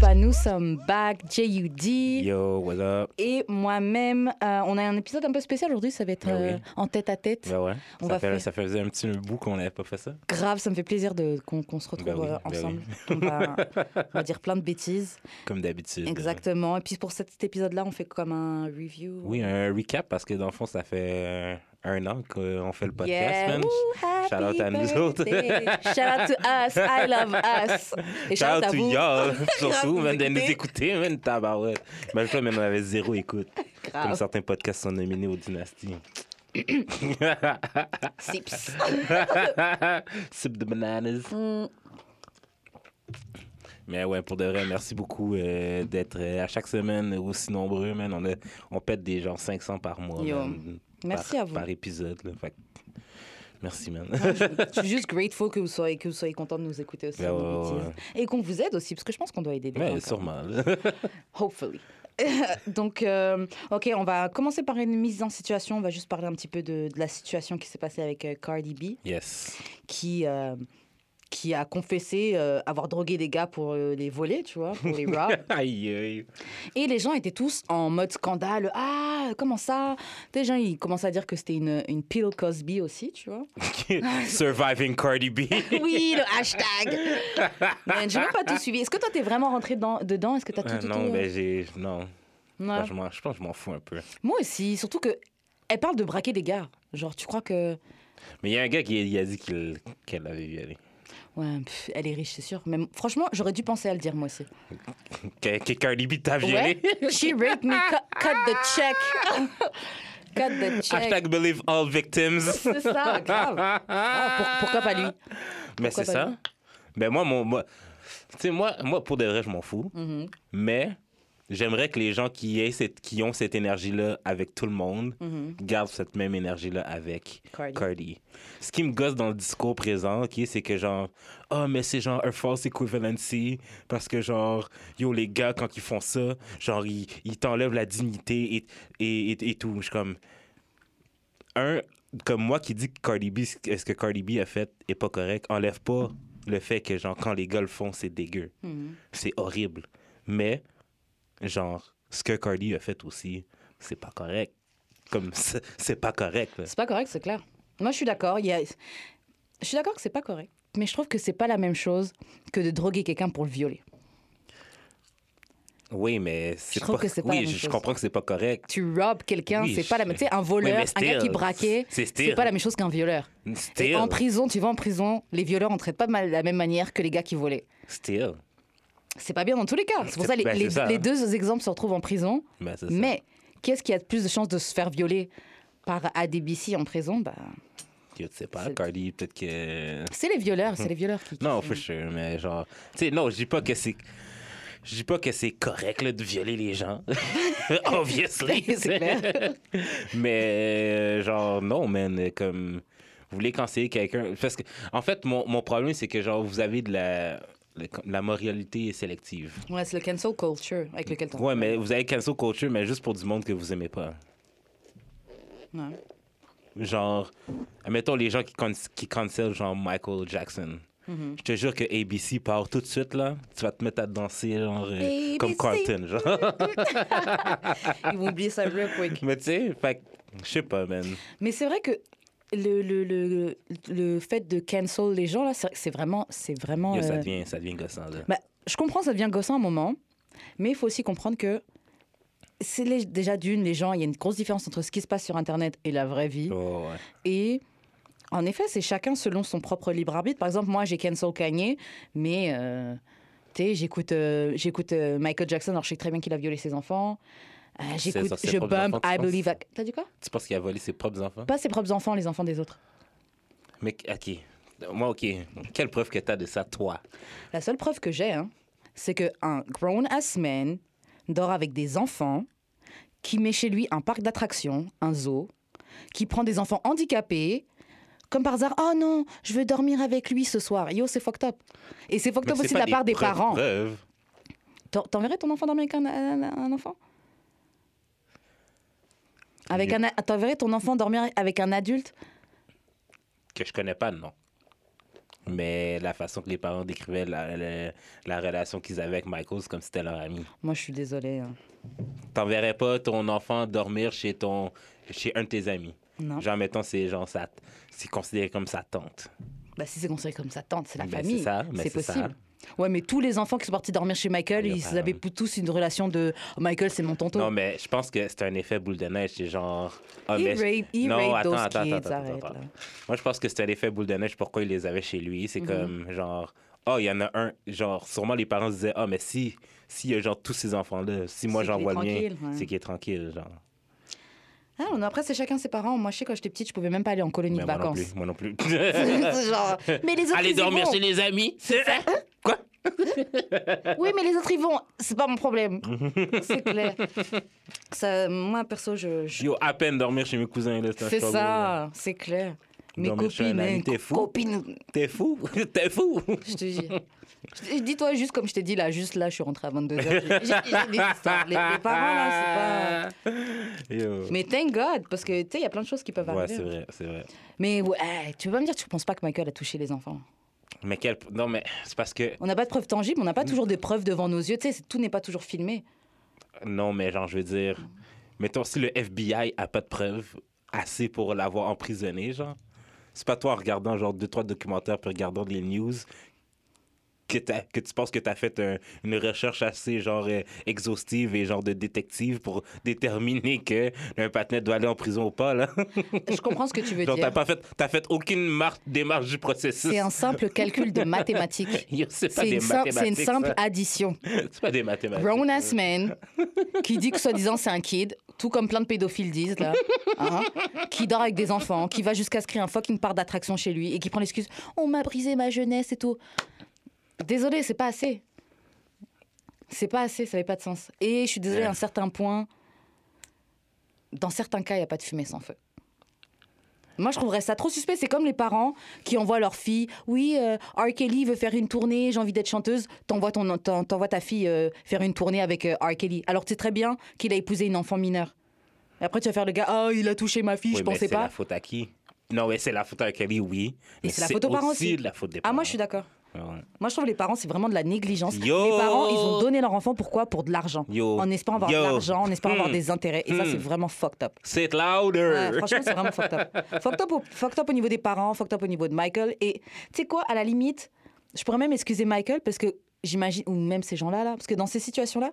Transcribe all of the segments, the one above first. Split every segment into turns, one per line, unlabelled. bah, Nous sommes back, J.U.D.
Yo, what's up?
Et moi-même, euh, on a un épisode un peu spécial aujourd'hui, ça va être
Ben oui.
euh, en tête à tête.
Ben ouais.
On
ça,
va
fait-
faire-
ça faisait un petit bout qu'on n'avait pas fait ça.
Grave, ça me fait plaisir de, qu'on, qu'on se retrouve
Ben oui,
euh,
ben oui.
ensemble. on, va, on va dire plein de bêtises.
Comme d'habitude.
Exactement. Et puis pour cet épisode-là, on fait comme un review.
Oui, un recap parce que dans le fond, ça fait euh, un an qu'on fait le podcast,
Yeah.
man.
Woo, happy
Shout out à nous autres.
birthday. shout out to us. I love us. Et shout out à
to
vous.
y'all,
Grave,
surtout,
vous
man, de nous
écoutez.
écouter, man, tabarouette. Même toi, même, on avait zéro écoute. Comme
Grave.
certains podcasts sont nominés aux dynasties.
Sips.
Sip de bananas.
Mm.
Mais ouais, pour de vrai, merci beaucoup euh, d'être euh, à chaque semaine aussi nombreux, man. On, a, on pète des genre 500 par mois.
Yo.
man,
Merci
par-
à vous.
Par épisode, là. Fait que Merci, man.
Je suis juste grateful que vous soyez, que vous soyez content de nous écouter aussi.
Ben
on nous
ouais, ouais,
bêtise. Et qu'on vous aide aussi, parce que je pense qu'on doit aider des gens.
Mais
quand
sûrement, là.
même. Hopefully. Donc, euh, OK, on va commencer par une mise en situation. On va juste parler un petit peu de, de la situation qui s'est passée avec euh, Cardi B,
Yes.
qui, euh, qui a confessé euh, avoir drogué des gars pour euh, les voler, tu vois, pour les rob.
Aïe, aïe.
Et les gens étaient tous en mode scandale. Ah, comment ça Des gens, ils commençaient à dire que c'était une, une pill Cosby aussi, tu vois.
Surviving Cardi B.
Oui, le hashtag. Mais j'ai même pas tout suivi. Est-ce que toi, t'es vraiment rentré dans- dedans Est-ce que t'as tout,
Euh,
tout,
non,
tout, hein.
ben j'ai. Non.
Ouais.
Franchement, je pense que je m'en fous un peu.
Moi aussi, surtout que elle parle de braquer des gars. Genre, tu crois que
Mais il y a un gars qui il a dit qu'il- qu'elle avait violé.
ouais, pff, elle est riche, c'est sûr. Mais franchement, j'aurais dû penser à le dire moi aussi.
Que, que Cardi B t'a
Ouais.
violé.
She raped me. Cut, cut the check. cut the check.
Hashtag believe all victims.
C'est ça, grave. Ah, pour- pourquoi pas lui
Mais
Pourquoi
c'est
pas hein?
ça. Ben moi, mon, moi, tu sais, moi, moi, pour de vrai, je m'en fous.
Mhm.
Mais j'aimerais que les gens qui, aient cette, qui ont cette énergie-là avec tout le monde
Mhm.
gardent cette même énergie-là avec
Cardi.
Cardi. Ce qui me gosse dans le discours présent, ok, c'est que genre, oh, mais c'est genre un false equivalency parce que genre, yo, les gars, quand ils font ça, genre, ils, ils t'enlèvent la dignité et, et, et, et tout. Je suis comme, un, comme moi qui dit que Cardi B, ce que Cardi B a fait est pas correct, enlève pas le fait que, genre, quand les gars le font, c'est dégueu.
Mhm.
C'est horrible. Mais, genre, ce que Cardi a fait aussi, c'est pas correct. Comme, c'est c'est pas correct. là.
C'est pas correct, c'est clair. Moi, je suis d'accord. il y a- Je suis d'accord que c'est pas correct. Mais je trouve que c'est pas la même chose que de droguer quelqu'un pour le violer.
Oui, mais c'est
Je trouve
pas...
que c'est pas la
Oui,
même
je, je
chose.
comprends que c'est pas correct.
Tu robes quelqu'un,
Oui,
c'est pas la même. Tu
je-
sais, un
Oui,
voleur,
mais
un gars qui
still,
braquait,
c'est
c'est
still.
pas la même chose qu'un violeur. Et
Still,
en prison, tu vas en prison, les violeurs on traite pas de mal- la même manière que les gars qui volaient.
still.
C'est pas bien dans tous les cas. C'est pour
C'est-
ça les,
ben, c'est
les-
ça,
les
hein.
deux exemples se retrouvent en prison.
Ben, c'est ça.
Mais qu'est-ce qui a de plus de chances de se faire violer par ADBC en prison bah,
Yo, tu sais pas,
c'est-
Cardi, peut-être que...
C'est les violeurs, c'est les violeurs qui. qui
Non,
font-
for sure, mais genre... Tu sais, non, je dis pas que c'est... Je dis pas que c'est correct là, de violer les gens. Obviously.
C'est clair.
mais euh, genre, non, man, euh, comme... Vous voulez canceller quelqu'un... Parce que, en fait, mon, mon problème, c'est que genre, vous avez de la... de La moralité sélective.
Ouais, c'est le cancel culture avec lequel t'en
Ouais, mais vous avez cancel culture, mais juste pour du monde que vous aimez pas.
Ouais.
genre, admettons les gens qui, con- qui cancel, genre Michael Jackson. Je te jure que ABC part tout de suite, là. Tu vas te mettre à danser, genre, euh,
ABC.
comme Carlton, genre.
Ah. Ils vont oublier ça real quick.
Mais tu sais, fait que, je sais pas, man.
Mais c'est vrai que le, le, le, le fait de cancel les gens, là, c'est c'est vraiment. C'est vraiment
Yo, ça,
euh,
devient, ça devient gossant, là.
bah, je comprends, ça devient gossant à un moment, mais il faut aussi comprendre que. C'est les- déjà d'une, les gens, il y a une grosse différence entre ce qui se passe sur Internet et la vraie vie.
Oh, ouais.
Et en effet, c'est chacun selon son propre libre arbitre. Par exemple, moi, j'ai cancel Kanye, mais euh, tu sais, j'écoute euh, j'écoute euh, Michael Jackson, alors je sais très bien qu'il a violé ses enfants. Euh, j'écoute,
ça, ses
je
propres
bump,
enfants, tu
I
penses
believe. I- T'as dit quoi
Tu penses qu'il a volé ses propres enfants?
Pas ses propres enfants, les enfants des autres.
Mais, OK. Moi, OK. Quelle preuve que t'as de ça, toi?
La seule preuve que j'ai, hein, c'est que un grown ass man dort avec des enfants, qui met chez lui un parc d'attractions, un zoo, qui prend des enfants handicapés. Comme par hasard, oh non, je veux dormir avec lui ce soir. Yo, c'est fucked up. Et c'est fucked
Mais
up
c'est
aussi de
pas
la part des
preuves,
parents.
preuves.
T'en- T'enverrais ton enfant dormir avec un, un- un enfant avec un, a- T'enverrais ton enfant dormir avec un adulte
Que je connais pas, non. mais la façon que les parents décrivaient la, la- la relation qu'ils avaient avec Michael, c'est comme si c'était leur ami.
Moi, je suis désolée. hein.
T'enverrais pas ton enfant dormir chez ton chez un de tes amis.
Non.
Genre, mettons, c'est genre ça. C'est considéré comme sa tante.
Bah, si c'est considéré comme sa tante, c'est la
Ben,
famille.
c'est ça, mais
C'est
c'est ça.
possible. Ouais, mais tous les enfants qui sont partis dormir chez Michael,
Il y a
ils
pas-
avaient pou- tous une relation de Oh, Michael, c'est mon tonton.
Non, mais je pense que c'est un effet boule de neige. C'est genre. ah,
Il
mais-
rape- il
non,
rape
attends,
those
attends,
kids,
attends, attends,
arrête,
attends.
là.
Moi, je pense que c'est un effet boule de neige. Pourquoi il les avait chez lui?
Mhm.
C'est comme genre. Oh, il y en a un. Genre, sûrement les parents se disaient Ah, mais si, s'il y a genre tous ces enfants-là, si moi
C'est qu'il est
j'envoie le mien,
tranquille, ouais.
c'est qu'il est tranquille. Genre.
Ah non, après, c'est chacun ses parents. Moi, je sais, quand j'étais petite, je pouvais même pas aller en colonie
Mais
de
moi non
vacances.
plus. Moi non plus.
C'est genre, mais les autres,
Allez
ils y
dormir
vont.
chez les amis. C'est ça? Quoi?
Oui, mais les autres, ils vont. C'est pas mon problème. c'est clair. Ça, moi, perso, je. je-
Yo, à peine dormir chez mes cousins. là, un
C'est
struggle, là.
ça, c'est clair. Mes
Dormir chez un
copines,
ami,
hein,
t'es fou.
copines,
T'es fou? T'es fou?
je te jure. Je te- Dis-toi juste comme je t'ai dit là, juste là, je suis rentrée à 22h. J'ai j'ai des histoires. Les, les parents là,
Yo.
c'est pas. Mais thank God, parce que tu sais, il y a plein de choses qui peuvent
Ouais, c'est
arriver. hein.
vrai, c'est vrai.
Mais ouais, hey, tu veux pas me dire que tu penses pas que Michael a touché les enfants
Mais quel. Non, mais c'est parce que.
On n'a pas de preuves tangibles, on n'a pas
Mm.
toujours des preuves devant nos yeux. Tu sais, c'est- tout n'est pas toujours filmé.
Non, mais genre, je veux dire. Mettons, si le FBI a pas de preuves assez pour l'avoir emprisonné, genre. C'est pas toi en regardant genre deux, trois documentaires puis regardant les news que, t'as- que tu penses que tu as fait un- une recherche assez genre euh, exhaustive et genre de détective pour déterminer que un patinet doit aller en prison ou pas, là.
Je comprends ce que tu veux
genre, t'as
dire.
pas fait, t'as fait aucune marque, démarche du processus.
C'est un simple calcul de mathématiques.
Yo, C'est pas
C'est
des
une, sim- c'est une
mathématiques.
simple
ça.
addition.
bah, C'est pas des mathématiques.
Grown ass man qui dit que soi-disant c'est un kid, tout comme plein de pédophiles disent là, hein, qui dort avec des enfants, qui va jusqu'à se créer un fucking part d'attraction chez lui et qui prend l'excuse on m'a brisé ma jeunesse et tout. Désolé, c'est pas assez. C'est pas assez, ça n'avait pas de sens. Et je suis désolée, à un certain point, dans certains cas, il n'y a pas de fumée sans feu. Moi, je trouverais ça trop suspect. C'est comme les parents qui envoient leur fille. Oui, euh, R. Kelly veut faire une tournée, j'ai envie d'être chanteuse. T'envoies, ton, t'en- t'envoies ta fille euh, faire une tournée avec euh, R. Kelly. Alors tu sais très bien qu'il a épousé une enfant mineure. Et après, tu vas faire le gars, ah, il a touché ma fille,
Oui,
je
mais
pensais
C'est la
pas.
faute à qui? Non, ouais, c'est la faute à Kelly, oui. Mais
c'est la faute aux parents aussi.
de la faute des
Ah,
parents.
moi, je suis d'accord.
Ouais.
Moi, je trouve les parents, c'est vraiment de la négligence.
Yo.
Les parents, ils ont donné leur enfant, pourquoi Pour de l'argent.
Yo.
En espérant avoir
Yo.
de l'argent, en espérant avoir
Hmm.
des intérêts. Et ça,
Hmm.
c'est vraiment fucked up.
C'est it louder!
Ouais, franchement, c'est vraiment fucked up. Fucked up, au, fucked up au niveau des parents, fucked up au niveau de Michael. Et tu sais quoi, à la limite, je pourrais même excuser Michael parce que j'imagine, ou même ces gens-là, là, parce que dans ces situations-là,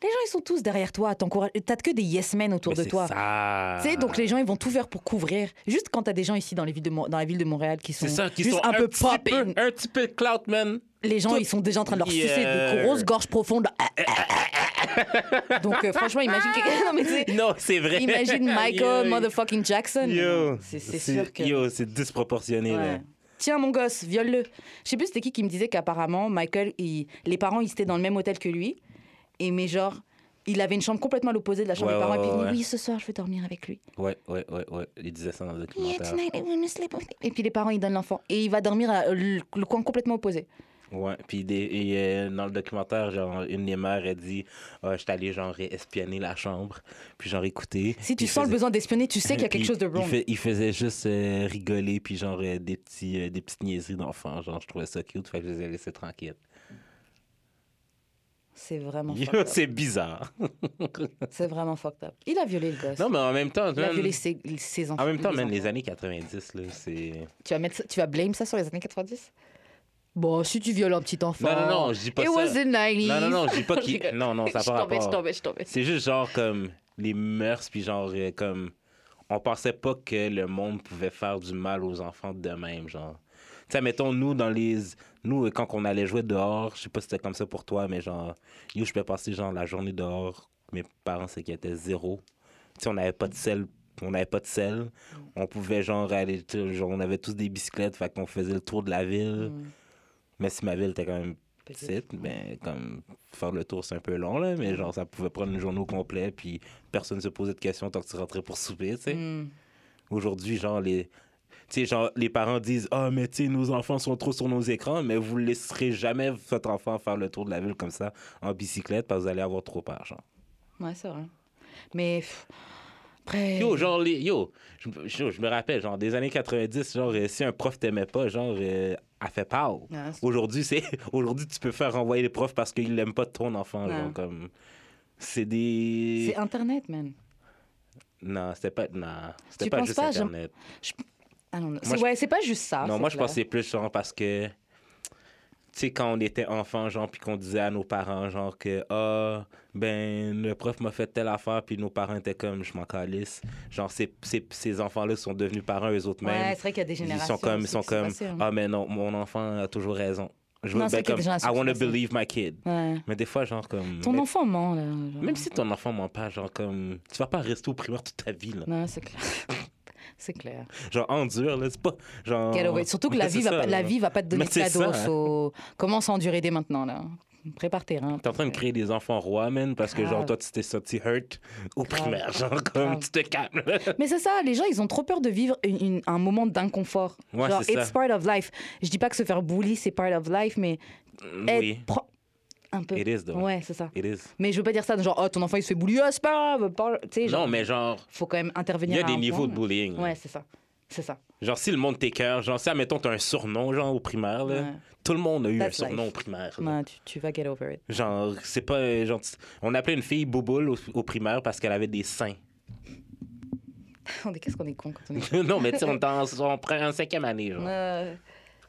les gens, ils sont tous derrière toi, à t'encourager. T'as que des yes-men autour
Mais
de
c'est
toi.
ça.
Tu sais, donc les gens, ils vont tout faire pour couvrir. Juste quand t'as des gens ici dans, les villes de Mon- dans la ville de Montréal qui sont,
C'est ça, qui
juste
sont
un peu
petit peu,
popping,
un petit peu clout, man.
les gens,
tout-
ils sont déjà en train de leur sucer des
Yeah.
grosses gorges profondes. Ah, donc euh, franchement, imagine, que- non, mais tu sais,
Non, c'est vrai.
imagine Michael
Yo.
motherfucking Jackson.
Yo.
C'est c'est sûr que...
Yo, c'est disproportionné,
Ouais.
là.
Tiens, mon gosse, viole-le. Je sais plus c'était qui qui me disait qu'apparemment, Michael, il- les parents, ils étaient dans le même hôtel que lui. Et mais genre, il avait une chambre complètement à l'opposé de la chambre
Ouais,
des parents.
ouais,
et puis il
ouais,
dit,
ouais.
oui, ce soir, je vais dormir avec lui.
Ouais, ouais, ouais, ouais. Il disait ça dans le
Yeah,
documentaire.
tonight I wanna sleep with- Et puis les parents, ils donnent l'enfant. Et il va dormir à euh, le, le coin complètement opposé.
Ouais, puis des- et, euh, dans le documentaire, genre, une des mères, elle dit Ah, Je suis allée, genre, espionner la chambre, puis genre, écouter.
Si tu
Puis
sens
je
le besoin d'espionner, tu sais qu'il y a quelque
Puis,
chose de
Euh, il
wrong.
fait- il faisait juste euh, rigoler, puis genre euh, des, petits, euh, des petites niaiseries d'enfants. Genre, je trouvais ça cute, fait que je les ai laissés tranquilles.
C'est vraiment
Yo,
fucked up.
c'est bizarre.
C'est vraiment fucked up. Il a violé le gosse.
Non, mais en même temps,
il a
man,
violé ses, ses enfants.
en même temps,
les
man,
enfants.
les années 90, là, c'est.
Tu vas, mettre ça- tu vas blame ça sur les années 90 Bon, si tu violes un petit enfant.
Non, non, non, je dis pas
It
ça.
was the 90s.
Non, non, non, je dis pas qu'il.
rigole.
Non, non, ça
je
part
tombais, je tombais, je tombais.
C'est juste genre comme les mœurs, puis genre euh, comme. On pensait pas que le monde pouvait faire du mal aux enfants de même, genre. Tu sais, mettons, nous, dans les. Nous, euh, quand on allait jouer dehors, je sais pas si c'était comme ça pour toi, mais genre, yo, je peux passer genre la journée dehors. Mes parents s'inquiétaient zéro. Tu sais, on n'avait pas de sel. On n'avait pas de sel. On pouvait genre aller. tu sais, genre, on avait tous des bicyclettes, fait qu'on faisait le tour de la
Mm.
ville. Mais si ma ville était quand même petite, ben, comme faire le tour, c'est un peu long, là, mais genre, ça pouvait prendre une journée au complet, puis personne ne se posait de questions tant que tu rentrais pour souper, tu sais.
Mm. Hmm.
Aujourd'hui, genre, les. Tu sais, genre, les parents disent Ah, mais tu sais, nos enfants sont trop sur nos écrans, mais vous ne laisserez jamais votre enfant faire le tour de la ville comme ça, en bicyclette, parce que vous allez avoir trop peur, genre.
Ouais, c'est vrai. Mais pff, Après,
Yo, genre, les, yo, je, je- je me rappelle, genre, des années 90, genre, euh, si un prof t'aimait pas, genre, euh, elle fait pas.
Ouais, c'est-
Aujourd'hui, c'est aujourd'hui tu peux faire renvoyer les profs parce qu'ils l'aiment pas ton enfant.
Ouais.
genre, comme... C'est des.
c'est Internet, man.
Non, c'était pas. Non, c'était
Tu
pas
penses
juste
pas, j'aime-
Internet.
Ah non, non.
Moi,
C'est-
je-
Ouais, c'est pas juste ça.
non,
c'est
moi, je
clair.
pensais plus, genre, parce que. Tu sais, quand on était enfant, genre, puis qu'on disait à nos parents, genre, que, ah, ben, le prof m'a fait telle affaire, puis nos parents étaient comme, je m'en calisse. Genre, ces, ces, ces enfants-là sont devenus parents eux-autres
Ouais,
mêmes.
c'est vrai qu'il y a des
ils
générations.
sont comme, ils
aussi
sont
qui s'est
comme,
passé, hein.
ah, mais non, mon enfant a toujours raison. Je
Non,
veux,
c'est vrai qu'il y
ben,
a
comme,
des générations
I
qui
want to
passent.
believe my kid.
Ouais.
Mais des fois, genre, comme.
Ton
mais-
enfant ment, là. genre.
Même si ton enfant ment pas, genre comme. Tu vas pas rester au primaire toute ta vie, là.
Non, c'est clair. c'est clair.
Genre endure, là. C'est pas. Genre.
Get over it. Surtout que la
Ouais,
vie,
Oh. c'est
va
ça,
pas, la
là.
vie va pas te donner
Mais
de
c'est
cadeau.
ça. hein.
Faut... Commence à endurer dès maintenant, là. Prépare tes reins.
T'es en train de créer des enfants rois, man, parce que genre,
Grave.
toi, tu t'es sorti hurt au
Grave.
primaire. Genre, comme,
Grave.
tu te calmes. là.
Mais c'est ça, les gens, ils ont trop peur de vivre une- une- un moment d'inconfort.
Ouais,
Genre,
c'est ça.
it's part of life. Je dis pas que se faire bully, c'est part of life, mais être
oui.
pro- un peu.
It is, though.
Ouais, c'est ça.
It is.
Mais je veux pas dire ça, de genre, oh, ton enfant, il se fait bully, ah, c'est pas grave. parle- Tu sais, genre,
Non, mais genre,
faut quand même
il
intervenir.
y a
à
des
un
niveaux
point,
de bullying. là.
Ouais, c'est ça. C'est ça.
Genre, si le monde t'écœure, genre, si, admettons, t'as un surnom, genre, au primaire, là,
Ouais.
tout le monde a eu
That's
un surnom
life.
au primaire. là.
Ouais, Bah, tu, tu vas get over it.
Genre, c'est pas. euh, Genre, tu- on appelait une fille Bouboule au, au primaire parce qu'elle avait des seins.
On est- Qu'est-ce qu'on est con quand on est.
non, mais tu sais, on, était en- on prend en cinquième année, genre.
Euh,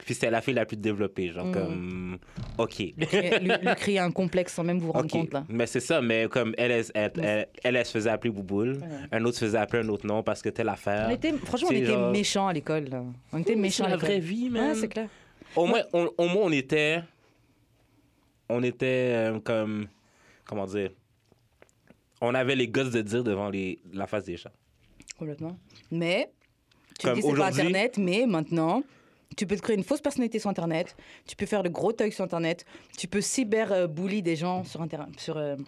Puis c'était la fille la plus développée, genre
Mm.
comme OK.
lui, lui créer un complexe sans même vous rendre
OK.
compte, là.
Mais c'est ça, mais comme elle, elle, elle, elle, elle, elle se faisait appeler Bouboule, un autre se faisait appeler un autre nom parce que telle affaire.
On était, franchement, on
Ah. C'est
était
genre-
méchants à l'école. là. On était méchants
C'est
à
la
l'école.
vraie vie, man.
Ouais, c'est clair.
Au moins, on, au moins, on était. On était euh, comme. Comment dire On avait les gosses de dire devant les, la face des gens.
Complètement. Mais, tu
Comme
dis c'est pas
aujourd'hui-
Internet, mais maintenant, tu peux te créer une fausse personnalité sur Internet, tu peux faire de gros thugs sur Internet, tu peux cyber-bully des gens sur Internet. Sur, euh,
Ouais,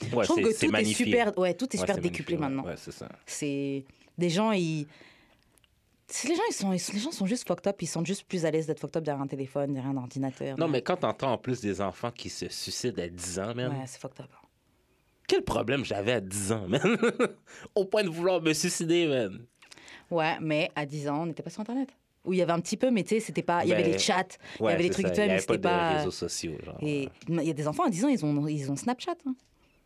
Je trouve
c'est-
que
c'est
tout est
magnifié.
super, ouais, tout est
Ouais,
super
c'est
décuplé
magnifié, ouais.
maintenant.
Ouais, c'est ça.
C'est des gens, ils... c'est- Les gens, ils sont, ils- les gens sont juste fucked up, ils sont juste plus à l'aise d'être fucked up derrière un téléphone, derrière un ordinateur.
Non, mais euh, quand t'entends en plus des enfants qui se suicident à 10 ans, même.
Ouais, c'est fucked up.
Quel problème j'avais à 10 ans, man? Au point de vouloir me suicider, man.
Ouais, mais à 10 ans, on n'était pas sur Internet. Où il y avait un petit peu, mais tu sais, c'était pas. Il y avait
Ben,
les chats, il y avait les
c'est
trucs
ça.
et tout, mais
avait
c'était
de
pas.
réseaux sociaux, genre.
Et non, il y a des enfants à 10 ans, ils ont, ils ont Snapchat. hein.
euh,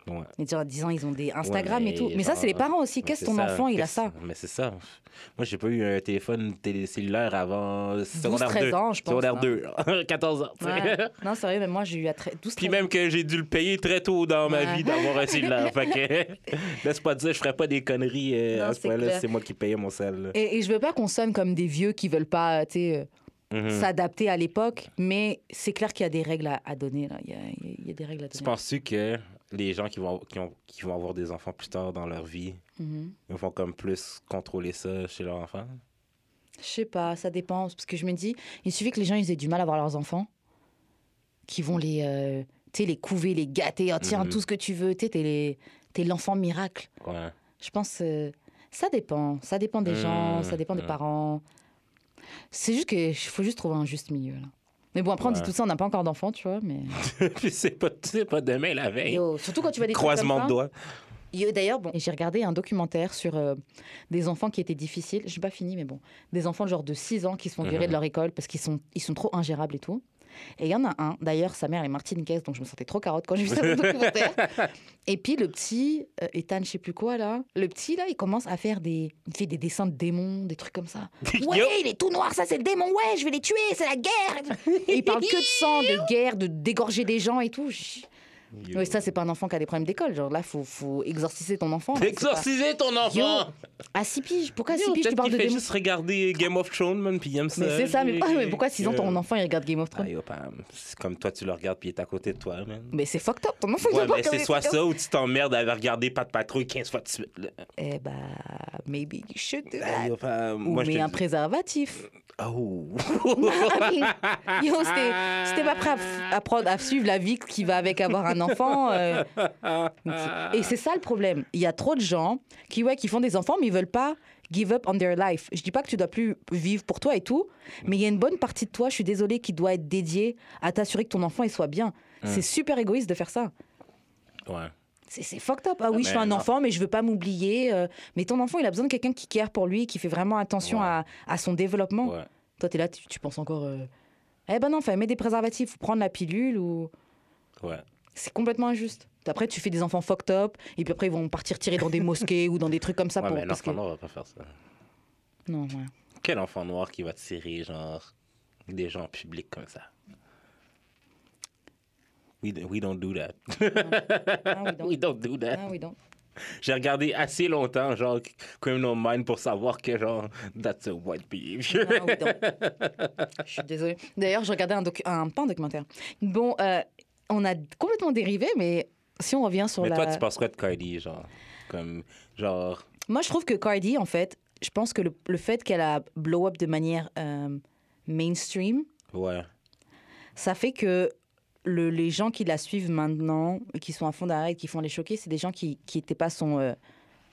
Ouais.
Et genre, à 10 ans, ils ont des Instagram et
mais
tout. Mais ça, c'est les
genre,
parents aussi.
Mais
Qu'est-ce
c'est
que ton
ça,
enfant, il a
qu'est-ce-
ça
Mais c'est ça. Moi, j'ai pas eu un téléphone télécellulaire avant secondaire
13
2.
ans, je pense,
Secondaire
hein.
2, genre, 14 ans. tu sais.
Ouais. Non, sérieux, mais moi, j'ai eu à très- 12
Puis
13
même que j'ai dû le payer très tôt dans ma
Ouais.
vie d'avoir un cellulaire. fait que, laisse pas dire, je ferais pas des conneries euh,
Non,
à ce
c'est
point-là.
clair.
C'est moi qui payais mon cell. là.
Et, et je veux pas qu'on sonne comme des vieux qui veulent pas, tu sais, euh,
Mhm.
s'adapter à l'époque, mais c'est clair qu'il y a des règles à, à donner. là. Il y, a- il y a des règles à
Tu
donner.
penses-tu que les gens qui vont, qui, ont- qui vont avoir des enfants plus tard dans leur vie,
Mhm.
ils vont comme plus contrôler ça chez leur enfant?
Je sais pas, ça dépend. Parce que je me dis, il suffit que les gens ils aient du mal à voir leurs enfants, qui vont les, euh, tu sais, les couver, les gâter. Oh, tiens,
Mhm.
tout ce que tu veux. Tu sais, t'es les- t'es l'enfant miracle.
Ouais.
Je pense euh, ça dépend. Ça dépend des
Mmh,
gens, ça dépend des
mmh.
parents. C'est juste qu'il faut juste trouver un juste milieu. Là. Mais bon, après, on dit
Ouais.
tout ça, on n'a pas encore d'enfant, tu vois. Mais...
Puis c'est pas, c'est pas demain la veille.
Yo, surtout quand tu vois des trucs
Croisement de
comme ça.
doigts.
Yo, D'ailleurs, bon, j'ai regardé un documentaire sur euh, des enfants qui étaient difficiles. Je n'ai pas fini, mais bon. Des enfants genre de 6 ans qui se font virer
Mhm.
de leur école parce qu'ils sont, ils sont trop ingérables et tout. Et il y en a un, d'ailleurs, sa mère, elle est martiniquaise, donc je me sentais trop carotte quand j'ai vu ça dans le documentaire. Et puis le petit, euh, Ethan, je sais plus quoi là, le petit là, il commence à faire des, il fait des dessins de démons, des trucs comme ça. Ouais,
Yo.
il est tout noir, ça c'est le démon, ouais, je vais les tuer, c'est la guerre. Et il parle que de sang, de guerre, de dégorger des gens et tout. Je-
Yo.
Oui, ça c'est pas un enfant qui a des problèmes d'école, genre là faut, faut exorciser ton enfant. là, c'est
Exorciser ton
pas- Yo,
enfant!
à 6 piges, pourquoi à
Yo,
6 piges tu
peut-être
parles
qu'il
de
fait
démons
juste regarder Game of Thrones, man, puis il aime ça.
Mais c'est ça, mais,
lui, Euh,
mais pourquoi 6 ans ton
que-
enfant il regarde Game of Thrones
Ah, yo, Pam, c'est comme toi, tu le regardes, puis il est à côté de toi, man.
Mais c'est fucked up, ton enfant il
Ouais,
doit
mais
pas
c'est
regarder
soit
Game of-
ça ou tu t'emmerdes à regarder Pat Patrouille 15 fois de suite. là.
Eh bah, maybe you should do
Ah,
that.
yo, Pam,
Ou
moi, je
mais un
te dis...
préservatif.
Oh!
Ah Yo, c'était, c'était pas prêt à, f- à prendre- à suivre la vie qui va avec avoir un enfant. euh. Et c'est ça le problème. Il y a trop de gens qui, ouais, qui font des enfants, mais ils veulent pas give up on their life. Je dis pas que tu dois plus vivre pour toi et tout, mais il y a une bonne partie de toi, je suis désolée, qui doit être
Mm.
dédiée à t'assurer que ton enfant il soit bien. C'est super égoïste de faire ça.
Ouais.
C'est c'est fucked up. Ah oui, je suis
mais
un
non.
enfant, mais je veux pas m'oublier. euh, mais ton enfant, il a besoin de quelqu'un qui care pour lui, qui fait vraiment attention
Ouais.
à, à son développement.
Ouais.
Toi, t'es là, tu, tu penses encore. euh, Eh ben non, enfin, mets des préservatifs ou prendre la pilule ou.
Ouais.
C'est complètement injuste. Après, tu fais des enfants fucked up, et puis après, ils vont partir tirer dans des mosquées ou dans des trucs comme ça
Ouais,
pour.
mais
parce que-
l'enfant noir va pas faire ça.
Non, ouais.
Quel enfant noir qui va tirer, genre, des gens publics comme ça? We, we don't do that.
Ah oui, donc.
We don't do that.
Ah oui, donc.
J'ai regardé assez longtemps, genre, Criminal Mind pour savoir que, genre, that's a white behavior.
Ah oui, donc. Je suis désolée. D'ailleurs, je regardais un, docu- un pas un documentaire. Bon, euh, on a complètement dérivé, mais si on revient sur
Mais
la.
toi, tu penses quoi de Cardi, genre? Comme, genre,
Moi, je trouve que Cardi, en fait, je pense que le, le fait qu'elle a blow up de manière euh, mainstream,
ouais.
ça fait que le- les gens qui la suivent maintenant, qui sont à fond d'arrêt, qui font les choquer, c'est des gens qui n'étaient pas son, euh,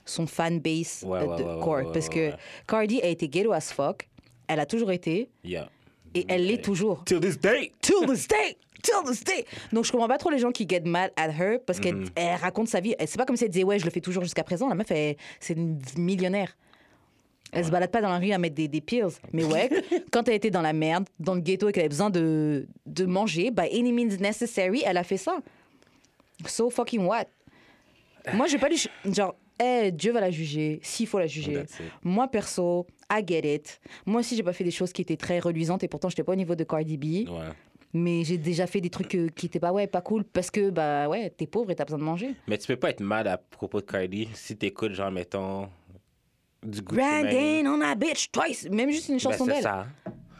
son fan base
Ouais,
euh,
ouais,
de
ouais, ouais,
core.
ouais,
parce
ouais,
que
ouais.
Cardi a été ghetto as fuck. Elle a toujours été
Yeah.
et elle l'est
Ok.
toujours.
Till this day!
Till this day! Till this day! Donc, je comprends pas trop les gens qui get mad at her parce qu'elle elle raconte sa vie. Elle- C'est pas comme si elle disait, ouais, je le fais toujours jusqu'à présent. La meuf, elle- c'est une millionnaire. Elle se balade pas dans la rue à mettre des, des pills. Mais ouais, quand elle était dans la merde, dans le ghetto et qu'elle avait besoin de, de manger, by any means necessary, elle a fait ça. So fucking what? Moi, je vais pas lui. ch- Genre, eh, Dieu va la juger, s'il faut la juger.
That's it.
Moi, perso, I get it. Moi aussi, j'ai pas fait des choses qui étaient très reluisantes et pourtant, j'étais pas au niveau de Cardi B
Ouais.
mais j'ai déjà fait des trucs euh, qui étaient pas ouais pas cool parce que bah ouais t'es pauvre et t'as besoin de manger
Mais tu peux pas être mal à propos de Cardi si t'écoutes, genre, mettons, du Gucci Mane.
Grinding on a bitch twice même juste une
Ben,
chanson
c'est
d'elle
ça.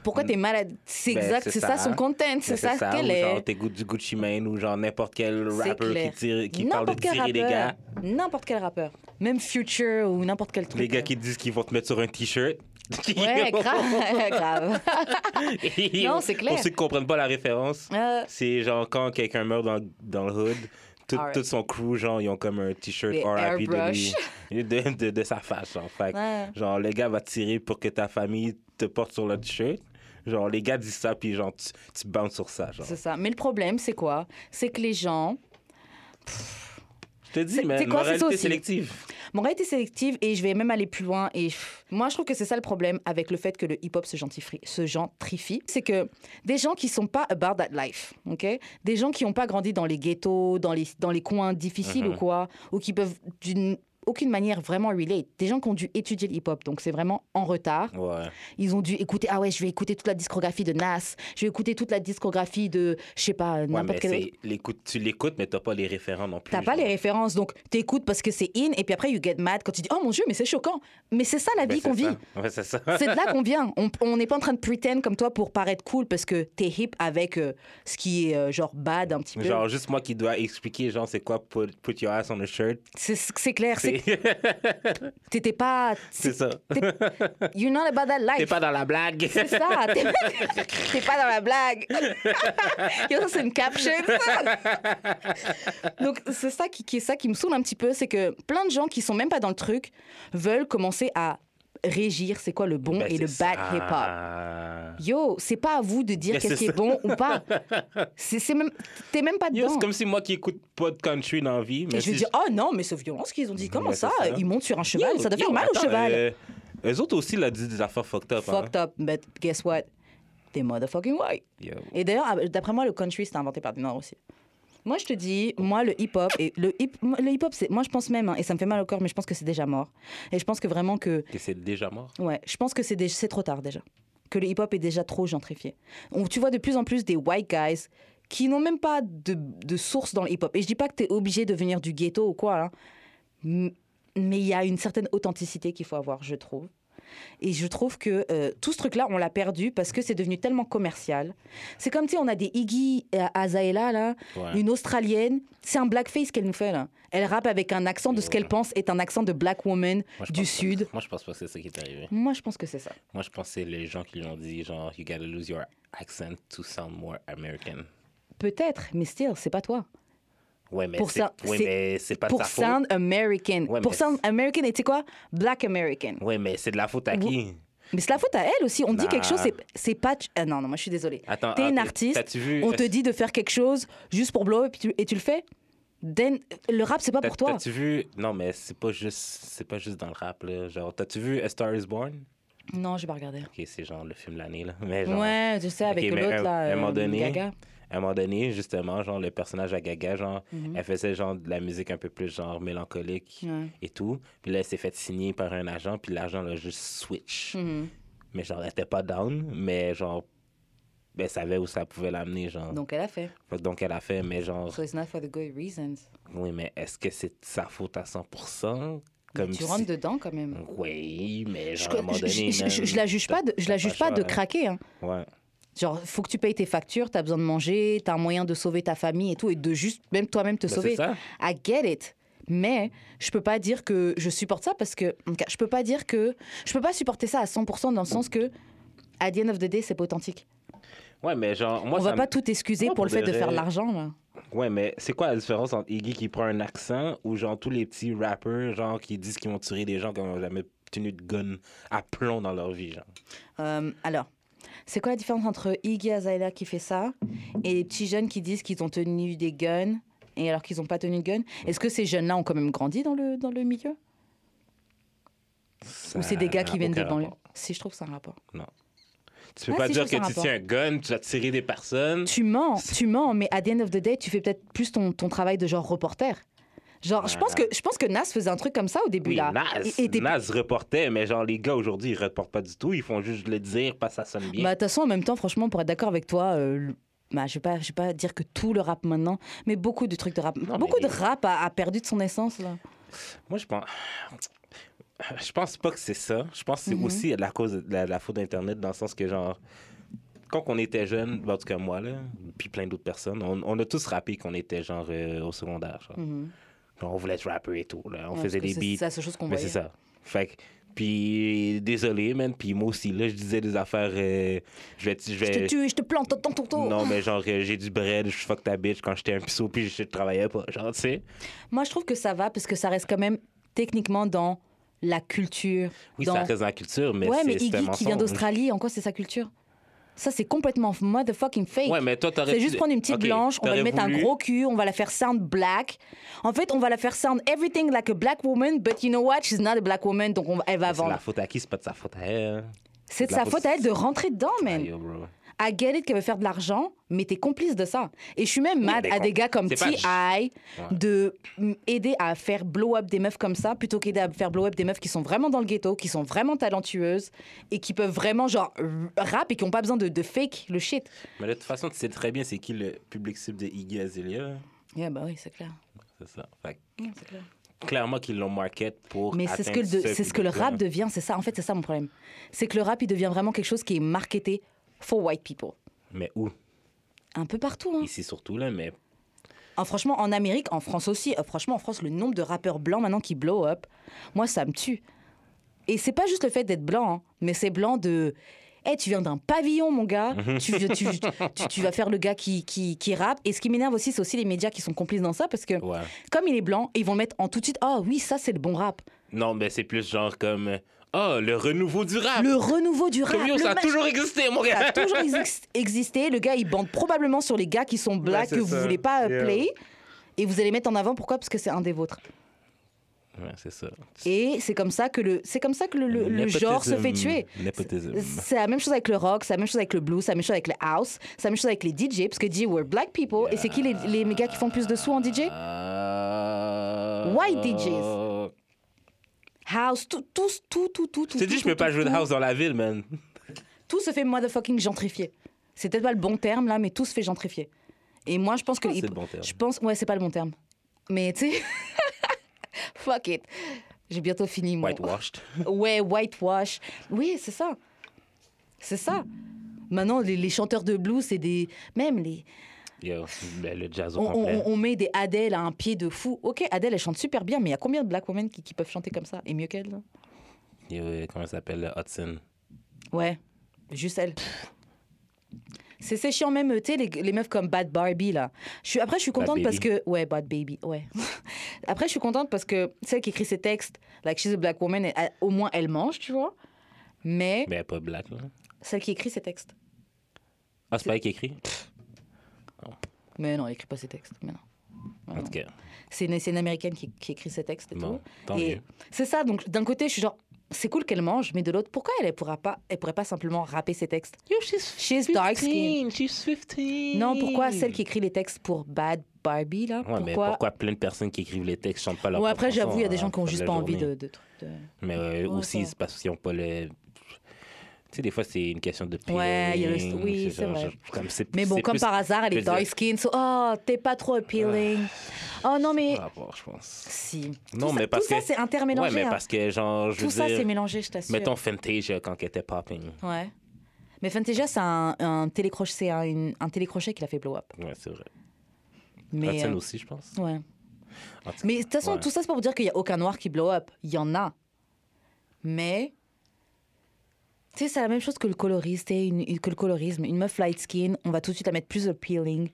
pourquoi t'es malade c'est
Ben,
exact c'est ça. son content c'est
Ben,
ça,
ou
qu'elle est
Genre, t'écoutes du Gucci Mane ou genre n'importe quel
c'est
rappeur qui,
clair
tire, qui parle de
n'importe
tirer
quel rappeur
les gars.
n'importe quel rappeur même Future ou n'importe quel truc
Les gars qui disent qu'ils vont te mettre sur un t-shirt.
ouais grave grave Non, c'est clair.
Pour ceux qui comprennent pas la référence,
Euh,
c'est genre quand quelqu'un meurt dans, dans le hood, tout,
Alright.
tout son crew, genre, ils ont comme un t-shirt
Des
RIP de,
airbrush.
lui, de, de, de sa face. Genre. Fait que,
Ouais.
genre, le gars va tirer pour que ta famille te porte sur le t-shirt. Genre, les gars disent ça, puis genre, tu, tu bounces sur ça. Genre.
c'est ça mais le problème c'est quoi c'est que les gens
Je te dis,
C'est-
mais
c'est quoi, c'est ça
moralité
aussi?
sélective.
Mon réalité sélective et je vais même aller plus loin. Et pff, moi, je trouve que c'est ça le problème avec le fait que le hip-hop se, gentrifie- se gentrifie. C'est que des gens qui sont pas about that life, ok Des gens qui n'ont pas grandi dans les ghettos, dans les, dans les coins difficiles
Mhm.
ou quoi, ou qui peuvent d'une aucune manière vraiment relate. Des gens qui ont dû étudier le hip-hop, donc c'est vraiment en retard.
Ouais.
Ils ont dû écouter, ah ouais, je vais écouter toute la discographie de Nas, je vais écouter toute la discographie de, je sais pas,
Ouais,
n'importe
mais
quel
c'est- l'écoute- tu l'écoutes, mais t'as pas les référents non plus.
T'as pas les références, donc t'écoutes parce que c'est in, et puis après, you get mad quand tu dis Oh mon Dieu, mais c'est choquant. Mais c'est ça la vie qu'on vit.
Ouais, c'est ça.
C'est de là qu'on vient. On on n'est pas en train de pretend comme toi pour paraître cool parce que t'es hip avec euh, ce qui est euh, genre bad un petit peu.
Genre, juste moi qui dois expliquer, genre, c'est quoi put, put your ass on a shirt.
C'est c'est clair, c'est
C'est
que t'étais pas.
c'est ça.
You're not about that
T'es
life.
pas dans la blague.
C'est ça. T'es t'es pas dans la blague. Yo, ça, c'est une caption. ça. Donc, c'est ça qui, qui est ça qui me saoule un petit peu. C'est que plein de gens qui sont même pas dans le truc veulent commencer à régir c'est quoi le bon
Ben,
et
c'est
le bad
ça.
hip-hop. Yo, c'est pas à vous de dire
Mais
qu'est-ce
c'est
qui est
ça.
bon ou pas. C'est c'est même, t'es même pas
Yo,
dedans.
c'est comme Ben, si moi qui écoute pas de country dans la vie. Mais
Et je vais
si
dire, oh non, mais c'est violent ce qu'ils ont dit. Comment
Ben, c'est
ça,
ça.
Ils montent sur un cheval.
Yo,
ça doit
yo,
faire mal
attends,
au cheval.
euh, eux autres aussi, ils ont dit des affaires fucked up. hein.
Fucked up, but guess what? They're motherfucking white.
Yo.
Et d'ailleurs, ah, d'après moi, le country, c'était inventé par des Noirs aussi. Moi, je te dis, moi, le hip-hop, et le hip- le hip-hop, c'est, moi, je pense même, hein, et ça me fait mal au corps, mais je pense que c'est déjà mort. Et je pense que vraiment que,
Que c'est déjà mort.
ouais, je pense que c'est, dé- c'est trop tard déjà. Que le hip-hop est déjà trop gentrifié. On, tu vois de plus en plus des white guys qui n'ont même pas de, de source dans le hip-hop. Et je dis pas que tu es obligé de venir du ghetto ou quoi, hein. M- mais il y a une certaine authenticité qu'il faut avoir, je trouve. Et je trouve que euh, tout ce truc-là, on l'a perdu parce que c'est devenu tellement commercial. C'est comme, tu sais, on a des Iggy euh, Azaela, là,
Ouais.
une Australienne. C'est un blackface qu'elle nous fait, là. Elle rappe avec un accent de ce
Ouais.
qu'elle pense est un accent de black woman
Moi, je
du
pense pas-
Sud.
Moi, je pense pas que c'est ça qui est arrivé.
Moi, je pense que c'est ça.
Moi, je pense que c'est les gens qui lui ont dit, genre, you gotta lose your accent to sound more American.
Peut-être, mais still, c'est pas toi.
Ouais, mais
Pour
c'est
ça-
ouais,
c'est-
mais c'est pas de
Pour
ta faute.
sound American.
Ouais,
Pour
mais
sound American, et tu sais quoi Black American.
Ouais, mais c'est de la faute à
Vous-
qui
Mais c'est la faute à elle aussi. On dit
Nah.
quelque chose, c'est- c'est pas. Ah non, non, moi, je suis désolée.
Attends,
T'es
ah,
une
t'es-
artiste,
t'as-tu vu-
on te dit de faire quelque chose juste pour blow et tu, et tu le fais then, le rap, c'est pas
T'as-
pour toi.
T'as-tu vu Non, mais c'est pas juste, c'est pas juste dans le rap là. Genre, t'as-tu vu A Star Is Born
Non, j'ai pas regardé.
Ok, c'est genre le film de l'année là. Mais genre,
Ouais, je sais,
Ok,
avec
mais
l'autre,
à-
là,
à un moment
euh,
donné,
Gaga.
à un moment donné, justement, genre le personnage à Gaga, genre, elle faisait genre de la musique un peu plus genre mélancolique
Mhm. Ouais.
et tout. Puis là, elle s'est faite signer par un agent, puis l'agent l'a juste switch.
Mhm.
Mais genre, elle était pas down, mais genre, elle savait où ça pouvait l'amener, genre.
Donc, elle a fait.
Fait que Donc elle a fait, mais genre,
So it's not for the good reasons.
oui, mais est-ce que c'est de sa faute à 100%
Mais
Comme
tu
si-
rentres dedans quand même.
Oui, mais
Je,
genre, à un moment
je-
donné,
je-
man,
je- je la juge pas de, je la
t'as
juge pas
le
de
choix,
craquer. hein.
hein. Ouais.
Genre, faut que tu payes tes factures, t'as besoin de manger, t'as un moyen de sauver ta famille et tout, et de juste même toi-même te
Ben,
sauver.
c'est ça.
I get it. Mais je peux pas dire que je supporte ça parce que en tout cas, je peux pas dire que je peux pas supporter ça à 100% dans le sens que à the end of the day, c'est pas authentique.
Ouais, mais genre, moi,
On
ça
va
me-
pas tout excuser
moi,
pour le
pour
fait
de
de faire
vrai-
de l'argent là.
Ouais, mais c'est quoi la différence entre Iggy qui prend un accent ou genre tous les petits rappers, genre, qui disent qu'ils vont tuer des gens qui n'ont jamais tenu de gun à plomb dans leur vie, genre?
Euh, alors, c'est quoi la différence entre Iggy Azalea qui fait ça et les petits jeunes qui disent qu'ils ont tenu des guns et alors qu'ils n'ont pas tenu de gun Est-ce que ces jeunes-là ont quand même grandi dans le, dans le milieu Ou c'est des gars qui viennent de banlieue
dedans
Si, je trouve ça un rapport.
Tu peux
Ah,
pas
si, je
dire
trouve
que
ça
tu
rapport.
tiens un gun, tu vas tirer des personnes.
Tu mens, tu mens, mais à the end of the day, tu fais peut-être plus ton, ton travail de genre reporter. Genre, je pense que je pense que Nas faisait un truc comme ça au début
Oui,
là.
Nas,
Et- et des-
Nas reportait, mais genre les gars aujourd'hui ils reportent pas du tout, ils font juste le dire parce que ça sonne bien.
Bah, de toute façon, en même temps, franchement, pour être d'accord avec toi, euh, le- bah, je ne vais, pas- je vais pas dire que tout le rap maintenant, mais beaucoup de trucs de rap.
Non,
beaucoup
mais-
de rap a, a perdu de son essence, là.
Moi je pense, je pense pas que c'est ça. Je pense que c'est
Mhm.
aussi la cause de la, la faute d'internet dans le sens que genre quand on était jeune, ben, en tout cas moi là, puis plein d'autres personnes, on, on a tous rappé qu'on était genre euh, au secondaire. genre.
Mhm.
Genre, on voulait être rappeur et tout là, on
Ouais,
faisait
parce
des
que
beats.
c'est- C'est la seule chose qu'on
Mais
voyait.
c'est ça. Fait que, puis désolé, man. Puis moi aussi, là, je disais des affaires. euh, je vais. Je
Je te
vais
tue, je te plante, ton ton ton.
non, mais genre, euh, j'ai du bread, je fuck ta bitch quand j'étais un pisseau, puis je travaillais pas. Genre, tu sais.
Moi, je trouve que ça va parce que ça reste quand même techniquement dans la culture.
Oui,
dans...
ça reste dans la culture, mais
ouais,
c'est hein.
mais
c'est un
Iggy qui vient
mensonge.
d'Australie, en quoi c'est sa culture Ça, c'est complètement motherfucking fake.
Ouais, mais toi, t'aurais.
C'est juste prendre une petite
Ok,
blanche, on va lui
t'aurais
mettre un
voulu-
gros cul, on va la faire sound black. En fait, on va la faire sound everything like a black woman, but you know what? She's not a black woman, donc on va- elle va
C'est de la
vendre.
faute à qui, c'est pas de sa faute à elle.
C'est de
la
sa
faute-
faute à elle de rentrer dedans, man.
Ah, yo, bro.
I get it qu'elle veut faire de l'argent, mais t'es complice de ça. Et je suis même mad
mais
à
con-
des gars comme
c'est pas
T.I.
Ouais.
de mm, aider à faire blow up des meufs comme ça, plutôt qu'aider à faire blow up des meufs qui sont vraiment dans le ghetto, qui sont vraiment talentueuses et qui peuvent vraiment, genre, r- rap et qui n'ont pas besoin de, de fake le shit.
Mais de toute façon, tu sais très bien c'est qui le public cible de Iggy Azalea.
Yeah, bah oui, c'est clair.
C'est ça. Fait que
Ouais, c'est clair.
clairement qu'ils l'ont market pour.
Mais c'est ce que,
atteindre
le, c'est ce que le
public-là.
rap devient, c'est ça. En fait, c'est ça mon problème. C'est que le rap, il devient vraiment quelque chose qui est marketé for white people.
Mais où
Un peu partout. Hein.
Ici surtout, là, mais
Ah, franchement, en Amérique, en France aussi, euh, franchement, en France, le nombre de rappeurs blancs maintenant qui blow up, moi, ça me tue. Et c'est pas juste le fait d'être blanc, hein, mais c'est blanc de. Eh, tu viens d'un pavillon, mon gars.
Mhm.
tu, tu, tu- tu vas faire le gars qui, qui, qui rappe. Et ce qui m'énerve aussi, c'est aussi les médias qui sont complices dans ça, parce que
ouais.
comme il est blanc, ils vont le mettre en tout de suite Oh oui, ça, c'est le bon rap.
Non, mais c'est plus genre comme. Ah, le renouveau du rap.
Le renouveau du rap.
Comme yo,
le
Ah, ça a
machin.
toujours existé, mon
ça
gars.
a toujours exi- existé. Le gars, il bande probablement sur les gars qui sont blacks
c'est
que vous
ça.
voulez pas euh,
Yeah.
play. Et vous allez mettre en avant pourquoi Parce que c'est un des vôtres.
Ouais, c'est ça.
Et c'est comme ça que le, c'est comme ça que le, le- le genre se fait tuer.
Népotisme.
C'est la même chose avec le rock, c'est la même chose avec le blues, c'est la même chose avec le house, c'est la même chose avec les DJ, parce que DJ, we're black people. Et c'est qui les, les méga qui font le plus de sous en DJ
Ah.
White DJs. House, tout, tout, tout, tout, tout.
Je t'ai dit, je peux pas jouer de house dans la ville, man.
Tout se fait motherfucking gentrifier. C'est peut-être pas le bon terme là, mais tout se fait gentrifier. Et moi, je pense que.
pense que
il-
Ah, c'est le bon terme.
Je pense, ouais, c'est pas le bon terme. Mais tu sais. Fuck it. J'ai bientôt fini, moi.
Whitewashed.
Ouais, whitewash. Oui, c'est ça. C'est ça. Maintenant, les, les chanteurs de blues, c'est des. Même les.
Yo, ben, le jazz au
On, on-
complet.
on met des Adèle à un pied de fou. Ok, Adèle, elle chante super bien, mais il y a combien de black women qui, qui peuvent chanter comme ça Et mieux qu'elle là
Yo, euh, comment ça s'appelle, le Hudson?
Ouais, juste elle. C'est c'est chiant même, tu sais, les, les meufs comme Bad Barbie, là. Je suis, après, je suis
Bad
contente parce
Baby.
que... Ouais, Bad Baby, ouais. après, je suis contente parce que celle qui écrit ses textes, like, she's a black woman, elle- elle- au moins, elle mange, tu vois. Mais
Mais elle est pas black, là.
celle qui écrit ses textes.
Ah, c'est pas elle qui écrit?
Mais non, elle écrit pas ses textes. Mais non.
En tout cas,
C'est une, c'est une américaine qui, qui écrit ses textes et
bon,
tout.
tant
Et
mieux.
c'est ça, donc d'un côté, je suis genre, c'est cool qu'elle mange, mais de l'autre, pourquoi elle ne pourra pas, elle pourrait pas simplement rapper ses textes She's dark skin.
she's 15.
Non, pourquoi celle qui écrit les textes pour Bad Barbie, là
Ouais, mais pourquoi plein de personnes qui écrivent les textes chantent pas leur
Ouais,
propre
après, j'avoue, il y a
chanson
des
à
gens
la
qui ont
fin
juste
la
pas envie de,
journée?
de trucs de-
Mais euh,
Ouais,
aussi,
ça.
c'est parce qu'ils n'ont pas le. Tu sais, des fois, c'est une question de paye.
Ouais, il y a le- oui, c'est vrai. Mais bon, comme par hasard, elle
je
est
veux dire-
dark skin, so, oh, t'es pas trop appealing. Oh non, mais
rapport, je pense.
si.
Ah. Non,
Tout ça-
mais parce
tout ça,
que-
c'est
Ouais,
intermélangé.
mais
hein.
parce que, genre, je
Tout
veux
ça, c'est
dire,
mélangé, je t'assure.
mettons Fantasia quand elle était popping.
Ouais. Mais Fantasia, c'est un, un télécrochet, c'est un, une- un télécrochet qui l'a fait blow up.
Ouais, c'est vrai.
Mais
Hudson
euh,
aussi, je pense.
ouais.
En tout cas,
Mais de toute façon,
Ouais.
tout ça, c'est pas pour dire qu'il y a aucun noir qui blow up. Il y en a. Mais tu sais, c'est la même chose que le coloriste et une, une- que le colorisme. Une meuf light skin, on va tout de suite la mettre plus appealing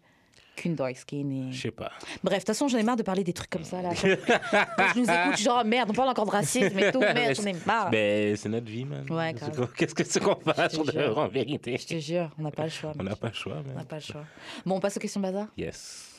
qu'une dark skin. et-
Je sais pas.
Bref, de toute façon, j'en ai marre de parler des trucs comme ça là. Quand je nous écoute, genre merde, on parle encore de racisme et tout, merde, j'en ai marre.
Ben, Ah, c'est notre vie, man.
bah. Ouais,
C'est
grave.
quoi- Qu'est-ce que c'est qu'on fasse
te
sur
jure.
en vérité?
Je te jure, on n'a pas le choix.
On
mec.
n'a pas le choix,
On n'a
man.
pas le choix. Bon, on passe aux questions bazar.
Yes.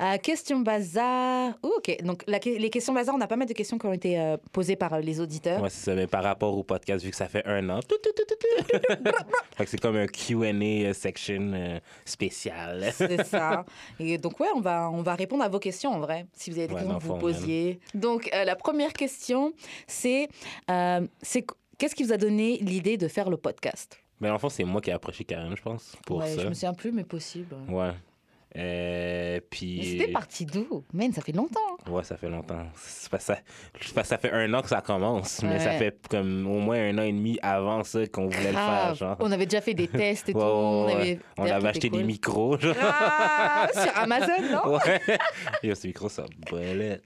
Euh, question bazar. Ouh, ok, donc la que- les questions bazar, on a pas mal de questions qui ont été euh, posées par euh, les auditeurs.
Moi, c'est ça. Mais par rapport au podcast, vu que ça fait un an, tout, tout, tout, tout, tout. Fait que c'est comme un QA section euh, spécial.
C'est ça. Et donc, ouais, on va, on va répondre à vos questions en vrai, si vous avez des
Ouais,
questions
dans
que
le
vous
fond, on aime.
posiez. Donc, euh, la première question, c'est euh, c'est qu- qu'est-ce qui vous a donné l'idée de faire le podcast
Mais en fond, c'est moi qui ai approché Karen, je pense, pour
ouais,
ça.
Je me souviens plus, mais possible.
Ouais. Euh,
Mais
puis.
C'était parti d'où Man, ça fait longtemps. hein.
Ouais, ça fait longtemps. C'est parce que ça... c'est parce que ça fait un an que ça commence, mais
Ouais.
ça fait comme au moins un an et demi avant ça qu'on voulait le faire.
Grave.
Genre.
On avait déjà fait des tests et
hein. Ouais,
tout.
ouais, ouais. On
d'ailleurs,
avait
tout
acheté
était
des
cool.
micros, genre.
Grave, sur Amazon, non
Ouais. Yo, ce micro, ça brûlait.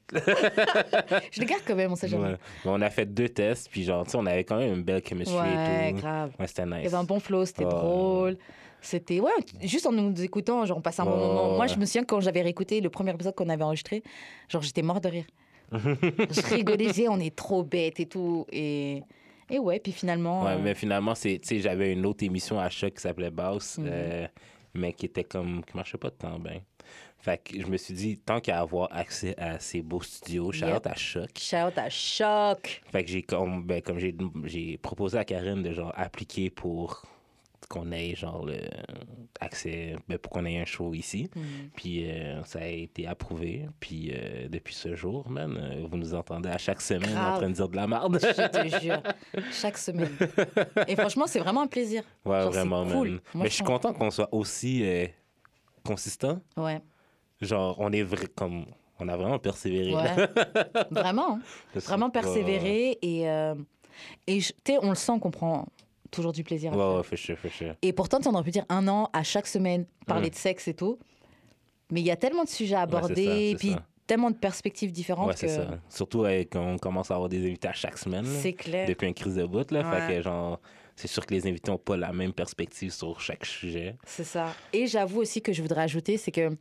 Je les garde quand même, on sait jamais.
Ouais. Mais on a fait deux tests, puis genre, tu sais, on avait quand même une belle chemistry
Ouais,
et tout.
grave.
Ouais, c'était nice.
Il y avait un bon flow, c'était
Ouais.
drôle. C'était. Ouais, juste en nous écoutant, genre, on passait un bon
Ouais,
moment. Moi,
ouais.
je me souviens quand j'avais réécouté le premier épisode qu'on avait enregistré, genre, j'étais mort de rire. je rigolais, je disais, on est trop bêtes et tout. Et, et ouais, puis finalement.
Ouais,
euh,
mais finalement, c'est, tu sais, j'avais une autre émission à choc qui s'appelait Bass,
Mhm.
euh, mais qui était comme, qui marchait pas de temps, ben. Fait que je me suis dit, tant qu'à avoir accès à ces beaux studios, shout
Yep.
à choc.
euh, Shout à choc.
Fait que j'ai comme, ben, comme j'ai, j'ai proposé à Karine de genre appliquer pour qu'on ait genre le accès, ben, pour qu'on ait un show ici.
Mm.
Puis euh, ça a été approuvé. Puis euh, depuis ce jour, man, euh, vous nous entendez à chaque semaine
Grave.
en train de dire de la merde.
Je te jure, chaque semaine. Et franchement, c'est vraiment un plaisir.
Ouais,
Genre, c'est
vraiment,
cool.
man.
Moi,
Mais
je
je suis
pense-
content qu'on soit aussi euh, consistant.
Ouais,
Genre, on est vrai, comme. On a vraiment persévéré.
ouais. Vraiment. hein.
Parce que-
Vraiment
Ouais,
persévérer. Et, euh, et je- tu sais, on le sent qu'on prend toujours du plaisir à
ouais,
le faire.
ouais, ouais, for sure, for sure.
Et pourtant, tu sais, on aurait pu dire un an à chaque semaine, parler
Mm.
de sexe et tout. Mais il y a tellement de sujets à
c'est ça,
aborder, et
c'est
puis
ça.
tellement de perspectives différentes
Ouais, c'est
que
ça. Surtout euh, quand on commence à avoir des invités à chaque semaine. là,
c'est clair.
Depuis un crise de bout, là.
Ouais.
Fait que, genre, c'est sûr que les invités n'ont pas la même perspective sur chaque sujet.
C'est ça. Et j'avoue aussi que je voudrais ajouter, c'est que, tu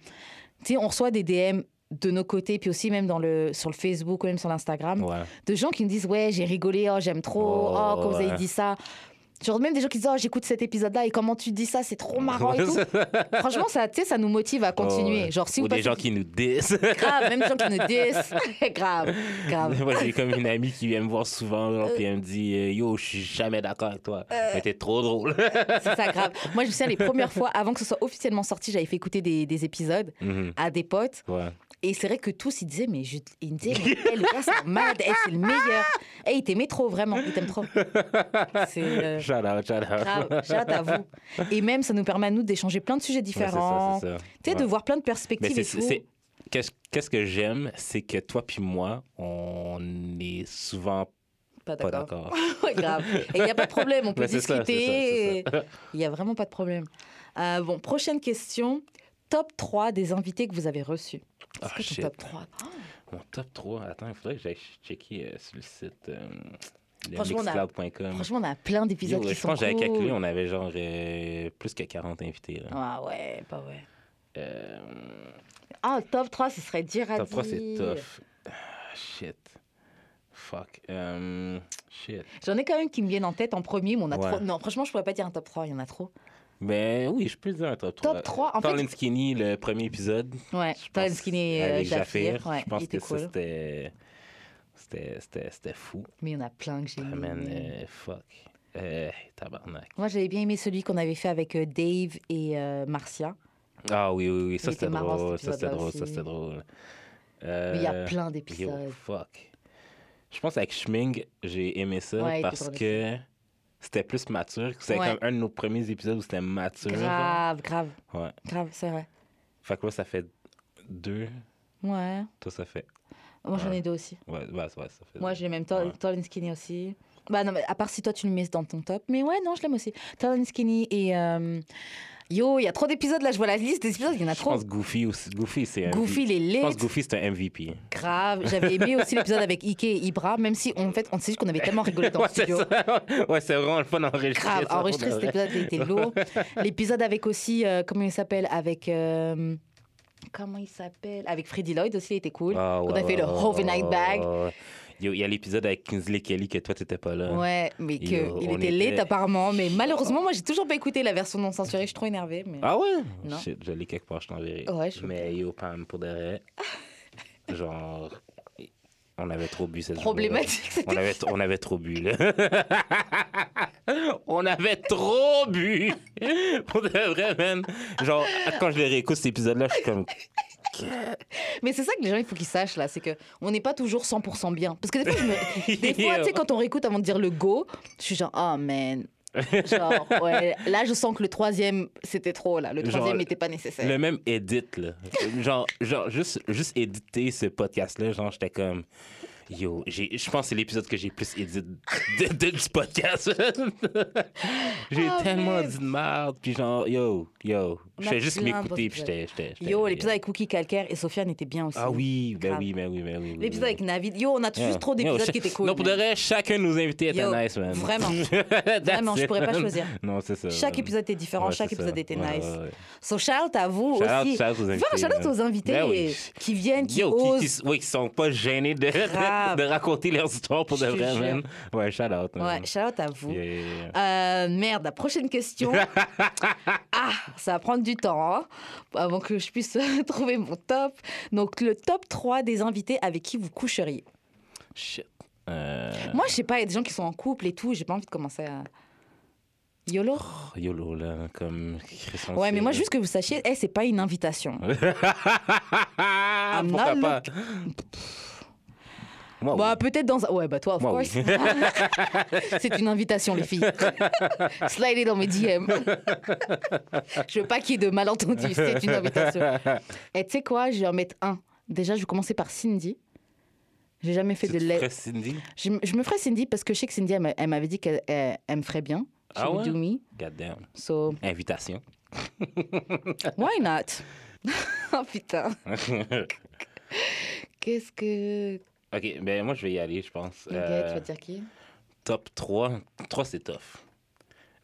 sais, on reçoit des DM de nos côtés, puis aussi même dans le, sur le Facebook ou même sur l'Instagram,
Ouais.
de gens qui nous disent Ouais, j'ai rigolé, oh, j'aime trop, oh,
Oh,
quand vous avez
ouais.
dit ça. Genre, même des gens qui disent Oh, j'écoute cet épisode-là, et comment tu dis ça, c'est trop marrant et
Ouais,
tout.
ça- Oh,
Franchement, ça, tu sais, ça nous motive à continuer.
ouais.
Genre, si
Ou
vous
des
passez
gens qui nous disent.
grave, même des gens qui nous disent Grave, grave.
Moi, j'ai comme une amie qui vient me voir souvent, genre, puis elle me dit euh, Yo, je suis jamais d'accord avec toi.
Euh.
Mais t'es trop drôle.
C'est ça, grave. Moi, je me souviens, les premières fois, avant que ce soit officiellement sorti, j'avais fait écouter des, des épisodes
Mhm.
à des potes.
Ouais.
Et c'est vrai que tous, ils disaient, mais je, ils me disaient, mais hey, le gars, c'est un malade, hey, c'est le meilleur. Hey, il t'aimait trop, vraiment, il t'aime trop. C'est euh,
Shout out, shout out.
grave, j'attends à vous. Et même, ça nous permet à nous d'échanger plein de sujets
Ouais, c'est
différents.
ça, c'est ça.
tu sais, de
Ouais.
voir plein de
Mais
perspectives
c'est-
et tout.
c'est- Qu'est-ce qu'est-ce que j'aime, c'est que toi puis moi, on est souvent
Pas
pas
d'accord.
d'accord.
Ouais, grave. Et il n'y a pas de problème, on peut
Ouais, c'est ça,
discuter.
c'est ça,
et
c'est
Il n'y a vraiment pas de problème. Euh, bon, prochaine question. Top 3 des invités que vous avez reçus. C'est
Ah,
quoi ton
shit.
top 3
Mon top 3, attends, il faudrait que j'aille checker euh, sur le site euh, le
Franchement, on a-
mixcloud.com.
Franchement, on a plein
Yo,
d'épisodes qui
Mm. je
sont
pense que j'avais
cool.
calculé, on avait genre euh, plus que 40 invités. Là.
Ah ouais, pas ouais.
Euh,
Ah, top 3, ce serait dur à
top 3, c'est
dire.
tough. Ah, shit. fuck. Um, shit.
J'en ai quand même qui me viennent en tête en premier, mais on a
Ouais.
trop. Non, franchement, je pourrais pas dire un top 3, il y en a trop.
Ben oui, je peux dire un top 3.
Top 3, en
Tall
fait.
and Skinny, le premier épisode.
Ouais,
je
Tall and
pense,
Skinny euh,
avec
Jaffir,
Jaffir,
ouais,
je pense
il était
que ça,
cool.
c'était... C'était, c'était, c'était fou.
Mais il y en a plein que j'ai
Ah,
aimé.
man, euh, fuck. Euh, tabarnak.
Moi, j'avais bien aimé celui qu'on avait fait avec euh, Dave et euh, Marcia.
Ah oui, oui, oui, ça
Il était
c'était
marrant,
drôle.
cet
Ça c'était
épisode-là
drôle, ça
aussi.
c'était drôle.
Mais il y a
Euh,
plein
Yo,
d'épisodes.
fuck. Je pense avec Schming, j'ai aimé ça
Ouais, il était
parce
drôle
que c'était plus mature. C'était
Ouais.
comme un de nos premiers épisodes où c'était mature. genre.
Grave, grave,
Ouais.
grave, c'est vrai.
Fait que là, ça fait deux.
Ouais.
Toi, ça fait.
Moi, j'en
Ouais.
ai deux aussi.
Ouais, ouais, ouais, ça fait.
Moi,
deux.
j'ai même Tall,
Ouais.
Tall and Skinny aussi. Bah non, mais à part si toi, tu le mets dans ton top. Mais ouais, non, je l'aime aussi. Tall and Skinny et... euh, Yo, il y a trop d'épisodes, là. Je vois la liste des épisodes, il y en a
Je
trop.
pense Goofy aussi. Goofy, c'est un.
Goofy, les
Je pense
lettres.
Goofy, c'est un MVP.
Grave. J'avais aimé aussi l'épisode avec Ike et Ibra, même si en fait, on sait juste qu'on avait tellement rigolé dans
ouais,
le studio.
c'est ça. Ouais, c'est vraiment le fun d'enregistrer.
Grave,
ça,
enregistrer
pour
cet
de vrai.
épisode il était lourd. L'épisode avec aussi, euh, comment il s'appelle Avec. euh, comment il s'appelle Avec Freddy Lloyd aussi, il était cool.
Ah,
On
ouais,
a fait
ouais,
le
ouais,
Overnight
ouais,
Bag.
ouais, ouais. Yo, Il y a l'épisode avec Kingsley Kelly que toi, t'étais pas là.
Ouais, mais que
Yo,
il
Euh, on
était
était-
laid apparemment. Mais malheureusement, moi, j'ai toujours pas écouté la version non censurée. Je suis trop énervée. Mais...
Ah ouais?
Non.
Shit, je l'ai quelque part, je t'enverrai.
Ouais, je veux
Mais yo, Pam, pour de vrai, genre, on avait trop bu cette journée-là.
Problématique,
On
c'était.
avait, on avait trop bu, là. on avait trop bu! Pour de vrai, man. Genre, quand je le réécoute, cet épisode-là, je suis comme...
Mais c'est ça que les gens, il faut qu'ils sachent là, c'est que on n'est pas toujours 100% bien. Parce que des fois, je me- des fois, tu sais, quand on réécoute avant de dire le go, je suis genre, oh man. Genre, ouais, là, je sens que le troisième, c'était trop là. Le
Genre,
troisième n'était pas nécessaire.
Le même edit, là. Euh, Genre, genre juste, juste éditer ce podcast-là, genre, j'étais comme... Yo, j'ai- je pense que c'est l'épisode que j'ai plus édité de- de- du podcast. j'ai
Ah,
tellement
man.
dit de merde. Puis genre, yo, yo.
On
Je
a
fais juste
plein
m'écouter, puis
d'épisodes.
j'étais... j'étais- j'étais-
Yo, l'épisode avec Cookie Calcaire et Sofiane était bien aussi.
Ah oui, ben
Grave.
oui, ben oui, ben oui. oui,
L'épisode
oui.
avec Navid. Yo, on a
Yeah.
juste trop d'épisodes
Yo,
qui étaient
cha-
cool.
Non, pour de
man.
vrai, chacun de nos invités était
Yo,
nice, man.
vraiment.
That's
Vraiment, je
it,
pourrais pas
man.
choisir.
Non, c'est ça.
Chaque
man.
épisode était différent,
Ouais,
chaque
c'est ça.
épisode était
Ouais,
nice.
ouais, ouais.
So, shout à vous
Shout out-
aussi.
shout out aux
Vraiment,
invités,
shout out
man.
aux invités
Ben oui.
et- qui viennent, qui
Yo,
osent.
qui, qui, oui, qui sont pas gênés de,
Grave.
de raconter leurs histoires pour de
Je te
vrai,
jure.
man. Ouais, shout out. man.
Ouais, shout out à vous.
Yeah, yeah, yeah.
Euh, merde, la prochaine question. ah, ça va prendre du temps hein, avant que je puisse trouver mon top. Donc, le top 3 des invités avec qui vous coucheriez.
Shit. Euh,
Moi, je sais pas, il y a des gens qui sont en couple et tout, j'ai pas envie de commencer à. YOLO
oh, hein. YOLO, là, comme Christian
Ouais, mais moi,
Sey.
juste que vous sachiez, eh, c'est pas une invitation. I'm
Ah, Pourquoi
not
pas? Moi,
Bah,
oui.
peut-être dans un. Ouais, bah, toi, of
Moi,
course. c'est une invitation, les filles. Slidez dans mes DM. je veux pas qu'il y ait de malentendus, c'est une invitation. Et tu sais quoi, je vais en mettre un. Déjà, je vais commencer par Cindy. J'ai jamais fait
Tu
de
te ferais
lettres.
Cindy?
Je, m- je me ferais Cindy parce que je sais que Cindy, elle m'a- elle m'avait dit qu'elle elle- elle me ferait bien. She
Ah
would
ouais?
do me.
Goddamn.
So,
Invitation.
why not? oh putain. Qu'est-ce que.
Ok, ben moi je vais y aller, je pense.
Ok, tu
Euh,
vas dire qui?
top 3. 3 c'est tough.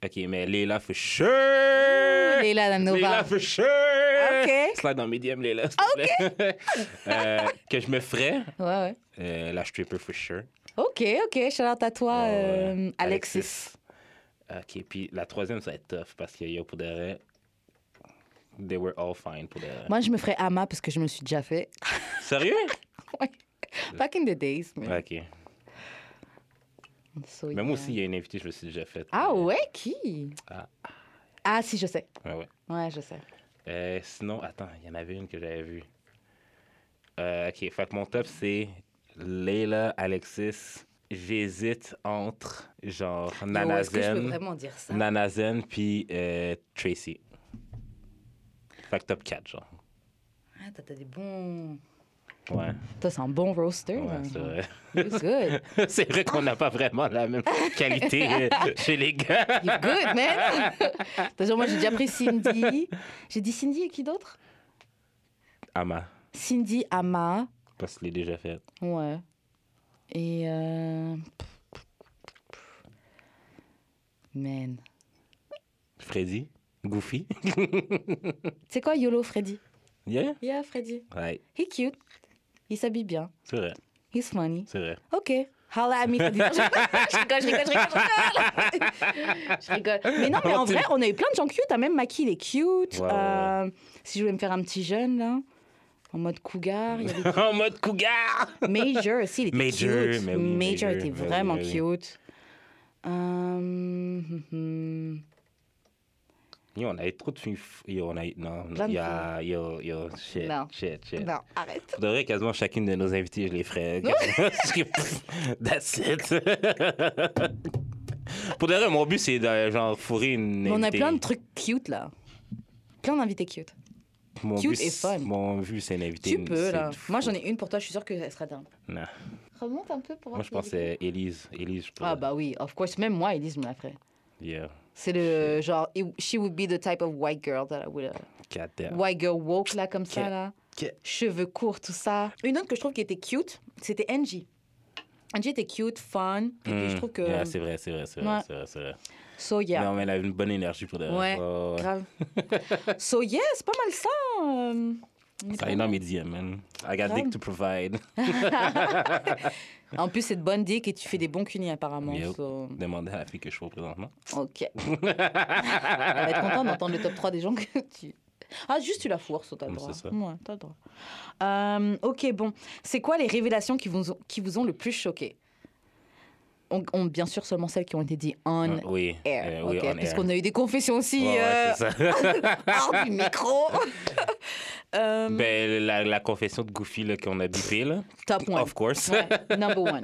Ok, mais Léla for sure!
Euh, Leila Nova.
Léla for sure!
Ok.
Slide dans Medium, Léla. Ok! Euh, que je me ferais,
Ouais, ouais.
euh, la stripper for sure.
Ok, ok, shout out à toi,
Oh, Ouais, ouais.
euh, Alexis.
Ok, puis la troisième ça va être tough parce que yo, pour de vrai, they were all fine pour de vrai.
Moi, je me ferais Ama parce que je me suis déjà fait.
Sérieux?
Ouais. Back in the days. Mais...
Ok.
So,
Mais moi
yeah.
aussi, il y a une invitée, je me suis déjà faite.
Ah ouais, qui
Ah.
Ah, si, je sais.
Ouais, ouais.
Ouais, je sais.
Euh, sinon, attends, il y en avait une que j'avais vue. Euh, ok, fait que mon top, c'est Leila, Alexis. J'hésite entre, genre,
Yo, Est-ce que je peux
Nanazen,
vraiment dire ça
Nanazen, puis euh, Tracy. Fait que top 4, genre.
Ah, t'as t'as des bons.
Ouais,
Toi, c'est un bon roaster.
ouais,
là.
c'est vrai.
You're good.
c'est vrai qu'on n'a pas vraiment la même qualité euh, chez les gars.
You're good, man. T'as genre, moi, j'ai déjà pris Cindy. J'ai dit Cindy et qui d'autre
Ama,
Cindy, Ama.
parce que je l'ai déjà fait.
Ouais. Et. Euh... Man.
Freddy, Goofy,
C'est quoi YOLO Freddy
yeah?
Yeah, Freddy.
Ouais,
He cute. Il s'habille bien.
c'est vrai,
He's funny.
c'est vrai.
Ok. Holla à me. je rigole, je rigole, je rigole, je rigole. je rigole. Mais non, mais en vrai, on a eu plein de gens cute. Hein. Même Maki, il est cute.
Ouais, ouais,
Euh, si je voulais me faire un petit jeune, là, en mode cougar, il y avait
en mode cougar.
Major aussi, il était
Major,
cute.
mais oui,
Major
Major,
était
mais oui,
vraiment
mais oui.
cute. Euh, hum, hum.
Yo, on a eu trop de filles. f- Yo, on a eu... Non,
Plein de
il y a... Yo, yo, shit,
Non.
shit, shit.
Non, arrête.
Pour de vrai, quasiment chacune de nos invités, je les ferais. Parce que, pff, That's it. Pour de vrai, mon but, c'est de genre fourrer une.
Mais on a
invitée.
plein de trucs cute là. Plein d'invités cute.
Mon
cute
but,
et
c'est-
fun.
Mon but, c'est d'inviter
Tu
une-
peux
c'est
là.
de fou.
Moi j'en ai une pour toi, je suis sûre qu'elle sera dingue.
Non.
Remonte un peu pour
Moi, je pense que c'est Élise. Élise, je pourrais.
Ah bah oui, of course. Même moi, Elise me l'a fait.
Yeah.
C'est le genre, it- she would be the type of white girl that I would. uh,
God damn.
White girl woke là, comme ça
Ok.
là.
Ok.
Cheveux courts, tout ça. Une autre que je trouve qui était cute, c'était Angie. Angie était cute, fun. Et puis je
Hmm.
trouve que.
Yeah, c'est vrai, c'est vrai, c'est vrai,
Ouais.
c'est vrai, c'est vrai.
so yeah.
Non, mais elle a une bonne énergie pour de vrai.
Ouais,
Oh, ouais.
grave. so yeah, c'est pas mal ça. euh, on est
C'est
pas
un
mal.
énorme idiome, man. I got dick
Grave.
to provide.
En plus, c'est de bonne dick et tu fais des bons cunis apparemment.
Yep.
so-
Demandez à la fille que je suis présentement.
Ok. Elle va être contente d'entendre le top 3 des gens que tu. Ah, juste tu la fourres, so t'as le
Mm,
droit.
c'est ça.
Ouais, t'as le droit. Euh, ok, bon. C'est quoi les révélations qui vous ont, qui vous ont le plus choqué on, on- Bien sûr, seulement celles qui ont été dites on
Euh, oui.
air.
euh, oui,
ok,
on
parce
air.
qu'on a eu des confessions aussi
Ouais, ouais,
euh,
c'est ça.
hors du micro. Euh,
Ben, la, la confession de Goofy là, qu'on a bipé, là.
top one.
Of course.
Ouais, number one.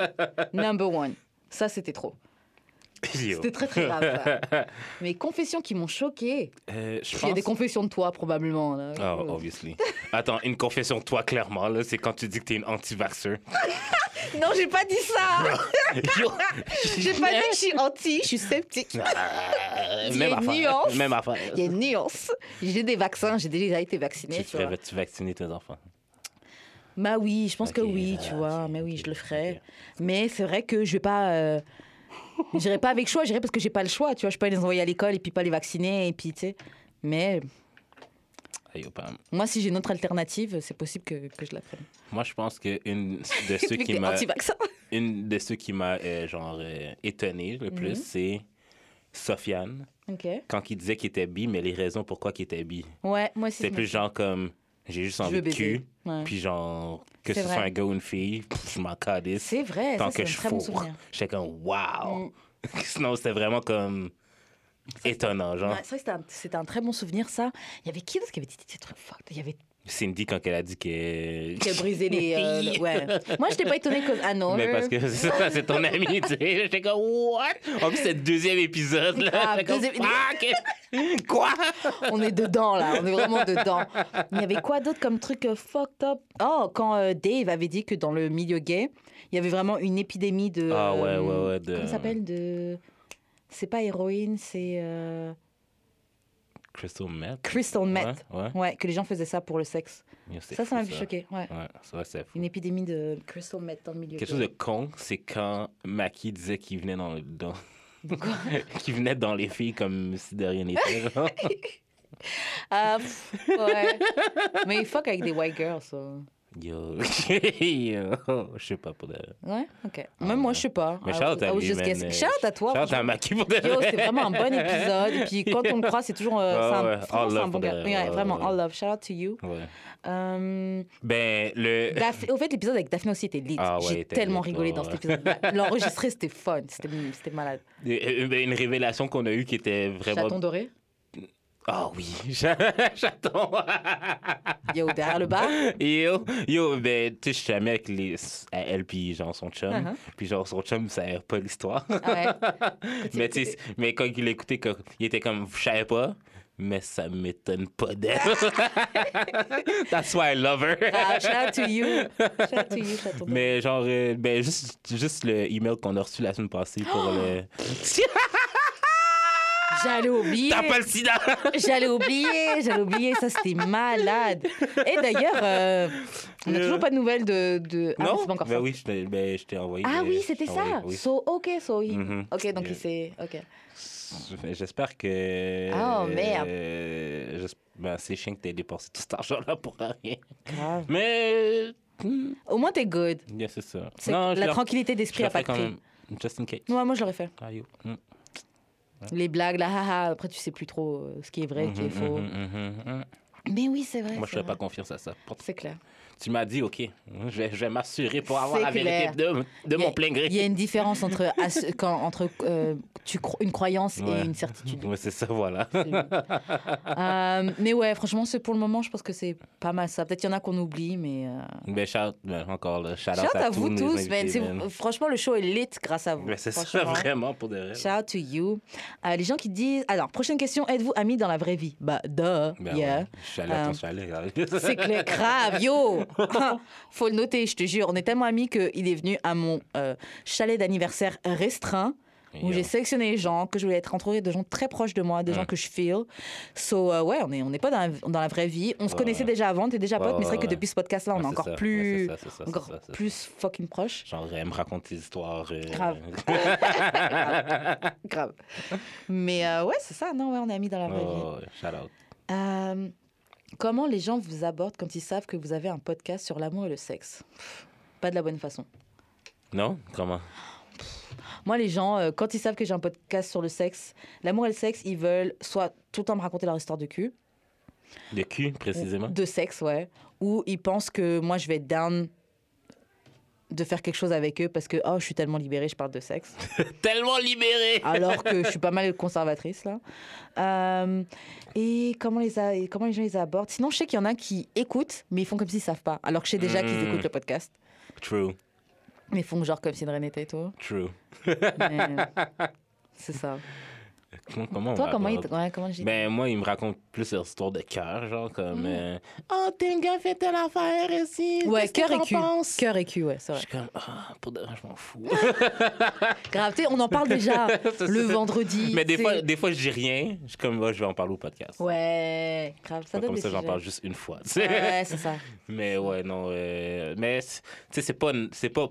Number one. Ça, c'était trop.
Yo.
C'était très, très grave. ça. Mais confessions qui m'ont choqué.
Euh, je
Il y a des
pense-
confessions de toi, probablement. là.
Ah, obviously. Attends, une confession, toi, clairement, là, c'est quand tu dis que t'es une anti-vaxxeur. oh.
Non, j'ai pas dit ça.
Yo.
J'ai pas dit que je suis anti, je suis sceptique.
Euh,
Il y a
même,
une
affaire.
nuance.
même affaire.
Il y a une nuance. J'ai des vaccins, j'ai déjà été vaccinée.
Tu,
Tu vois.
ferais, tu vacciner tes enfants.
Bah oui, je pense que
Ok,
oui,
ah,
tu vois.
ok,
Mais oui,
ok,
je le
ok.
ferai. Mais c'est vrai que je vais pas. euh, J'irai pas avec choix, j'irai parce que j'ai pas le choix, tu vois. Je peux pas les envoyer à l'école et puis pas les vacciner et puis, tu sais. Mais
Aïe, yo, pam.
moi, si j'ai une autre alternative, c'est possible que, que je la prenne.
Moi, je pense que une de ceux
Vu que
qui
t'es
m'a,
anti-vaccin.
une de ceux qui m'a euh, genre euh, étonné le
Mm-hmm.
plus, c'est Sofiane
Ok.
quand il disait qu'il était bi, mais les raisons pourquoi il était bi.
Ouais, moi aussi.
C'est
je me
plus
suis-
genre comme j'ai juste
Je veux
envie de
baiser.
cul,
Ouais.
puis genre que
C'est
ce soit
vrai.
un gars ou une fille, pff, je m'en calisse.
C'est vrai, ça,
tant
c'est
que
un
je
très bon
fourre.
souvenir.
J'étais comme waouh.
Mm.
Sinon, c'était vraiment comme étonnant, genre.
Ouais, c'est vrai que c'était un- c'était un, très bon souvenir, ça. Il y avait qui d'autre qui avait dit des trucs fucked Il y avait
Cindy quand elle a dit que
qui a brisé les. euh, le- ouais. Moi, je n'étais pas étonnée que ah euh, Anna.
Mais parce que c'est ça, c'est ton ami, tu sais. J'étais comme, what? En plus, c'est le deuxième épisode, là.
Ah,
J'étais comme,
deuxième-
fuck! Quoi?
On est dedans, là. On est vraiment dedans. Il y avait quoi d'autre comme truc euh, fucked up Oh, quand euh, Dave avait dit que dans le milieu gay, il y avait vraiment une épidémie de.
Ah, ouais,
euh,
ouais, ouais. De...
Comment ça s'appelle de... C'est pas héroïne, c'est euh,
Crystal Meth.
crystal meth.
Ouais, ouais.
Ouais, que les gens faisaient ça pour le sexe.
Yo, c'est
Ça,
fou,
ça m'a fait choquer. Ouais.
Ouais, ça, c'est fou.
Une épidémie de crystal meth dans le milieu.
Quelque
gay.
chose de con, c'est quand Maki disait qu'il venait dans le. Dans... qu'il venait dans les filles comme si de rien n'était. genre.
Ah, pff, ouais. Mais il fuck avec des white girls. ça.
Yo. Yo. Je sais pas pour de.
Ouais, ok. Même moi, je sais pas. Ah, oh,
Mais
I
shout-out
was- I
à
was
lui,
just
man.
guessing. Shout-out à toi.
Shout à Maki pour de.
Yo,
vrai.
c'est vraiment un bon épisode. Et puis quand on le croit, c'est toujours. euh,
Ouais,
c'est un,
ouais.
franchement,
All
c'est un
love
bon
for
gars.
that.
Ouais,
Ouais,
vraiment,
ouais.
all love. Shout out to you.
Ouais.
Euh,
Ben, le.
Daph- Au fait, l'épisode avec Daphné aussi était lit.
Ah ouais,
J'ai
était
tellement
lit,
rigolé
ouais,
dans cet
ouais.
épisode. Bah, L'enregistrer, c'était fun. C'était c'était malade.
Euh, euh, Une révélation qu'on a eue qui était vraiment.
Chaton doré.
Ah oui, j'attends.
Yo, derrière le bar.
yo, yo, ben, tu sais, je suis ami avec les, à elle, puis genre son chum.
Uh-huh.
Puis genre son chum, ça aère pas l'histoire.
Ah ouais.
mais tu sais, mais quand il l'écoutait, quand- il était comme, je savais pas, mais ça m'étonne pas d'elle. That's why I love her.
Ah, shout out to you. Shout out to you, chaton doré.
Mais genre, euh, ben, juste, juste le email qu'on a reçu la semaine passée pour le.
J'allais oublier.
T'as pas le sida!
Ah, J'allais oublier, j'allais oublier, ça c'était malade. Et d'ailleurs, euh, on n'a
Euh.
toujours pas de nouvelles de. de... Ah, mais
non?
c'est pas encore
ben
ça.
oui, je t'ai ben, je t'ai envoyé.
Ah
le-
oui,
je
c'était
t'ai
ça.
envoyé, oui.
So, ok, so. he-
Mhm.
Ok, donc
Yeah.
il s'est. Ok.
Ben, J'espère que.
Oh, merde.
Euh, j'es- ben, c'est chiant que t'aies dépensé tout cet argent-là pour rien.
Grave.
Mais hmm,
Au moins, t'es good.
Yeah, c'est ça.
C'est-
Non, je
la
leur-
tranquillité
je
d'esprit
leur
a pas
fais
de
quand
prix.
même. Just in case.
Ouais, moi, je l'aurais fait.
Ah, yo. Mm.
Les blagues, là, haha, après, tu sais plus trop euh, ce qui est vrai, ce qui est
Mhm,
faux.
mhm, mhm, mhm.
Mais oui, c'est vrai.
Moi, je
c'est
ferais
vrai.
pas confiance à ça. Pour-
C'est clair.
Tu m'as dit, OK, je vais, je vais m'assurer pour avoir
C'est
la vérité
clair.
de, de
Il y a-
mon plein gré.
Il y a une différence entre, ass- quand, entre euh, tu cro- une croyance
Ouais.
et une certitude.
Ouais, c'est ça, voilà.
Euh, mais ouais, franchement, c'est pour le moment, je pense que c'est pas mal ça. Peut-être il y en a qu'on oublie, mais. euh,
Mais shout, ben, encore, là, shout,
Shout
out
à
à
vous
mes
tous, man.
invités,
C'est-
man.
Franchement, le show est lit grâce à vous.
Mais c'est ça,
Franchement.
vraiment, pour de vrai.
Shout out to you. Euh, les gens qui disent. Alors, prochaine question, êtes-vous amis dans la vraie vie Bah, duh.
Ben
yeah.
ouais, je suis allé à
Euh,
ton chalet. là.
C'est clair, grave, yo! Faut le noter, je te jure. On est tellement amis qu'il est venu à mon euh, chalet d'anniversaire restreint où
Yo.
j'ai sélectionné les gens, que je voulais être entourée de gens très proches de moi, de gens
Mm.
que je feel. So, euh, ouais, on n'est on n'est pas dans la, dans la vraie vie. On se
Ouais,
connaissait
ouais.
déjà avant, t'es déjà
Ouais,
pote, mais c'est vrai
ouais,
que
ouais.
depuis ce podcast-là, on
Ouais,
est
c'est
encore
ça, ouais,
plus,
c'est ça, c'est ça, c'est
encore
ça, c'est ça.
plus fucking proches.
Genre, elle me raconte des histoires. euh,
Grave. Ah, Grave. Mais euh, ouais, c'est ça, non, ouais, on est amis dans la vraie vie.
Oh, shout out.
Euh, comment les gens vous abordent quand ils savent que vous avez un podcast sur l'amour et le sexe Pff, Pas de la bonne façon.
Non? Comment?
Moi, les gens, euh, quand ils savent que j'ai un podcast sur le sexe, l'amour et le sexe, ils veulent soit tout le temps me raconter leur histoire de cul,
De cul, précisément?
Euh, de sexe, ouais, ou ils pensent que moi, je vais être down de faire quelque chose avec eux parce que oh je suis tellement libérée je parle de sexe
Tellement libéré!
alors que je suis pas mal conservatrice là Euh, et comment les a- et comment les gens les abordent sinon je sais qu'il y en a qui écoutent mais ils font comme s'ils savent pas alors que je sais déjà qu'ils
Mm.
écoutent le podcast
True,
mais ils font genre comme si de rien n'était et tout
true.
Mais, c'est ça
Comment, comment on
toi comment ils
m'aborde?
ouais, comment j'ai
Ben, moi, il me raconte plus leur histoire de cœur, genre comme.
Mm.
euh, oh, tel gars fait telle affaire ici.
Ouais,
qu'est-ce que
cœur et
t'en
cul.
penses?
Cœur et cul, ouais, c'est vrai.
Je suis comme, ah, pour de vrai, je m'en fous.
Grave, tu sais, on en parle déjà
C'est
le
ça.
vendredi.
Mais des
tu
fois,
sais.
des fois, je dis rien. Je suis comme, oh, je vais en parler au podcast.
Ouais, grave, ça
Comme
donne
comme
des
ça, j'en
sujets.
parle juste une fois. tu sais.
Ouais, c'est ça.
Mais ouais, non. euh, mais, c'est- tu sais, c'est pas. c'est pas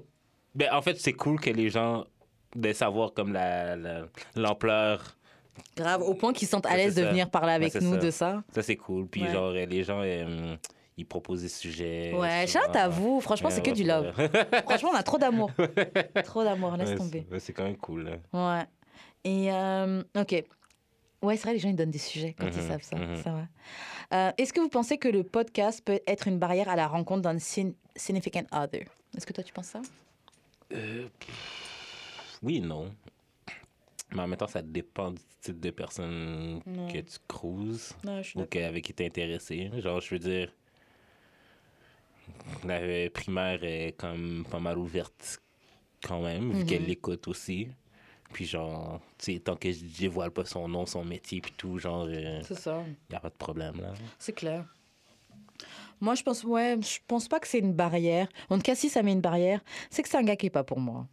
ben, en fait, c'est cool que les gens. De savoir comme la- la- l'ampleur.
Grave, au point qu'ils se sentent à
Ouais,
l'aise
c'est
de
ça.
venir parler avec
c'est
nous
ça.
de ça.
ça, c'est cool. Puis,
Ouais.
genre, euh, les gens, euh, ils proposent des sujets.
Ouais,
souvent.
chante à vous. Franchement, c'est que
Ouais,
du
pour
love.
vrai.
Franchement, on a trop d'amour. Trop d'amour, laisse
Ouais,
tomber.
c'est- ouais, C'est quand même cool. là.
Ouais. Et, euh, ok. Ouais, c'est vrai, les gens, ils donnent des sujets quand ils
Mhm,
savent ça.
mhm.
ça va. Euh, Est-ce que vous pensez que le podcast peut être une barrière à la rencontre d'un sin- significant other Est-ce que toi, tu penses ça
Oui et non. Mais en même temps, ça dépend du type de personne que tu cruises
Non, je suis
ou que- avec qui t'es intéressé. Genre, je veux dire, la euh, primaire est comme pas mal ouverte quand même, vu
Mhm.
qu'elle l'écoute aussi. Puis genre, tu sais, tant que je dévoile pas son nom, son métier, puis tout, genre, euh,
C'est ça.
y a pas de problème, là.
C'est clair. Moi, je pense, ouais, je pense pas que c'est une barrière. En tout cas, si ça met une barrière, c'est que c'est un gars qui est pas pour moi.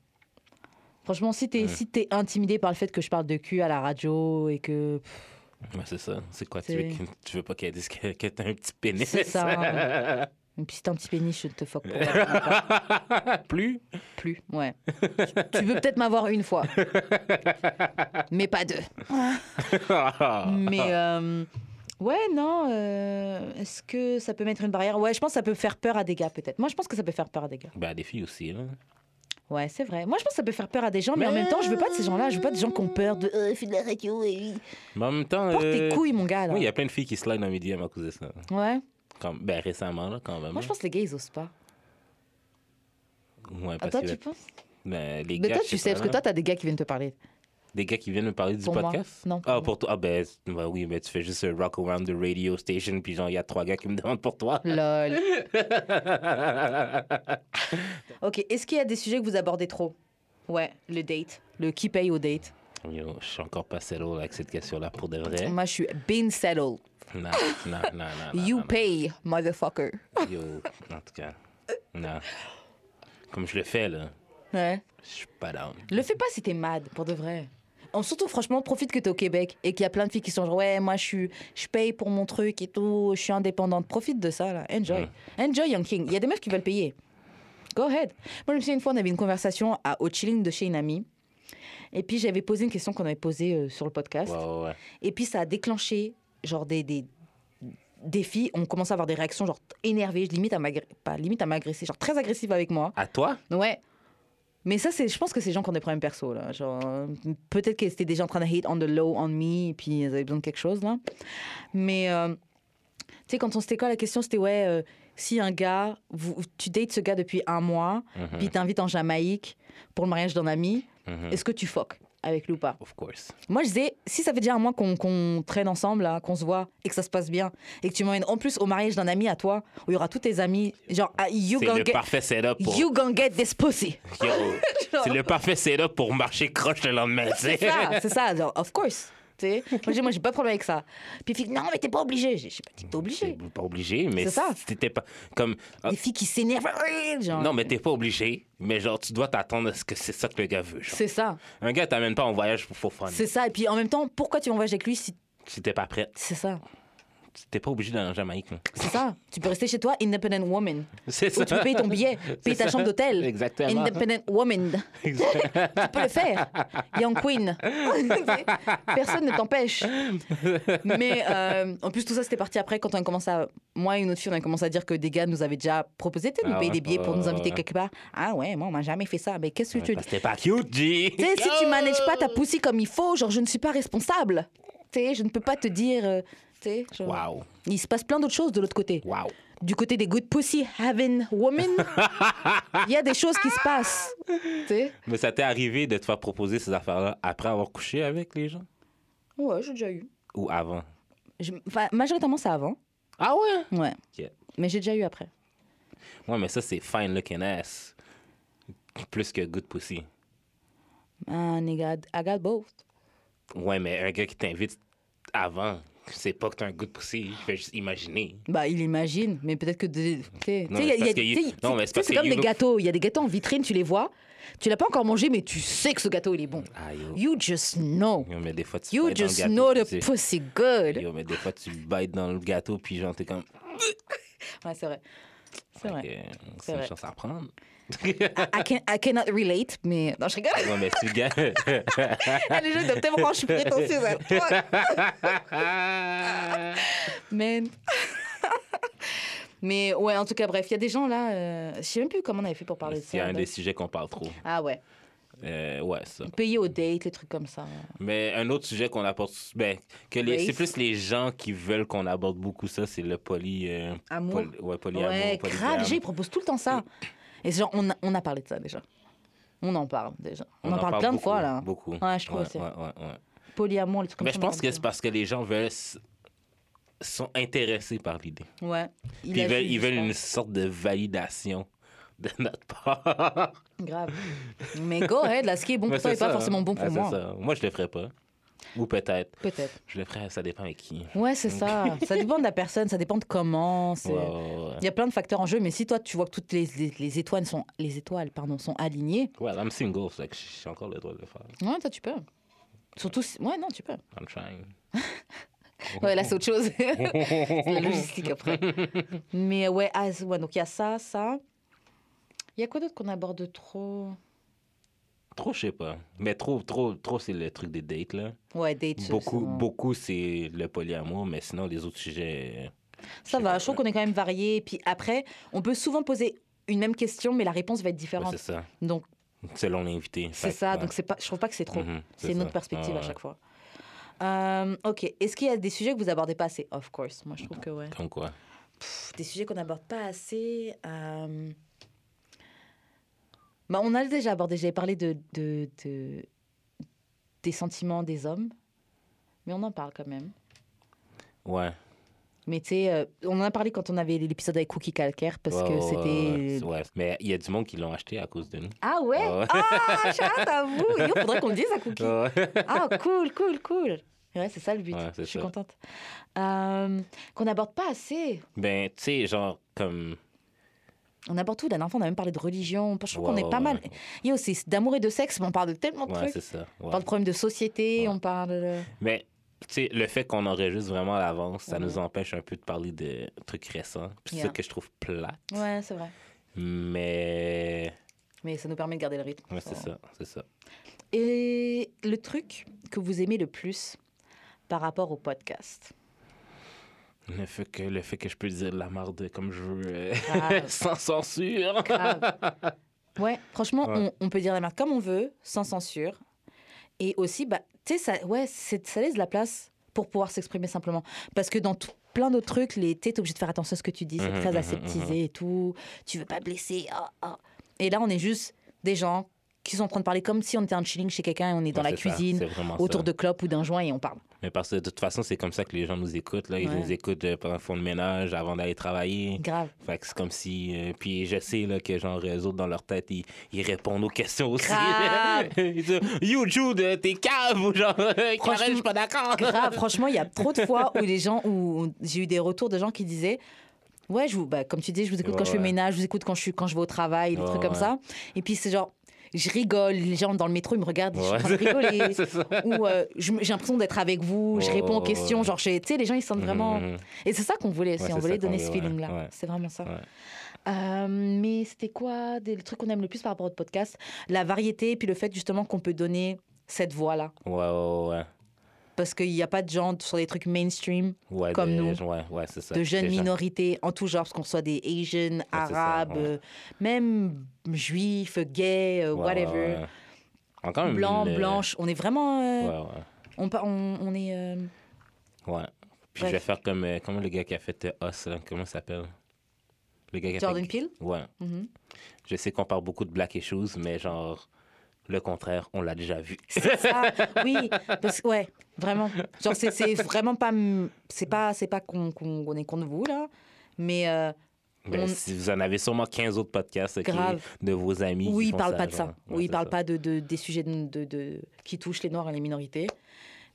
Franchement, si t'es
Ouais.
si t'es intimidé par le fait que je parle de cul à la radio et que pff,
Ouais, c'est ça. C'est quoi, tu veux,
C'est-
que- tu veux pas qu'elle dise que, que t'as un petit pénis?
C'est ça. euh, et puis si t'es un petit pénis, je te fuck probablement pas
Plus?
plus. Ouais. Tu- Tu veux peut-être m'avoir une fois, mais pas deux.
Ah.
Mais euh, ouais, non. euh, Est-ce que ça peut mettre une barrière Ouais, je pense que ça peut faire peur à des gars peut-être. Moi, je pense que ça peut faire peur à des gars.
Ben, des filles aussi, là.
Ouais, c'est vrai. Moi, je pense que ça peut faire peur à des gens, mais en même temps, je veux pas de ces gens-là. Je veux pas de gens qui ont peur de. Euh, fais de la radio. et-
Mais en même temps.
Porte tes
euh,
couilles, mon gars. Là.
Oui, il y a plein de filles qui slide dans mes DM à cause de ça.
Ouais.
Comme- ben, récemment, là, quand même. hein.
Moi, je pense que les gars, ils osent pas.
Ah, Ouais,
Ah,
parce
toi,
que
tu penses
ben, bah, les
Mais
gars,
toi,
je
tu sais,
pas,
parce que
là,
toi, t'as des gars qui viennent te parler.
Des gars qui viennent me parler du
Pour moi,
podcast.
non, pour
Ah,
moi.
pour toi. Ah, ben, c- ben oui, ben, tu fais juste euh, rock around the radio station, puis genre, il y a trois gars qui me demandent pour toi.
Lol. ok, est-ce qu'il y a des sujets que vous abordez trop Ouais, le date. Le qui paye au date.
Yo, je suis encore pas settled avec cette question-là pour de vrai.
Moi, je suis been settled.
Non, non, non, non. non,
You
non,
pay, motherfucker.
non. Yo, en tout cas. Non. Comme je le fais, là,
Ouais.
je suis pas down.
Le fais pas si t'es mad, pour de vrai. En- surtout, franchement, profite que t'es au Québec et qu'il y a plein de filles qui sont genre, ouais, moi, je, suis, je paye pour mon truc et tout, je suis indépendante. Profite de ça, là. Enjoy. Enjoy, Young King. Il y a des meufs qui veulent payer. Go ahead. Moi, je me souviens, une fois, on avait une conversation à, au chilling de chez une amie. Et puis, j'avais posé une question qu'on avait posée euh, sur le podcast.
Ouais, ouais, ouais.
Et puis, ça a déclenché, genre, des, des, des filles ont commencé à avoir des réactions genre énervées, limite à m'agresser, pas limite à m'agresser, genre très agressives avec moi.
À toi?
Ouais. Mais ça, c'est, je pense que c'est des gens qui ont des problèmes perso, là. Genre, euh, peut-être qu'elles étaient déjà en train de hate on the low on me, puis elles avaient besoin de quelque chose, là. Mais, euh, tu sais, quand on s'était quoi, la question, c'était, ouais, euh, si un gars, vous, tu dates ce gars depuis un mois,
Mhm,
puis il t'invite en Jamaïque pour le mariage d'un ami,
mhm.
est-ce que tu fuck avec lui ou pas
Of course.
Moi, je disais, si ça fait déjà un mois qu'on qu'on traîne ensemble, là, qu'on se voit, et que ça se passe bien, et que tu m'emmènes en plus au mariage d'un ami à toi, où il y aura tous tes amis, genre, ah, you
C'est le
gonna get,
parfait setup pour.
you gonna get this pussy.
Yo. C'est le parfait setup pour marcher croche le lendemain, tu sais.
C'est ça, c'est ça, genre, of course. Tu sais, Moi, j'ai- moi, j'ai pas de problème avec ça. Puis, il fait, non, mais t'es pas obligé. J'ai j'ai pas dit que t'es obligé.
T'es Pas obligé, mais
C'est ça.
si t'étais pas comme ah,
Des filles qui s'énervent, ouais, genre.
non, mais t'es pas obligé, mais genre tu dois t'attendre à ce que c'est ça que le gars veut. genre.
C'est ça,
Un gars t'amène pas en voyage pour faux fun.
c'est ça. Et puis, en même temps, pourquoi tu vas en voyage avec lui si.
Si t'es pas prête,
C'est ça,
t'es pas obligé d'aller en Jamaïque. là.
c'est ça. Tu peux rester chez toi, independent woman.
C'est ça.
Ou tu peux payer ton billet, payer ta
ça.
chambre d'hôtel.
Exactement.
Independent woman.
Exact.
Tu peux le faire. Young Queen. Personne ne t'empêche. Mais euh, en plus, tout ça, c'était parti après quand on a commencé à. Moi et une autre fille, on a commencé à dire que des gars nous avaient déjà proposé de nous
Ah
payer
ouais?
des billets pour nous
Ouais,
inviter
ouais.
quelque part. Ah ouais, moi, on m'a jamais fait ça. Mais qu'est-ce que tu
Parce que t'es pas cute, G.
tu sais, si tu manages pas ta poussée comme il faut, genre, je ne suis pas responsable. Tu sais, je ne peux pas te dire. euh, tu sais, genre,
Wow,
Il se passe plein d'autres choses de l'autre côté.
wow.
Du côté des good pussy having women, il y a des choses qui se passent. Tu sais
Mais ça t'est arrivé de te faire proposer ces affaires-là après avoir couché avec les gens
Ouais, j'ai déjà eu.
ou avant?
Je- enfin, majoritairement, c'est avant.
Ah ouais?
Ouais.
Yeah.
Mais j'ai déjà eu après.
Ouais, mais ça, c'est fine looking ass. Plus que good pussy.
Ah, nigga, I got both.
Ouais, mais un gars qui t'invite avant, c'est pas que t'as un good pussy. Je vais juste imaginer.
Bah, il imagine, mais peut-être que. des- tu sais,
Non,
tu sais, il
mais
y a-
c'est
il y a-
parce que il-
tu sais,
non, mais
tu sais,
c'est parce
c'est
que
comme
you
des
look-
gâteaux. Il y a des gâteaux en vitrine, tu les vois. Tu l'as pas encore mangé, mais tu sais que ce gâteau, il est bon.
Ah, yo.
You just know.
Yo, mais des fois, tu
You
bites dans le
just
gâteau,
know
puis
the
tu-
pussy good.
Yo, mais des fois, tu bites dans le gâteau, puis genre, t'es comme.
Ouais, c'est vrai. C'est
Fait
vrai.
que, C'est une
vrai.
chance à prendre.
I, can- I cannot relate, mais. Non, je rigole.
Ouais, mais si le gars.
Ah, Les gens doivent tellement je suis prétentieuse. à toi. Man. Mais ouais, en tout cas, bref, il y a des gens là. euh, je sais même plus comment on avait fait pour parler de ça.
C'est un
là.
des sujets qu'on parle trop.
Ah ouais.
Euh, ouais, ça.
Payer au date, les trucs comme ça.
Mais un autre sujet qu'on apporte, ben, que les,
Race.
c'est plus les gens qui veulent qu'on aborde beaucoup ça, c'est le poly. euh,
Amour.
poly- ouais, polyamour.
ouais,
polygame.
grave. J'ai propose tout le temps ça. Et c'est genre, on a, on a parlé de ça déjà. On en parle déjà. On, en, parle, plein
beaucoup,
de fois là.
Beaucoup.
Ouais, je trouve
Ouais,
aussi.
ouais, ouais, ouais.
Polyamour, les trucs comme
Mais
ça.
je
on en
pense
parle
que
beaucoup.
c'est parce que les gens veulent s- sont intéressés par l'idée.
Ouais.
Puis ils
agit,
veulent, ils veulent
je
une sorte de validation de notre part.
pense. Grave. Mais go ahead, là, ce qui est bon
Mais
pour toi
c'est
n'est pas
ça. hein.
forcément bon
Ouais,
pour
c'est
moi.
ça. Moi, je le ferais pas. Ou peut-être.
Peut-être.
Je le ferais, ça dépend avec qui.
Ouais, c'est ça. Ça dépend de la personne, ça dépend de comment. c'est-
Ouais, ouais, ouais.
Il y a plein de facteurs en jeu, mais si toi, tu vois que toutes les, les- les étoiles sont, les étoiles, pardon, sont alignées,
Well, I'm single, fait que j'ai encore le droit de le faire.
ouais, toi, tu peux. Surtout si... Ouais, non, tu peux.
I'm trying. Oh.
Ouais, là, c'est autre chose. c'est la logistique après. Mais ouais, ah, ouais donc il y a ça, ça. Il y a quoi d'autre qu'on aborde trop
Trop, je sais pas. Mais trop, trop, trop, c'est le truc des dates, là.
Ouais, euh, date.
Beaucoup,
ça va.
beaucoup, c'est le polyamour, mais sinon, les autres sujets. euh,
Ça
sais
va,
pas,
je trouve qu'on est quand même varié. Puis après, on peut souvent poser une même question, mais la réponse va être
ouais,
différente.
c'est ça.
donc,
Selon l'invité.
c'est
Fait que,
ça.
ouais.
Donc, c'est pas, je trouve pas que c'est trop.
Mhm,
C'est une
ça.
autre perspective
Ouais,
à
ouais.
chaque fois. Euh, ok. Est-ce qu'il y a des sujets que vous abordez pas assez Of course. Moi, je trouve que ouais.
Comme quoi.
Pff, des sujets qu'on n'aborde pas assez. euh, Bah, on a déjà abordé. J'avais parlé de, de, de- des sentiments des hommes, mais on en parle quand même.
Ouais.
Mais tu sais, euh, on en a parlé quand on avait l'épisode avec Cookie Calcaire parce
Ouais,
que
ouais, ouais,
c'était.
ouais. Ouais. Mais il y a du monde qui l'ont acheté à cause de nous.
Ah ouais.
Ouais.
Ah, shout out à vous. Il faudrait qu'on le dise à Cookie.
Ouais.
Ah, cool, cool, cool. Ouais, c'est ça le but.
Ouais,
je
c'est
suis
ça.
contente. Euh, qu'on n'aborde pas assez.
ben, tu sais, genre, comme.
On aborde tout. La dernière fois, on a même parlé de religion. Je trouve
Ouais,
qu'on est
ouais,
pas mal.
ouais.
Yo, c'est d'amour et de sexe, mais on parle de tellement de
Ouais,
trucs.
c'est ça.
On
Ouais.
parle de problèmes de société,
Ouais.
on parle. de-
Mais tu sais, le fait qu'on enregistre vraiment à l'avance, ça
Ouais.
nous empêche un peu de parler de trucs récents. Puis C'est
Mhm. Yeah.
ça que je trouve plate.
Ouais, c'est vrai.
Mais.
Mais ça nous permet de garder le rythme.
Ouais, c'est ça, c'est ça.
Et le truc que vous aimez le plus par rapport au podcast
Le fait que, le fait que je peux dire de la marde comme je veux, euh,
Grave.
sans censure.
Grave. Ouais, franchement,
Ouais.
On, on peut dire la marque comme on veut, sans censure. Et aussi, bah, tu sais, ça, ouais, c'est- ça laisse de la place pour pouvoir s'exprimer simplement. Parce que dans tout- plein d'autres trucs, les- t'es obligé de faire attention à ce que tu dis, c'est
Mhm,
très
mhm,
aseptisé et tout. Tu veux pas blesser. ah, ah. Et là, on est juste des gens qui sont en train de parler comme si on était en chilling chez quelqu'un et on est dans
Ouais,
la
c'est ça,
cuisine,
c'est vraiment ça.
autour de clopes ou d'un joint et on parle.
Mais parce que de toute façon, c'est comme ça que les gens nous écoutent. Là. Ils
Ouais.
nous écoutent euh, pendant le fond de ménage, avant d'aller travailler.
Grave.
Fait que c'est comme si. euh, puis je sais là, que genre, eux autres, dans leur tête, ils, ils répondent aux questions aussi.
Grave.
ils disent You, Jude, euh, t'es cave ou genre. Karen,
Franchement-
je suis pas d'accord.
grave. Ah, Franchement, il y a trop de fois où les gens, où j'ai eu des retours de gens qui disaient. Ouais, je vous, bah, comme tu dis, je vous écoute
Ouais,
quand je fais
ouais.
ménage, je vous écoute quand je, suis, quand je vais au travail, des
Ouais,
trucs comme
ouais.
ça. Et puis c'est genre, je rigole, les gens dans le métro, ils me regardent, je suis en train de rigoler.
c'est ça.
Ou euh, je- j'ai l'impression d'être avec vous, je
Ouais,
réponds aux
ouais,
questions.
ouais.
Genre, je- tu sais, les gens, ils sentent vraiment.
Mhm, mhm.
Et c'est ça qu'on voulait aussi,
Ouais,
on
c'est
voulait
ça qu'on
donner ce
veut, ouais,
feeling-là.
ouais.
C'est vraiment ça.
Ouais.
Euh, mais c'était quoi des- le truc qu'on aime le plus par rapport au podcast La variété, puis le fait justement qu'on peut donner cette voix-là.
Ouais, ouais, ouais, ouais.
Parce qu'il n'y a pas de gens sur des trucs mainstream
Ouais,
Comme
des-
nous.
Ouais, ouais, c'est ça.
de jeunes
Des gens-
minorités en tout genre, parce qu'on soit des Asians,
Ah, c'est ça,
Arabes,
ouais.
euh, même juifs, gays, euh,
Ouais, ouais,
whatever,
ouais. Encore une-
blancs,
le-
blanches. On est vraiment. euh,
Ouais, ouais.
on, pa- on, on est. euh,
Ouais. Puis
Bref.
je vais faire comme euh, comment le gars qui a fait euh, Us, là, comment il s'appelle Le gars qui a
Jordan
fait...
Peele
Ouais.
Mhm.
Je sais qu'on parle beaucoup de Black Issues, mais genre, le contraire, on l'a déjà vu.
C'est ça, oui. Parce, ouais, vraiment. Genre, c'est- c'est vraiment pas. m- C'est pas, c'est pas qu'on qu'on- qu'on est contre vous, là. Mais euh,
Ben,
On-
si vous en avez sûrement 15 autres podcasts ok,
Grave.
de vos amis.
oui,
qui
ils
font
parlent pas de ça.
genre. Ouais,
oui, ils
c'est
parlent
ça.
pas de, de- des sujets de, de- de- qui touchent les Noirs et les minorités.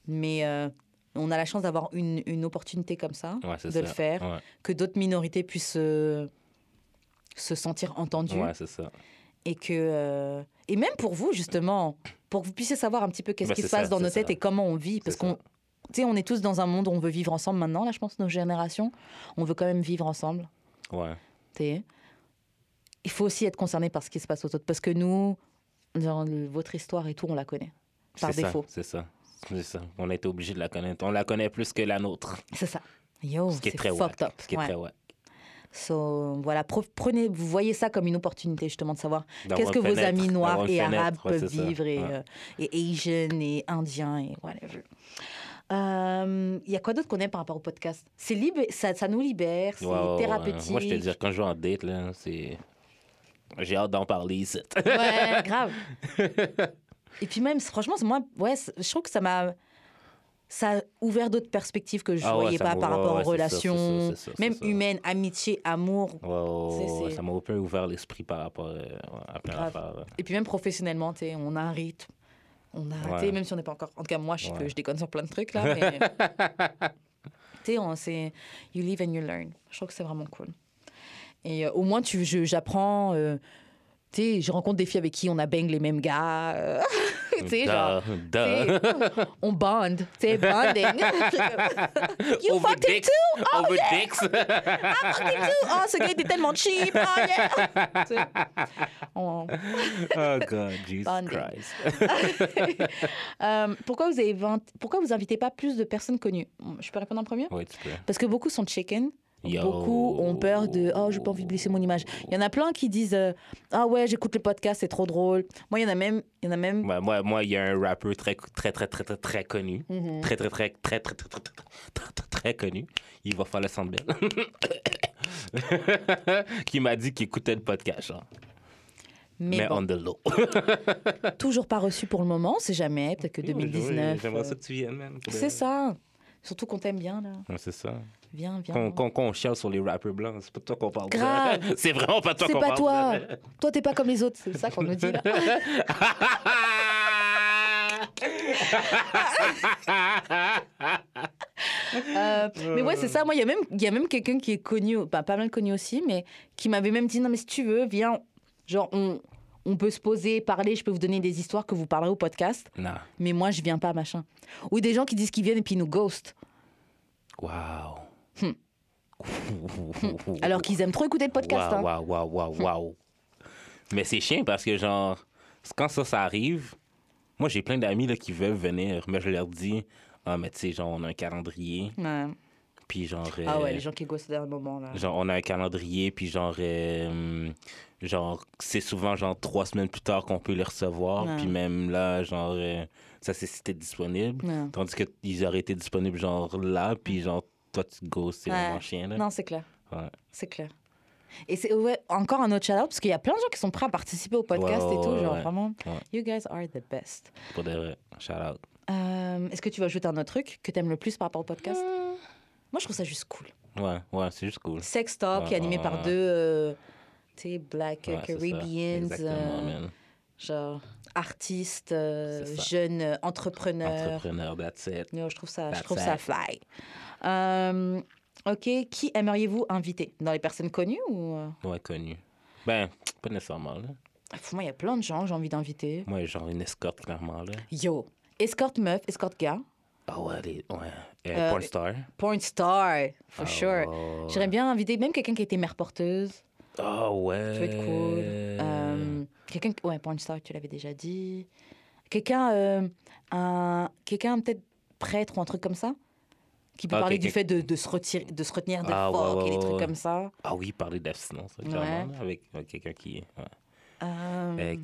Mais euh, on a la chance d'avoir une, une opportunité comme ça.
Ouais, c'est
de
ça.
le faire,
Ouais.
que d'autres minorités puissent euh, se sentir entendues
Ouais, c'est ça.
et que euh, et même pour vous justement, pour que vous puissiez savoir un petit peu qu'est-ce
Bah,
qui se
c'est
passe
ça,
dans nos
c'est
têtes
ça.
et comment on vit, parce
C'est
qu'on tu sais, on est tous dans un monde où on veut vivre ensemble maintenant, là, je pense, nos générations. On veut quand même vivre ensemble.
Ouais.
tu sais. Il faut aussi être concerné par ce qui se passe aux autres. Parce que nous, genre, le- votre histoire et tout, on la connaît. Par
C'est ça,
défaut.
C'est ça. C'est ça. On a été obligé de la connaître. On la connaît plus que la nôtre.
C'est ça. Yo,
ce qui est,
c'est
très
fucked
whack,
up.
Ce qui est
Ouais.
très whack.
So, voilà, pre- prenez, vous voyez ça comme une opportunité justement de savoir
D'avoir
Qu'est-ce que
une
vos
fenêtre,
amis noirs
d'avoir une
et
fenêtre.
arabes
Ouais,
peuvent
c'est ça.
vivre et,
Ouais.
euh, et Asian et Indiens et whatever. Euh, Il y a quoi d'autre qu'on aime par rapport au podcast C'est libre, ça, ça nous libère, c'est
Ouais, ouais, ouais.
thérapeutique.
Moi, je te dis, quand je vais en date, là, c'est. J'ai hâte d'en parler ici.
Ouais, grave. et puis même, franchement, c'est- moi, ouais, c'est- je trouve que ça m'a ça a ouvert d'autres perspectives que je ne
Ah ouais,
voyais
ça
pas
m'ouvre-
par
ouais,
rapport
ouais,
aux
c'est ça, c'est ça, c'est
relations,
ça, c'est
même
ça.
humaines, amitié, amour,
Ouais, ouais, ouais,
C'est-
ouais,
c'est-
Ça m'a un peu ouvert l'esprit par rapport euh, à plein
Grave.
d'affaires. là.
Et puis même professionnellement, tu sais, on a un rythme. On a,
Ouais.
tu sais, même si on n'est pas encore. En tout cas, moi, je sais que
Ouais.
je déconne sur plein de trucs, là. Mais... tu sais, on- c'est. You live and you learn. Je trouve que c'est vraiment cool. Et euh, au moins, tu, je- j'apprends. euh, tu sais, je rencontre des filles avec qui on a bang les mêmes gars. euh, tu sais,
Duh,
genre.
duh.
tu sais, on bond. Tu sais, bonding. you
Over
fucked him Oh,
dicks. Over dicks.
fucking too. Oh, ce gars était tellement cheap. Oh, yeah. Tu sais, on-
oh, God, Jesus
Bonding.
Christ.
Euh, pourquoi vous avez vingt- pourquoi vous invitez pas plus de personnes connues Je peux répondre en premier
Ouais, tu peux.
Parce que beaucoup sont chicken.
Yo.
Beaucoup ont peur de oh j'ai pas envie de blesser mon image. Il y en a plein qui disent euh, ah ouais j'écoute le podcast c'est trop drôle. Moi il y en a même il y en a même
Ouais, moi, moi, il y a un rappeur très, très, très, très, très, très connu.
Mm.
Très, très, très, très, très, très, très, très, très, très, très connu. Il va faire le sandbell. qui m'a dit qu'il écoutait le podcast, genre.
mais,
Mais,
bon,
on the low.
toujours pas reçu pour le moment on sait jamais peut-être que 2019.
J'aimerais
euh,
ça que tu viennes, man. pour de
c'est
vrai.
ça surtout qu'on t'aime bien là
Ouais, C'est ça.
viens viens.
Qu'on qu'on- qu'on chiale sur les rappeurs blancs, c'est pas de toi qu'on parle.
Grave.
C'est vraiment pas de toi
c'est
qu'on
pas
parle.
toi toi t'es pas comme les autres c'est ça qu'on nous dit là. Euh, mais ouais, c'est ça. Moi, il y a même, il y a même quelqu'un qui est connu, pas, pas mal connu aussi, mais qui m'avait même dit non, mais si tu veux, viens, genre, on, on peut se poser, parler, je peux vous donner des histoires que vous parlerez au podcast,
non.
mais moi, je viens pas, machin. Ou des gens qui disent qu'ils viennent et puis ils nous ghost,
Wow.
Hmm. alors qu'ils aiment trop écouter le podcast. hein.
Waouh, waouh, waouh, waouh. Mais c'est chiant parce que, genre, c- quand ça, ça arrive, moi, j'ai plein d'amis là, qui veulent venir, mais je leur dis, ah, mais tu sais, genre, on a un calendrier,
Ouais.
Puis genre.
Ah ouais,
euh,
les gens qui gossent à un moment, là.
Genre, on a un calendrier, puis genre, euh, genre c'est souvent genre trois semaines plus tard qu'on peut les recevoir,
Ouais.
puis même là, genre, euh, ça c'est si t'es disponible.
Ouais.
Tandis qu'ils auraient été disponibles genre là, puis genre, toi tu gosses, c'est
Mm. Ouais.
vraiment chien, là.
Non, c'est clair.
Ouais.
C'est clair. Et c'est ouais, encore un autre shout-out, parce qu'il y a plein de gens qui sont prêts à participer au podcast
Ouais,
et tout.
ouais,
genre,
ouais.
vraiment,
Ouais.
you guys are the best.
Pour de vrai. Shout out.
Euh, Est-ce que tu veux ajouter un autre truc que t'aimes le plus par rapport au podcast Moi, je trouve ça juste cool.
Ouais, ouais, c'est juste cool.
Sex Talk, qui est animé
Ouais, ouais,
par
ouais.
deux, euh, tu sais, Black euh,
Ouais, c'est ça.
Caribbeans,
Exactement,
euh,
man.
genre artistes, euh,
C'est ça.
jeunes euh, entrepreneurs.
Entrepreneur, that's it.
Yo, je trouve ça, je
That's
trouve ça
it.
fly. Euh, ok, qui aimeriez-vous inviter Dans les personnes connues ou euh,
Ouais, connu. Ben, pas nécessairement, là.
Pour moi, il y a plein de gens que j'ai envie d'inviter.
Moi, genre une escorte, clairement, là.
Yo, escorte meuf, escorte gars,
Ah ouais, les... ouais. Euh,
Euh,
porn star.
porn star, for
Ah
sure.
ouais.
J'aimerais bien inviter même quelqu'un qui était mère porteuse.
Ah ouais.
Ça va être cool. Euh, quelqu'un, ouais, porn star, tu l'avais déjà dit. Quelqu'un, euh, un, quelqu'un peut-être prêtre ou un truc comme ça, qui peut
Ah,
parler du
quelqu'un-
fait de, de se retirer, de se retenir de
Ah, ouais,
fuck
ouais,
et des
ouais,
trucs
ouais.
comme ça.
Ah oui, parler d'abstinence,
Ouais.
clairement, là, avec, avec quelqu'un qui. ouais.
Euh,
Euh,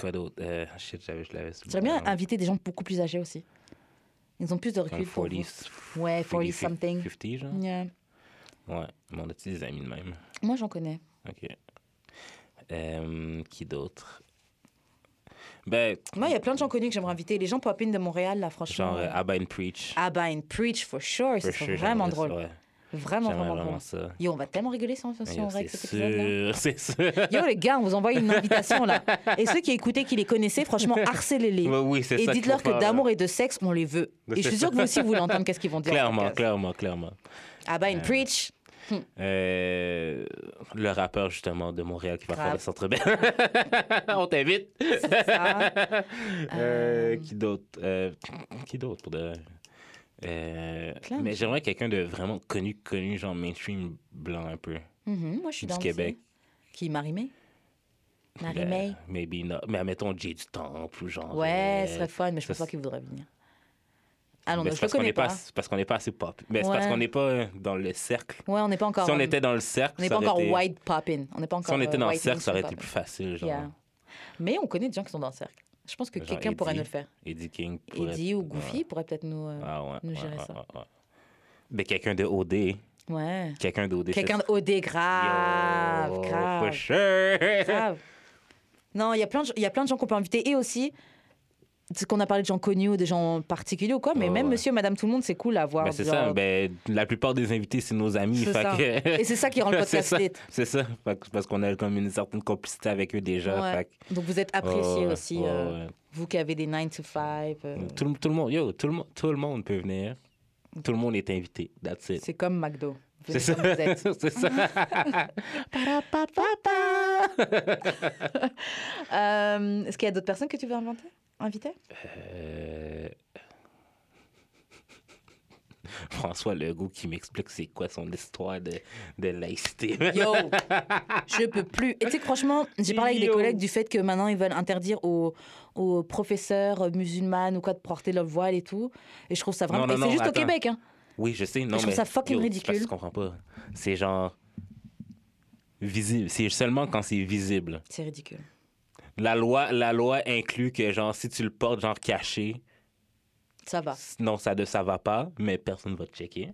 quoi d'autre euh, Shit, j'avais- je l'avais.
J'aimerais bien inviter des gens beaucoup plus âgés aussi. Ils ont plus de recul pour vous.
40,
Ouais, 40
40
something.
50, genre.
Yeah.
Ouais, mais on a-tu des amis de même
Moi, j'en connais.
Ok. Euh, qui d'autre Ben,
Moi, il y a plein de gens connus que j'aimerais inviter. Les gens pop-in de Montréal, là, franchement.
genre euh, Abba and Preach.
Ah bah, une preach for sure,
For
c'est
sure,
vraiment
j'aimerais ça,
drôle.
ouais.
Vraiment,
J'aimerais
vraiment
vraiment
drôle.
ça.
Yo, on va tellement rigoler si on, si
Yo,
on règle
C'est
cet épisode-là.
sûr, c'est sûr.
Yo, les gars, on vous envoie une invitation là. Et ceux qui écoutaient, qui les connaissaient, franchement, harcelez-les.
Ouais, oui, c'est
et
ça. qu'il
dites-leur
faut faire,
que
là.
d'amour et de sexe, on les veut. Et je suis sûre que vous aussi, vous voulez entendre qu'est-ce qu'ils vont dire.
Clairement, clairement, clairement.
Ah bah, une
Euh,
preach.
Euh, le rappeur justement de Montréal qui va faire
Grave.
le Centre Bell. On t'invite.
c'est ça.
Euh, qui d'autre Euh, Qui d'autre pour de- Euh,
Plein de
mais
gens.
j'aimerais quelqu'un de vraiment connu, connu, genre mainstream blanc un peu.
Mhm, moi, je suis
Du
dans
Québec.
Qui Marie-May
Ben,
Marie-May
maybe not. Mais admettons Jay du Temple ou genre.
Ouais,
euh,
ce serait fun, mais je pense
ça,
pas qu'il voudrait venir. Allons,
mais
je le
c'est parce qu'on
connais
est pas.
pas.
c'est parce qu'on n'est pas assez pop. Mais c'est parce
Ouais.
qu'on n'est pas euh, dans le cercle.
Ouais, on n'est pas encore.
si on
euh,
était dans le cercle,
on n'est
ça
pas
aurait
encore
été-
wide popping. On n'est pas
Si
encore.
on était
euh,
dans le
white
cercle, ça aurait été
mainstream
plus facile, genre.
Yeah. Mais on connaît des gens qui sont dans le cercle. Je pense que
Genre
quelqu'un pourrait
Eddie.
nous le faire.
Eddie King. pourrait-
Eddie ou
ouais.
Goofy pourrait peut-être nous. euh,
Ah ouais.
nous
ouais,
gérer
ouais,
ça.
ouais, ouais. Mais quelqu'un de OD.
Ouais.
Quelqu'un de OD.
Quelqu'un de OD grave, grave,
For sure.
grave. Non, il y a plein de gens- il y a plein de gens qu'on peut inviter et aussi. C'est qu'on a parlé de gens connus ou de gens particuliers ou quoi, mais
Ouais,
même
ouais.
monsieur, madame, tout le monde, c'est cool à voir.
Ben, c'est
genre. euh,
ça. Ben, la plupart des invités, c'est nos amis.
C'est
fait
ça.
que-
Et c'est ça qui rend le
c'est
podcast
ça.
lit.
C'est ça. Fait que- Parce qu'on a comme une certaine complicité avec eux déjà.
Ouais.
fait que-
Donc vous êtes appréciés
Ouais,
aussi,
ouais,
euh,
ouais.
vous qui avez des 9 to 5. euh,
Tout, le- tout le monde, yo, tout le, monde- tout le monde peut venir. Tout le monde est invité. That's it.
c'est comme McDo. Vous
C'est
êtes
ça.
comme vous êtes.
c'est ça.
Euh, Est-ce qu'il y a d'autres personnes que tu veux inventer, inviter
Euh, François Legault qui m'explique c'est quoi son histoire de, de laïcité.
Yo, je peux plus. Et tu sais que franchement, j'ai parlé avec des
Yo.
collègues du fait que maintenant ils veulent interdire aux, aux professeurs musulmanes ou quoi de porter leur voile et tout. Et je trouve ça vraiment.
Non, non,
et c'est juste
non,
au
attends.
Québec. Hein.
Oui, je sais, non, mais.
trouve ça fucking
yo, c'est
ridicule.
Parce que je comprends pas. C'est genre. Visible. C'est seulement quand c'est visible.
C'est ridicule.
La loi, la loi inclut que, genre, si tu le portes, genre, caché,
Ça va.
non, ça ne ça va pas, mais personne va te checker.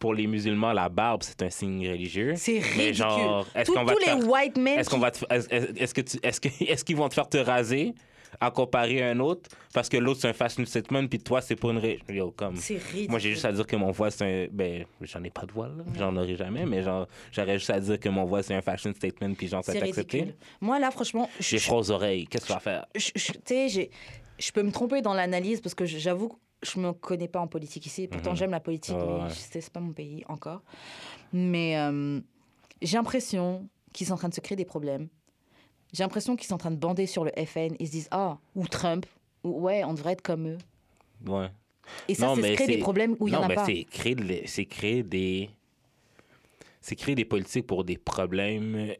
Pour les musulmans, la barbe, c'est un signe religieux.
C'est ridicule.
Mais genre, est-ce
Tous-
qu'on va
tous
te
les
faire-
white men.
Est-ce qu'on va te- est-ce- est-ce est-ce que tu est-ce que est-ce qu'ils vont te faire te raser à comparer à un autre parce que l'autre c'est un fashion statement puis toi c'est pour une ré- Yo, comme
qui- C'est ridicule.
moi j'ai juste à dire que mon voile c'est un ben j'en ai pas de voile là. j'en aurai jamais mais genre j'aurais juste à dire que mon voile c'est un fashion statement puis genre ça
C'est
t'accepter.
ridicule. Moi là, franchement, je,
J'ai froid aux oreilles, qu'est-ce que tu vas faire
je- je- tu sais, j'ai- je peux me tromper dans l'analyse parce que je- j'avoue que je me connais pas en politique ici. Pourtant, j'aime la politique,
Mhm. Ouais,
mais
ouais.
je sais, c'est pas mon pays encore. Mais euh, j'ai l'impression qu'ils sont en train de se créer des problèmes. J'ai l'impression qu'ils sont en train de bander sur le FN et se disent Ah, ou Trump, ou ouais, on devrait être comme eux.
Ouais.
Et ça,
Non,
c'est se
mais
créer des
c'est-
problèmes où il y en
non,
a
mais
pas.
c'est créer, de l- c'est créer des c'est créer des politiques pour des problèmes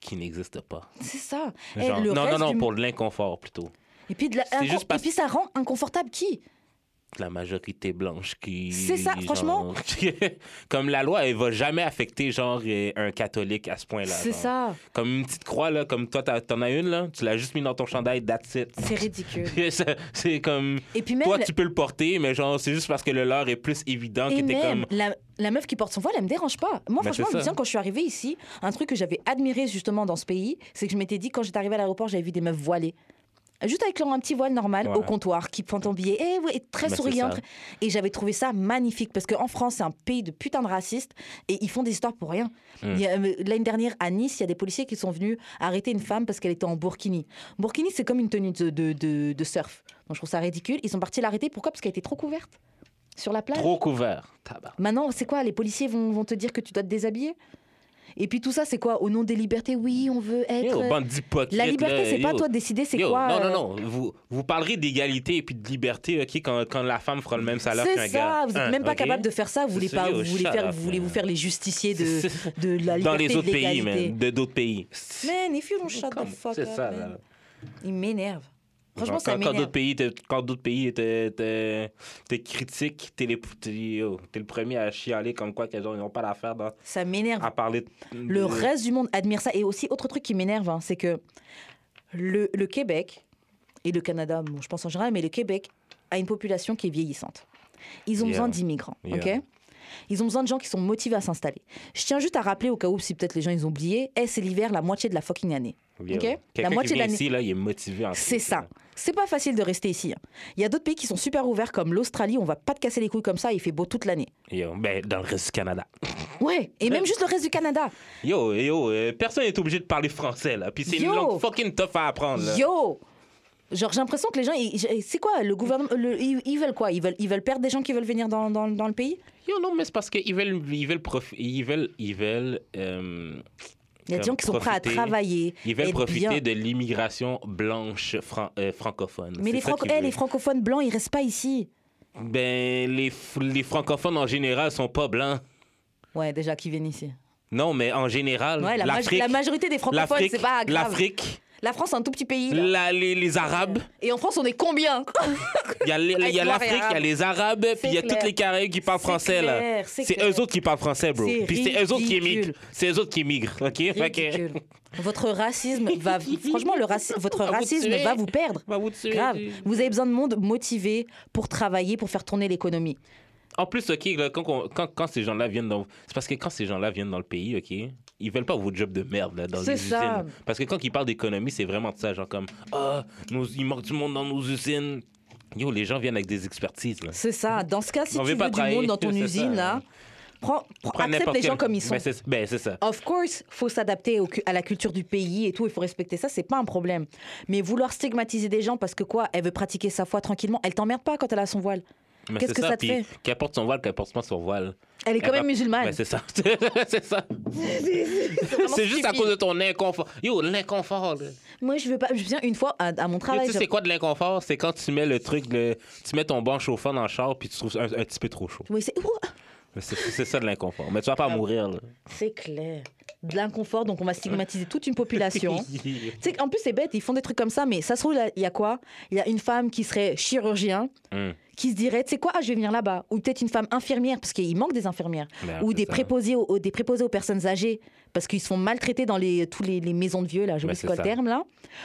qui n'existent pas.
C'est ça. Eh,
Genre-
le
non, non,
reste
non,
du-
pour de l'inconfort plutôt.
Et puis, de la-
C'est juste
et
parce-
puis ça rend inconfortable qui
la majorité blanche qui.
C'est ça, franchement.
comme la loi, elle va jamais affecter, genre, euh, un catholique à ce point-là.
C'est
genre.
ça.
Comme une petite croix, là, comme toi, t'as- t'en as une, là, tu l'as juste mis dans ton chandail, that's it.
C'est ridicule.
C'est- C'est comme.
Et puis même,
Toi, tu peux le porter, mais genre, c'est juste parce que le leur est plus évident que
et
t'es
même
comme.
la, la meuf qui porte son voile, elle me dérange pas. Moi,
Mais
franchement,
c'est
je me
ça.
souviens, quand je suis arrivée ici, un truc que j'avais admiré justement dans ce pays, c'est que je m'étais dit, quand j'étais arrivée à l'aéroport, j'avais vu des meufs voilées. Juste avec leur un petit voile normal
Ouais.
au comptoir, qui prend ton billet, et ouais, et très
Mais Bah, c'est
souriante.
ça.
Et j'avais trouvé ça magnifique, parce qu'en France, c'est un pays de putain de racistes, et ils font des histoires pour rien.
Mm.
Il y a, euh, L'année dernière, à Nice, il y a des policiers qui sont venus arrêter une femme parce qu'elle était en burkini. Burkini, c'est comme une tenue de, de, de- de surf. Donc je trouve ça ridicule. Ils sont partis l'arrêter, pourquoi Parce qu'elle était trop couverte sur la plage.
Trop couvert. Tabarnak.
Maintenant, c'est quoi Les policiers vont, vont te dire que tu dois te déshabiller Et puis tout ça, c'est quoi Au nom des libertés, oui, on veut être. euh,
Yo, bah, bande d'hypocrites.
la liberté,
là,
c'est pas
yo.
toi de décider, c'est
Yo,
quoi
Non,
euh,
non, non. Vous, vous parlerez d'égalité et puis de liberté, OK, quand, quand la femme fera le même salaire qu'un gars.
C'est ça, vous n'êtes
Hein,
même pas
OK?
capable de faire ça, vous voulez,
C'est
pas,
yo,
vous, voulez
shut
faire,
up,
vous voulez vous
man.
faire les justiciers de,
C'est-
de la liberté
Dans les
et
autres
de
pays,
l'égalité.
man. De d'autres pays.
Man, if you don't shut the
Comme-
fuck
C'est
up,
ça,
man.
là.
Il m'énerve. Franchement,
Genre,
ça
quand, quand
m'énerve.
d'autres pays, te- quand d'autres pays te, te, te critiquent, t'es les- t'es yo, t'es le premier à chialer comme quoi qu'ils n'ont pas l'affaire dans-
Ça m'énerve.
à parler. de-
Le
de-
reste du monde admire ça. Et aussi, autre truc qui m'énerve, hein, c'est que le, le Québec et le Canada, bon, je pense en général, mais le Québec a une population qui est vieillissante. Ils ont
Yeah.
besoin d'immigrants,
Yeah.
ok Ils ont besoin de gens qui sont motivés à s'installer. Je tiens juste à rappeler au cas où, si peut-être les gens ils ont oublié, eh, c'est l'hiver, la moitié de la fucking année.
Yo.
ok? Ben, La
Quelqu'un
moitié
qui
de
vient
l'année-
ici, là, il est motivé. en
C'est
plus,
ça.
là.
C'est pas facile de rester ici. hein. Il y a d'autres pays qui sont super ouverts, comme l'Australie, on va pas te casser les couilles comme ça, il fait beau toute l'année.
Yo, ben, dans le reste du Canada.
Ouais, et même juste le reste du Canada.
Yo, yo, euh, personne n'est obligé de parler français, là. Puis c'est une
Yo.
langue fucking tough à apprendre, là.
Yo Genre, j'ai l'impression que les gens. ils- j'ai- C'est quoi le gouvernement le- ils, ils veulent quoi ils veulent, ils veulent perdre des gens qui veulent venir dans, dans- dans le pays
Yo, non, mais c'est parce qu'ils veulent, ils veulent, profi- ils veulent, ils veulent, euh,
Il y a des
Comme
gens qui sont prêts à
profiter.
travailler.
ils veulent
être
profiter
Eh bien.
de l'immigration blanche fran- euh, francophone.
Mais
C'est
les,
ça
franco-
qu'ils
eh,
veulent.
les francophones blancs, ils restent pas ici.
Ben, les, f- les francophones en général sont pas blancs.
Ouais, déjà, qui viennent ici
Non, mais en général,
Ouais, la, maj-
l'Afrique,
la majorité des francophones,
l'Afrique,
c'est pas grave.
l'Afrique,
La France, c'est un tout petit pays. là.
la- les, les Arabes.
Et en France, on est combien
Il y a les- il y a
Avec noir et
l'Afrique, il y a
arabe.
les Arabes, puis il y a
clair.
toutes les Caraïbes qui parlent
C'est
français, là.
clair, c'est
C'est
clair.
eux autres qui parlent français, bro.
C'est
Puis c'est eux autres qui
ridicule.
émigrent. C'est eux autres qui émigrent, OK? Fait que-
Ridicule. Votre racisme va. Franchement, le raci- votre racisme
tuer.
va vous perdre.
Va vous tuer.
Grave. Vous avez besoin de monde motivé pour travailler, pour faire tourner l'économie.
En plus, OK, là, quand, qu'on- quand, quand ces gens-là viennent dans... C'est parce que quand ces gens-là viennent dans le pays, OK, ils veulent pas vos jobs de merde là, dans les
C'est ça.
usines. Parce que quand ils parlent d'économie, c'est vraiment de ça, genre comme « Ah, nous- il manque du monde dans nos usines. » Yo, les gens viennent avec des expertises, là.
C'est ça. Dans ce cas, si
On
tu
veut pas
veux du
travailler,
monde dans ton
c'est ça.
usine, là, prends, prends-
Prends
accepte
n'importe
les gens
quel-
comme ils sont.
Ben, c'est ben, c'est ça.
Of course, faut s'adapter au cu- à la culture du pays et tout, il faut respecter ça, c'est pas un problème. Mais vouloir stigmatiser des gens parce que quoi, elle veut pratiquer sa foi tranquillement, elle t'emmerde pas quand elle a son voile.
Mais
Qu'est-ce
Ben, c'est
que ça te
puis
fait
Qu'elle porte son voile, qu'elle porte pas son voile.
Elle est quand
Elle
même
va-
musulmane.
Ben, c'est ça. c'est ça.
vraiment
C'est juste à
stupide.
cause de ton inconfort. Yo, l'inconfort, là.
Moi, je veux pas. Je viens une fois à, à mon travail.
tu sais,
je-
c'est quoi de l'inconfort? C'est quand tu mets le truc, le- tu mets ton banc chauffant dans le char, puis tu trouves ça un, un petit peu trop chaud.
Oui, c'est Ouh,
Mais C'est c'est ça de l'inconfort. Mais tu vas pas mourir, là.
c'est clair. De l'inconfort, donc on va stigmatiser toute une population. Tu sais, en plus, c'est bête, ils font des trucs comme ça, mais ça se trouve, là, il y a quoi Il y a une femme qui serait chirurgien,
Hmm.
qui se dirait, tu sais quoi, ah, je vais venir là-bas. Ou peut-être une femme infirmière, parce qu'il manque des infirmières.
Ben,
Ou
c'est
des
ça.
préposés, aux, aux- des préposés aux personnes âgées, parce qu'ils se font maltraiter dans les, tous les, les maisons de vieux, là, je
Ben,
sais
c'est
quoi le
ça.
terme, là.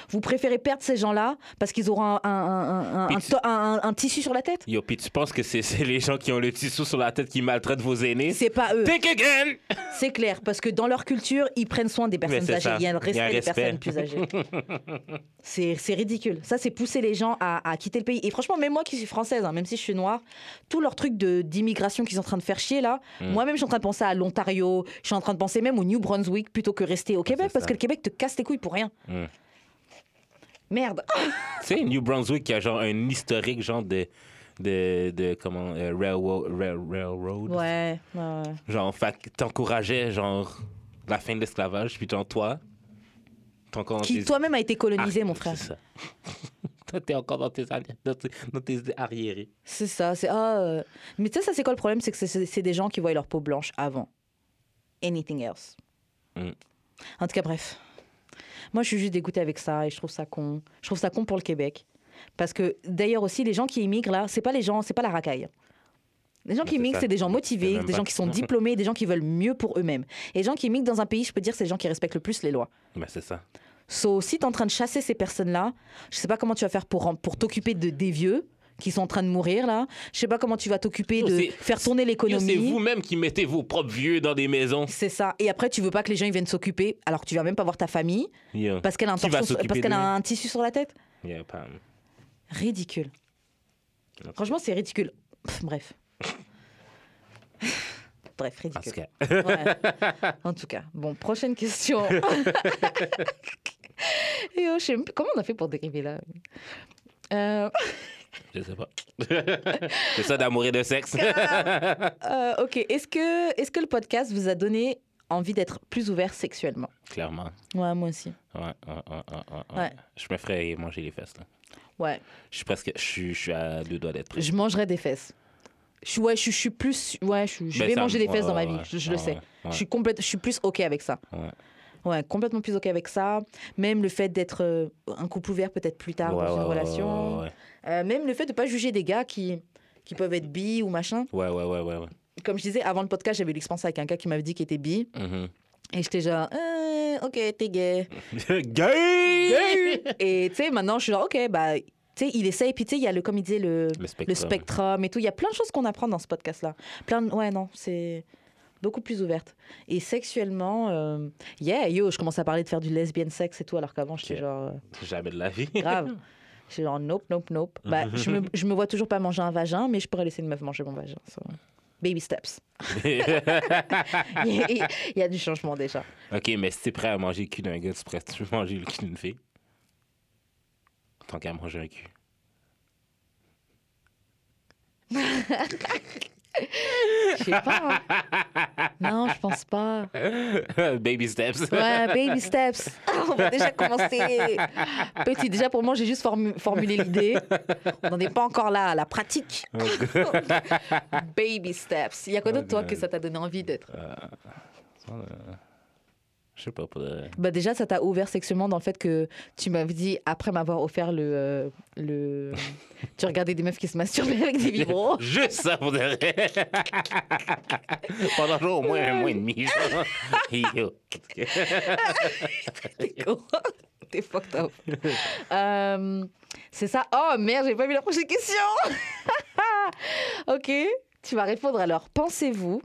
Vous préférez perdre ces gens-là, parce qu'ils auront un, un- un- un-
Puis
un
tu-
to- un- un- un tissu sur la tête
Yo, puis tu penses que c'est c'est les gens qui ont le tissu sur la tête qui maltraitent vos aînés?
C'est pas eux,
Think again!
c'est clair, parce que dans leur culture, ils prennent soin des personnes
c'est
âgées.
ça.
Il y a le
Il
respect
y a un
des
respect.
personnes plus âgées. C'est c'est ridicule. Ça, c'est pousser les gens à, à quitter le pays. Et franchement, même moi qui suis française, hein, même si je suis noire, tout leur truc de- d'immigration qu'ils sont en train de faire chier là,
Hmm.
moi-même, je suis en train de penser à l'Ontario, je suis en train de penser même au New Brunswick plutôt que rester au Québec,
c'est
parce
ça.
que le Québec te casse les couilles pour rien.
Mm.
Merde.
tu sais, New Brunswick qui a genre un historique genre de. De, de comment euh, railroad, rail- railroad.
Ouais. ouais.
genre fait que t'encourageais genre la fin de l'esclavage puis genre toi t'es encore dans
Qui
tes-
toi-même a été colonisé,
Ah,
mon frère.
c'est ça. Toi, t'es encore dans tes, arri- dans tes, dans tes arriérés
C'est ça, c'est ah. euh. Mais tu sais, ça c'est quoi le problème, c'est que c'est- c'est c'est des gens qui voient leur peau blanche avant. Anything else.
Mm.
En tout cas, bref. Moi, je suis juste dégoûtée avec ça et je trouve ça con. Je trouve ça con pour le Québec. Parce que d'ailleurs aussi, les gens qui immigrent là, c'est pas les gens, c'est pas la racaille. Les gens
C'est
qui immigrent,
ça.
c'est des gens
C'est
motivés,
même
des
pas-
gens qui sont diplômés, des gens qui veulent mieux pour eux-mêmes. Et les gens qui immigrent dans un pays, je peux dire, c'est les gens qui respectent le plus les lois.
Ben, c'est ça.
So, si tu es en train de chasser ces personnes-là, je sais pas comment tu vas faire pour, rem- pour t'occuper de, des vieux qui sont en train de mourir là. Je sais pas comment tu vas t'occuper
Yo,
de
c'est-
faire tourner
Yo, C'est
l'économie.
vous-même qui mettez vos propres vieux dans des maisons.
C'est ça. Et après, tu veux pas que les gens ils viennent s'occuper alors que tu vas même pas voir ta famille
Yo.
parce qu'elle a un,
Qui va
torchon sur-
s'occuper
parce qu'elle
d'eux
a un tissu sur la tête.
Yeah, pam.
Ridicule. Franchement, c'est ridicule. Pff, bref. bref,
En tout
ridicule.
cas,
Ouais. En tout cas, bon, prochaine question. Et oh, je sais même plus- comment on a fait pour dériver là Euh,
je sais pas. c'est ça d'amour et de sexe.
euh, Ok, est-ce que, est que le podcast vous a donné envie d'être plus ouvert sexuellement
Clairement.
Ouais, moi aussi.
Ouais, ouais, ouais, ouais, ouais,
Ouais.
ouais. Je me ferais manger les fesses. Là.
Ouais,
Je suis presque. Je suis, je suis à deux doigts d'être prêt.
je mangerai des fesses. Je, suis- ouais, je, suis- je suis plus. Ouais, je, suis- je
Ben,
vais
ça-
manger des fesses dans ma
ouais,
vie,
ouais,
je, je le
ouais,
sais.
ouais,
Je, suis complète, je suis plus OK avec ça.
Ouais.
Ouais, complètement plus OK avec ça. Même le fait d'être euh, un couple ouvert peut-être plus tard
Ouais,
dans une
ouais, ouais,
relation.
ouais,
Euh, même le fait de pas juger des gars qui, qui peuvent être bi ou machin.
Ouais, ouais, ouais, ouais. ouais, ouais.
Comme je disais, avant le podcast, j'avais eu l'expérience avec un gars qui m'avait dit qu'il était bi.
Mhm.
Et j'étais genre, Euh, ok, t'es gay.
Gay!
et tu sais, maintenant, je suis genre, ok, bah, tu sais, il essaye. Puis tu sais, il y a le, comme il disait, le,
Le spectre.
le spectrum et tout. Il y a plein de choses qu'on apprend dans ce podcast-là. Plein de... Ouais, non, c'est beaucoup plus ouverte. Et sexuellement, euh, yeah, yo, je commence à parler de faire du lesbian sex et tout, alors qu'avant, j'étais
Ok.
genre, euh,
Jamais de la vie.
grave. J'étais genre, nope, nope, nope. Bah, je, me, je me vois toujours pas manger un vagin, mais je pourrais laisser une meuf manger mon vagin. so, Baby steps. Il y, a- il y a du changement déjà.
ok, mais si t'es prêt à manger le cul d'un gars, tu es prêt tu veux manger le cul d'une fille? Tant qu'à manger un cul.
Je sais pas. hein. Non, je pense pas.
Baby steps.
Ouais, baby steps. On va déjà commencer. Petit, déjà pour moi, j'ai juste formu- formulé l'idée. On n'en est pas encore là, à la pratique. baby steps. Il y a quoi d'autre, toi, que ça t'a donné envie d'être
Je sais pas pour le-
bah Déjà, ça t'a ouvert sexuellement dans le fait que tu m'avais dit, après m'avoir offert le. euh, le... tu regardais des meufs qui se masturbaient avec des vibros.
Juste ça pour de vrai. Pendant genre au moins un mois et demi. genre. Yo.
T'es con. T'es fucked up. Euh, c'est ça. Oh merde, j'ai pas vu la prochaine question. ok, tu vas répondre alors. Pensez-vous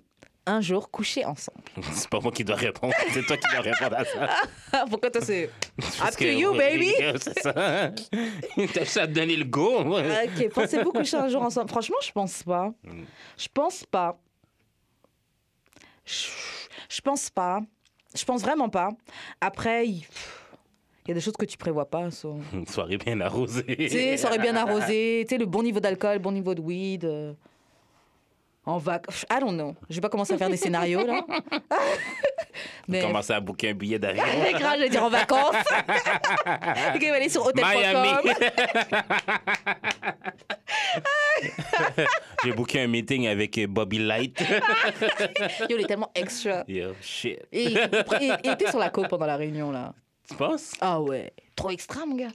un jour coucher ensemble
C'est pas moi qui dois répondre, c'est toi qui dois répondre à ça.
Ah, Pourquoi toi c'est
Parce
to
que-
you, baby.
C'est ça. hein. T'as juste à te donner le go. moi.
Ah, Ok, pensez-vous coucher un jour ensemble Franchement, je pense pas. Je pense pas. Je je pense pas. Je pense vraiment pas. Après, il il y a des choses que tu prévois pas. so.
Une soirée bien arrosée.
Tu sais, ça aurait bien arrosé. Tu sais, le bon niveau d'alcool, bon niveau de weed. euh, en vacances. I don't know. Je vais pas commencer à faire des scénarios, là. Mais.
Commencer à bouquer un billet d'avion.
Grave, je vais dire en vacances. Le gars, il va aller sur
Miami.
hôtel.com.
J'ai booké un meeting avec Bobby Light.
Yo, il est tellement extra.
Yo, shit.
Et il, il- il était sur la côte pendant la réunion, là.
Tu penses?
Ah ouais. Trop extra, mon gars.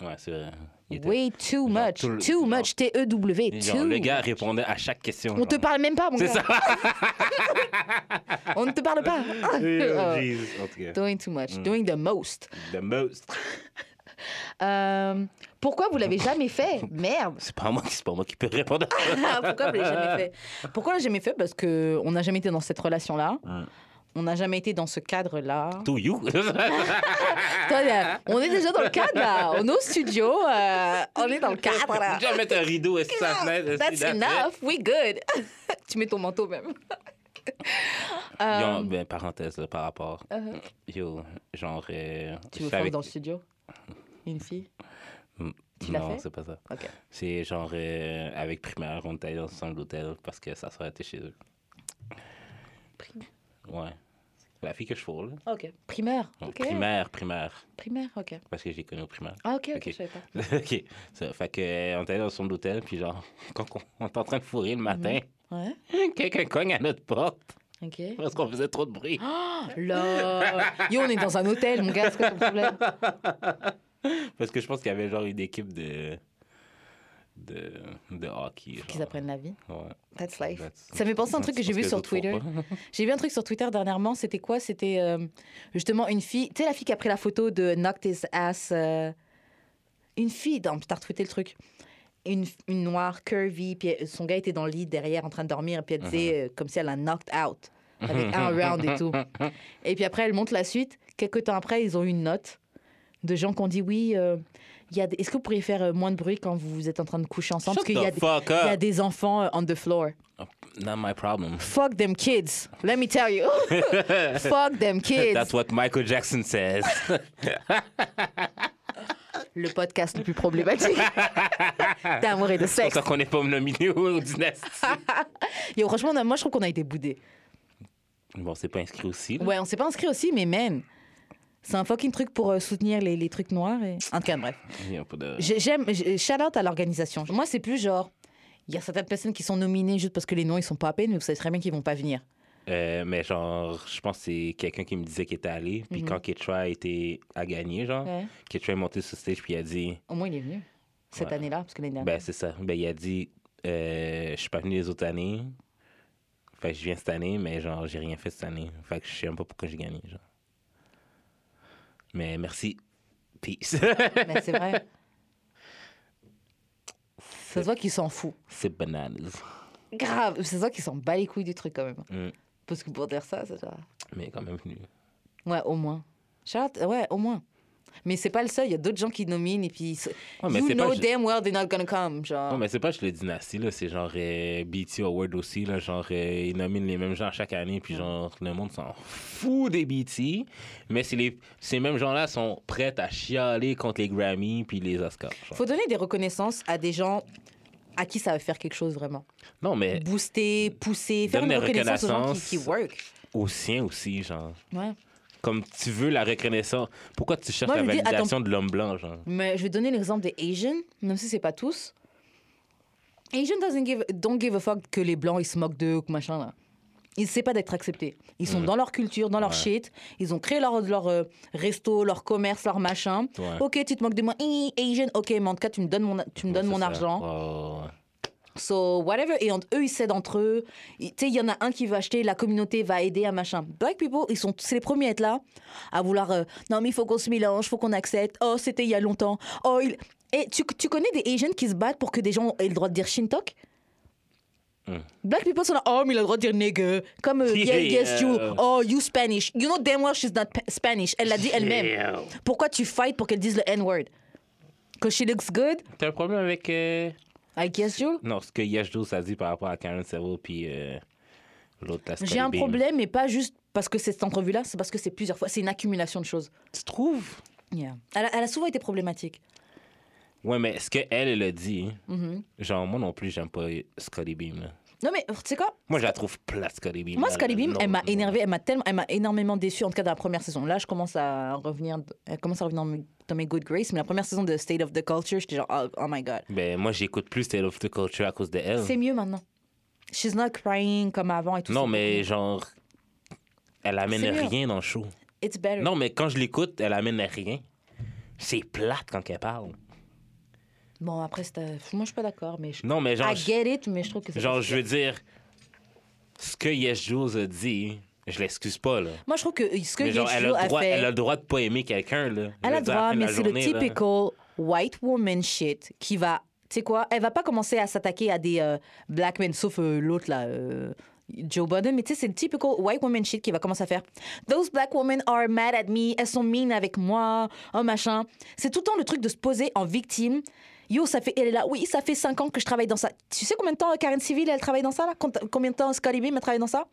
Ouais, c'est vrai. Il était-
Way too much.
tout le-
Too much. T-E-W.
Genre,
Too.
le gars répondait à chaque question.
On te
genre.
parle même pas, mon
C'est
gars.
ça.
On ne te parle pas.
Oh,
Oh.
Jesus. En tout cas,
Doing too
Mm.
much. Doing the most.
the most.
Euh, pourquoi vous l'avez jamais fait Merde.
C'est pas moi, c'est pas moi qui peux répondre.
pourquoi vous l'avez jamais fait Pourquoi on l'a jamais fait Parce que on n'a jamais été dans cette relation-là.
Mm. Ah.
On n'a jamais été dans ce cadre-là.
To you.
Toi, là, on est déjà dans le cadre là. On est au studio. euh, on est dans le cadre là.
Déjà mettre un rideau est-ce que ça fenêtre. est-ce que
That's
that's it?
enough. We good. tu mets ton manteau même.
Yo,
Euh,
ben, parenthèse là, par rapport.
Uh-huh.
Yo, genre. euh,
tu
je
veux
fais
faire
avec-
dans le studio Une fille tu l'as
Non,
fait?
c'est pas ça.
Ok.
C'est genre euh, avec primaire, on était allés ensemble à l'hôtel parce que ça serait été chez eux. Ouais. La fille que je fourre, là.
Ok. Primaire.
Donc,
Ok.
Primaire, primaire.
Primaire. Ok.
Parce que j'ai connu au primaire.
Ah ok ok.
Ok.
Je savais pas.
ok. Ça, fait que, euh, on était allés ensemble à l'hôtel, puis genre, quand on, on était en train de fourrer le matin,
Ouais.
quelqu'un cogne à notre porte
Ok.
parce qu'on faisait trop de bruit.
Oh, lol. Yo, on est dans un hôtel, mon gars, c'est quoi ton problème
Parce que je pense qu'il y avait genre une équipe de. de, de hockey.
qu'ils
genre.
apprennent la vie.
Ouais.
That's life.
That's-
Ça me fait penser à un
that's
truc que j'ai
parce
vu
les
sur
autres font
Twitter.
pas.
J'ai vu un truc sur Twitter dernièrement, c'était quoi C'était euh, justement une fille, tu sais la fille qui a pris la photo de Knock This Ass. euh, une fille, dans, t'as retweeté le truc. Une, une noire, curvy, puis elle- son gars était dans le lit derrière en train de dormir, puis elle disait
Uh-huh.
euh, comme si elle a knocked out, avec un round et tout. Et puis après, elle monte la suite. Quelques temps après, ils ont eu une note de gens qui ont dit oui, euh, il y a des- est-ce que vous pourriez faire euh, moins de bruit quand vous êtes en train de coucher ensemble Parce
Shut
qu'il y a
the
des-
fuck
il y a
up.
des enfants euh, on the floor.
Not my problem.
Fuck them kids. Let me tell you. Fuck them
That's
kids.
what Michael Jackson says.
Le podcast le plus problématique d'amour et de
C'est pour
sexe.
ça qu'on n'est pas nominé au Dynasty.
Yo, franchement, on a- moi, je trouve qu'on a été boudés.
Bon, c'est pas inscrit aussi. là.
Ouais, on s'est pas inscrit aussi, mais man, c'est un fucking truc pour euh, soutenir les, les trucs noirs. Et... En tout cas, bref.
Il y a pas de-
J'ai- J'aime. j'ai- Shout out à l'organisation. Moi, c'est plus genre. Il y a certaines personnes qui sont nominées juste parce que les noms ils sont pas à peine, mais vous savez très bien qu'ils vont pas venir.
Euh, mais genre, je pense que c'est quelqu'un qui me disait qu'il était allé. Puis
Mhm.
quand Ketra était à gagner, genre,
Ouais.
Ketra est monté sur stage puis il a dit,
Au moins, il est venu cette
Ouais.
année-là, parce que l'année dernière.
ben c'est ça. Ben il a dit, euh, je suis pas venu les autres années. Fait que je viens cette année, mais genre, j'ai rien fait cette année. Fait que je sais même pas pourquoi j'ai gagné, genre. Mais merci. Peace.
Mais c'est vrai. Ça se voit qu'ils s'en foutent.
c'est bananas.
Grave, c'est ça qu'ils s'en bat les couilles du truc quand même.
Mm.
Parce que pour dire ça, c'est ça.
Mais quand même venu.
Ouais, au moins. Shout out, ouais, au moins. Mais c'est pas le seul, il y a d'autres gens qui nominent et puis. ils-
Ouais, mais
you
c'est pas
know
ju-
damn well they're not gonna come. Genre.
Non, mais c'est pas juste le dynastie, là. C'est genre euh, BT Award aussi, là. Genre, euh, ils nominent les mêmes gens chaque année, puis genre, le monde s'en fout des BT. Mais c'est les, ces mêmes gens-là sont prêts à chialer contre les Grammy puis les Oscars. genre.
Faut donner des reconnaissances à des gens à qui ça va faire quelque chose vraiment.
Non, mais
Booster, pousser, faire
Donne
une
des
reconnaissance aux gens qui, qui
reconnaissances.
work.
aux siens aussi, genre.
Ouais.
Comme tu veux la reconnaissance. Pourquoi tu cherches
Moi,
la
je dis, attends.
validation de l'homme blanc, genre?
Mais je vais donner l'exemple des Asians, même si c'est pas tous. Asian doesn't give, don't give a fuck que les blancs ils se moquent d'eux ou que machin là. Ils savent pas d'être acceptés. Ils sont dans leur culture, dans leur shit. Ils ont créé leur, leur euh, resto, leur commerce, leur machin.
Ouais.
Ok, tu te moques de moi. Hi, Asian, ok, mais en tout cas, tu me donnes mon, tu me donnes
Ouais,
mon
c'est ça. Oh.
argent.
Ouais, ouais, ouais.
So, whatever. Et entre eux, ils s'aident entre eux. Il- Tu sais, il y en a un qui veut acheter, la communauté va aider à machin. Black people, ils sont, c'est les premiers à être là, à vouloir. euh, non, mais il faut qu'on se mélange, faut qu'on accepte. Oh, c'était il y a longtemps. Oh, il- Et tu, tu connais des Asians qui se battent pour que des gens aient le droit de dire Shintok
Hmm.
Black people sont là, oh, mais il a le droit de dire nigger. Comme, euh, yeah, yes, you.
Yeah.
Oh, you Spanish. You know damn well she's not pa- Spanish. Elle l'a dit elle-même.
Yeah.
Pourquoi tu fight pour qu'elle dise le N-word Because she looks good,
T'as un problème avec. euh,
I guess, you.
Non, ce que Yash Joe a dit par rapport à Karen Seville, puis euh, l'autre, la
J'ai un
Scully Bean.
problème, mais pas juste parce que c'est cette entrevue-là, c'est parce que c'est plusieurs fois, c'est une accumulation de choses.
Tu trouves?
Elle, a, elle a souvent été problématique.
Ouais, mais ce qu'elle, elle a dit,
Mm-hmm.
genre, moi non plus, j'aime pas Scotty Beam. là.
Non mais tu sais quoi
Moi, je la trouve plate, Scotty Beam.
Moi,
là,
Scully
là,
Beam,
non,
elle m'a
non.
énervée, elle m'a tellement, elle m'a énormément déçue en tout cas dans la première saison. Là, je commence à revenir, elle commence à revenir dans mes, dans mes good grace, mais la première saison de State of the Culture, j'étais genre oh, oh my god.
Ben, moi, j'écoute plus Tale of the Culture à cause de elle.
C'est mieux maintenant. She's not crying comme avant et tout.
Euh. Non,
c'est
mais genre, elle amène
C'est mieux.
rien dans le show.
beaucoup- It's better.
Non, mais quand je l'écoute, elle amène rien. C'est plate quand elle parle.
Bon après, c'est, euh, moi je suis pas d'accord, mais je,
Non, mais genre,
I get it, mais je trouve que c'est.
genre je veux dire, ce que Yes Jules a dit, je l'excuse pas, là.
Moi je trouve que ce que
mais genre,
Yeju
elle a, le droit,
fait.
elle a le droit de pas aimer quelqu'un, là. Je
Elle a
veux
le
dire, à la
droit,
fin de
mais
la
c'est le
journée, là.
typical white woman shit qui va. Tu sais quoi, elle va pas commencer à s'attaquer à des euh, black men, sauf euh, l'autre là, euh, Joe Biden, mais tu sais, c'est le typical white woman shit qui va commencer à faire. Those black women are mad at me, elles sont mean avec moi, oh machin. C'est tout le temps le truc de se poser en victime. Yo, ça fait, elle est là, oui, ça fait 5 ans que je travaille dans ça. Tu sais combien de temps euh, Karen Civil, elle travaille dans ça là Cont- Combien de temps Scully Beam, elle travaille dans ça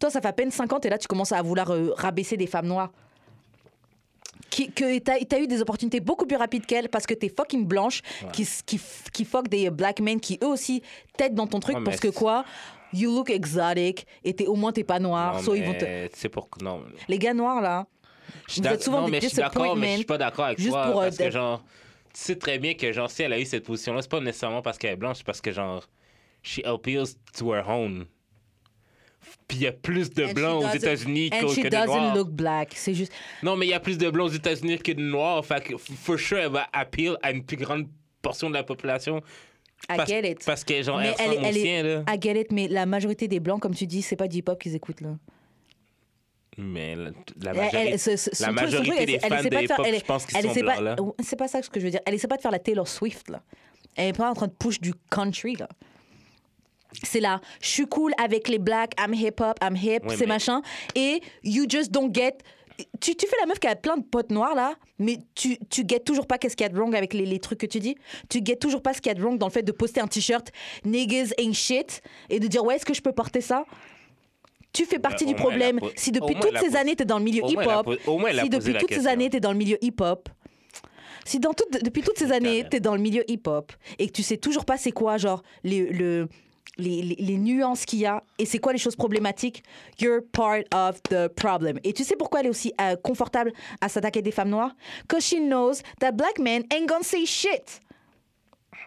Toi, ça fait à peine 50 et là, tu commences à vouloir euh, rabaisser des femmes noires qui, que t'as as eu des opportunités beaucoup plus rapides qu'elle parce que t'es fucking blanche, qui, s- qui, f- qui fuck des euh, black men qui eux aussi t'aident dans ton truc
Ouais, mais
parce que
c'est-
quoi You look exotic et t'es- au moins t'es pas noir,
Non,
so ah, ils vont te...
mais tu sais pourquoi. Non,
Les gars noirs là,
Je suis
Vous êtes
d'ac-
souvent
non,
des
mais je suis d'accord, mais je suis pas d'accord avec
juste
toi.
pour, euh,
parce que,
d'être-
genre, tu sais très bien que, genre, si elle a eu cette position-là, c'est pas nécessairement parce qu'elle est blanche, c'est parce que, genre, she appeals to her own. Puis il y a plus de
And she
blancs aux
doesn't-
États-Unis
And
qu'au-
she
que de
doesn't
noirs.
look black. C'est juste.
Non, mais il y a plus de blancs aux États-Unis que de noirs. Fait que, for sure, elle va appeal à une plus grande portion de la population.
I
Parce,
get it.
parce que, genre,
Mais
elle
elle est-
ressemble aux
elle est-
siens, là.
I get it, mais la majorité des blancs, comme tu dis, c'est pas du hip-hop qu'ils écoutent là.
Mais la, la
Elle-
majorité,
elle- ce- ce- son
la
truc, son
majorité
truc, elle-
des
elle
fans
essaie pas
de
de faire-
hip-hop,
elle-
je pense qu'ils
elle
sont
essaie
blancs,
pas-
là.
Ouais, C'est pas ça ce que je veux dire. Elle essaie pas de faire la Taylor Swift, là. Elle est pas en train de push du country, là. C'est là, je suis cool avec les blacks, I'm hip-hop, I'm hip,
Ouais,
c'est
mais-
machin. Et you just don't get... Tu, tu fais la meuf qui a plein de potes noirs, là, mais tu, tu get toujours pas qu'est-ce qu'il y a de wrong avec les, les trucs que tu dis. Tu get toujours pas ce qu'il y a de wrong dans le fait de poster un t-shirt « niggas ain't shit » et de dire « ouais, est-ce que je peux porter ça ?» Tu fais partie
Bah, au
du
moins, elle a
problème.
po-
Si
au
depuis
moins,
toutes
elle a
ces
posé-
années, t'es dans le milieu
Au moins, elle a
hip-hop,
po- au moins, elle a
si
posé
depuis
la
toutes ces
question.
années, tu es dans le milieu hip-hop, si dans tout- depuis toutes ces années,
même.
tu es dans le milieu hip-hop et que tu sais toujours pas c'est quoi, genre, les, le- les, les- les nuances qu'il y a et c'est quoi les choses problématiques, you're part of the problem. Et tu sais pourquoi elle est aussi euh, confortable à s'attaquer des femmes noires? Because she knows that black men ain't gonna say shit.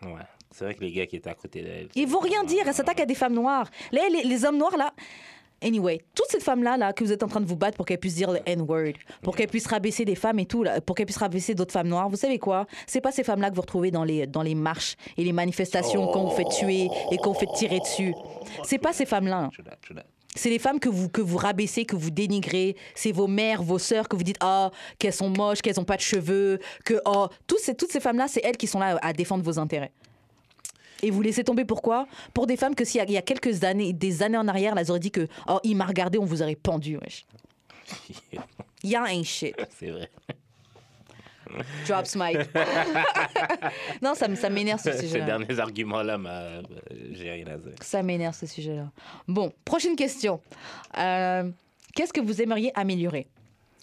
Ouais. C'est vrai que les gars qui étaient à côté d'elle.
Ils vont rien dire, elle s'attaque à des femmes noires. Là, les, les hommes noirs, là. Anyway, toutes ces femmes-là, là, que vous êtes en train de vous battre pour qu'elles puissent dire le N-word, pour qu'elles puissent rabaisser des femmes et tout, là, pour qu'elles puissent rabaisser d'autres femmes noires, vous savez quoi C'est pas ces femmes-là que vous retrouvez dans les, dans les marches et les manifestations quand vous faites tuer et quand vous faites tirer dessus. C'est pas ces femmes-là. hein.
True that, true that.
C'est les femmes que vous, que vous rabaissez, que vous dénigrez. C'est vos mères, vos sœurs que vous dites ah qu'elles sont moches, qu'elles ont pas de cheveux, que oh toutes ces, toutes ces femmes là, c'est elles qui sont là euh, à défendre vos intérêts. Et vous laissez tomber pourquoi Pour des femmes que s'il y a- il y a quelques années, des années en arrière, elles auraient dit que oh il m'a regardé, on vous aurait pendu. Wesh. Il y a un shit.
C'est vrai.
Drops Mike. non, ça, me- ça m'énerve ce
Ces
sujet-là.
derniers arguments-là, m'a- j'ai rien à dire.
Ça m'énerve ce sujet-là. Bon, prochaine question. Euh, Qu'est-ce que vous aimeriez améliorer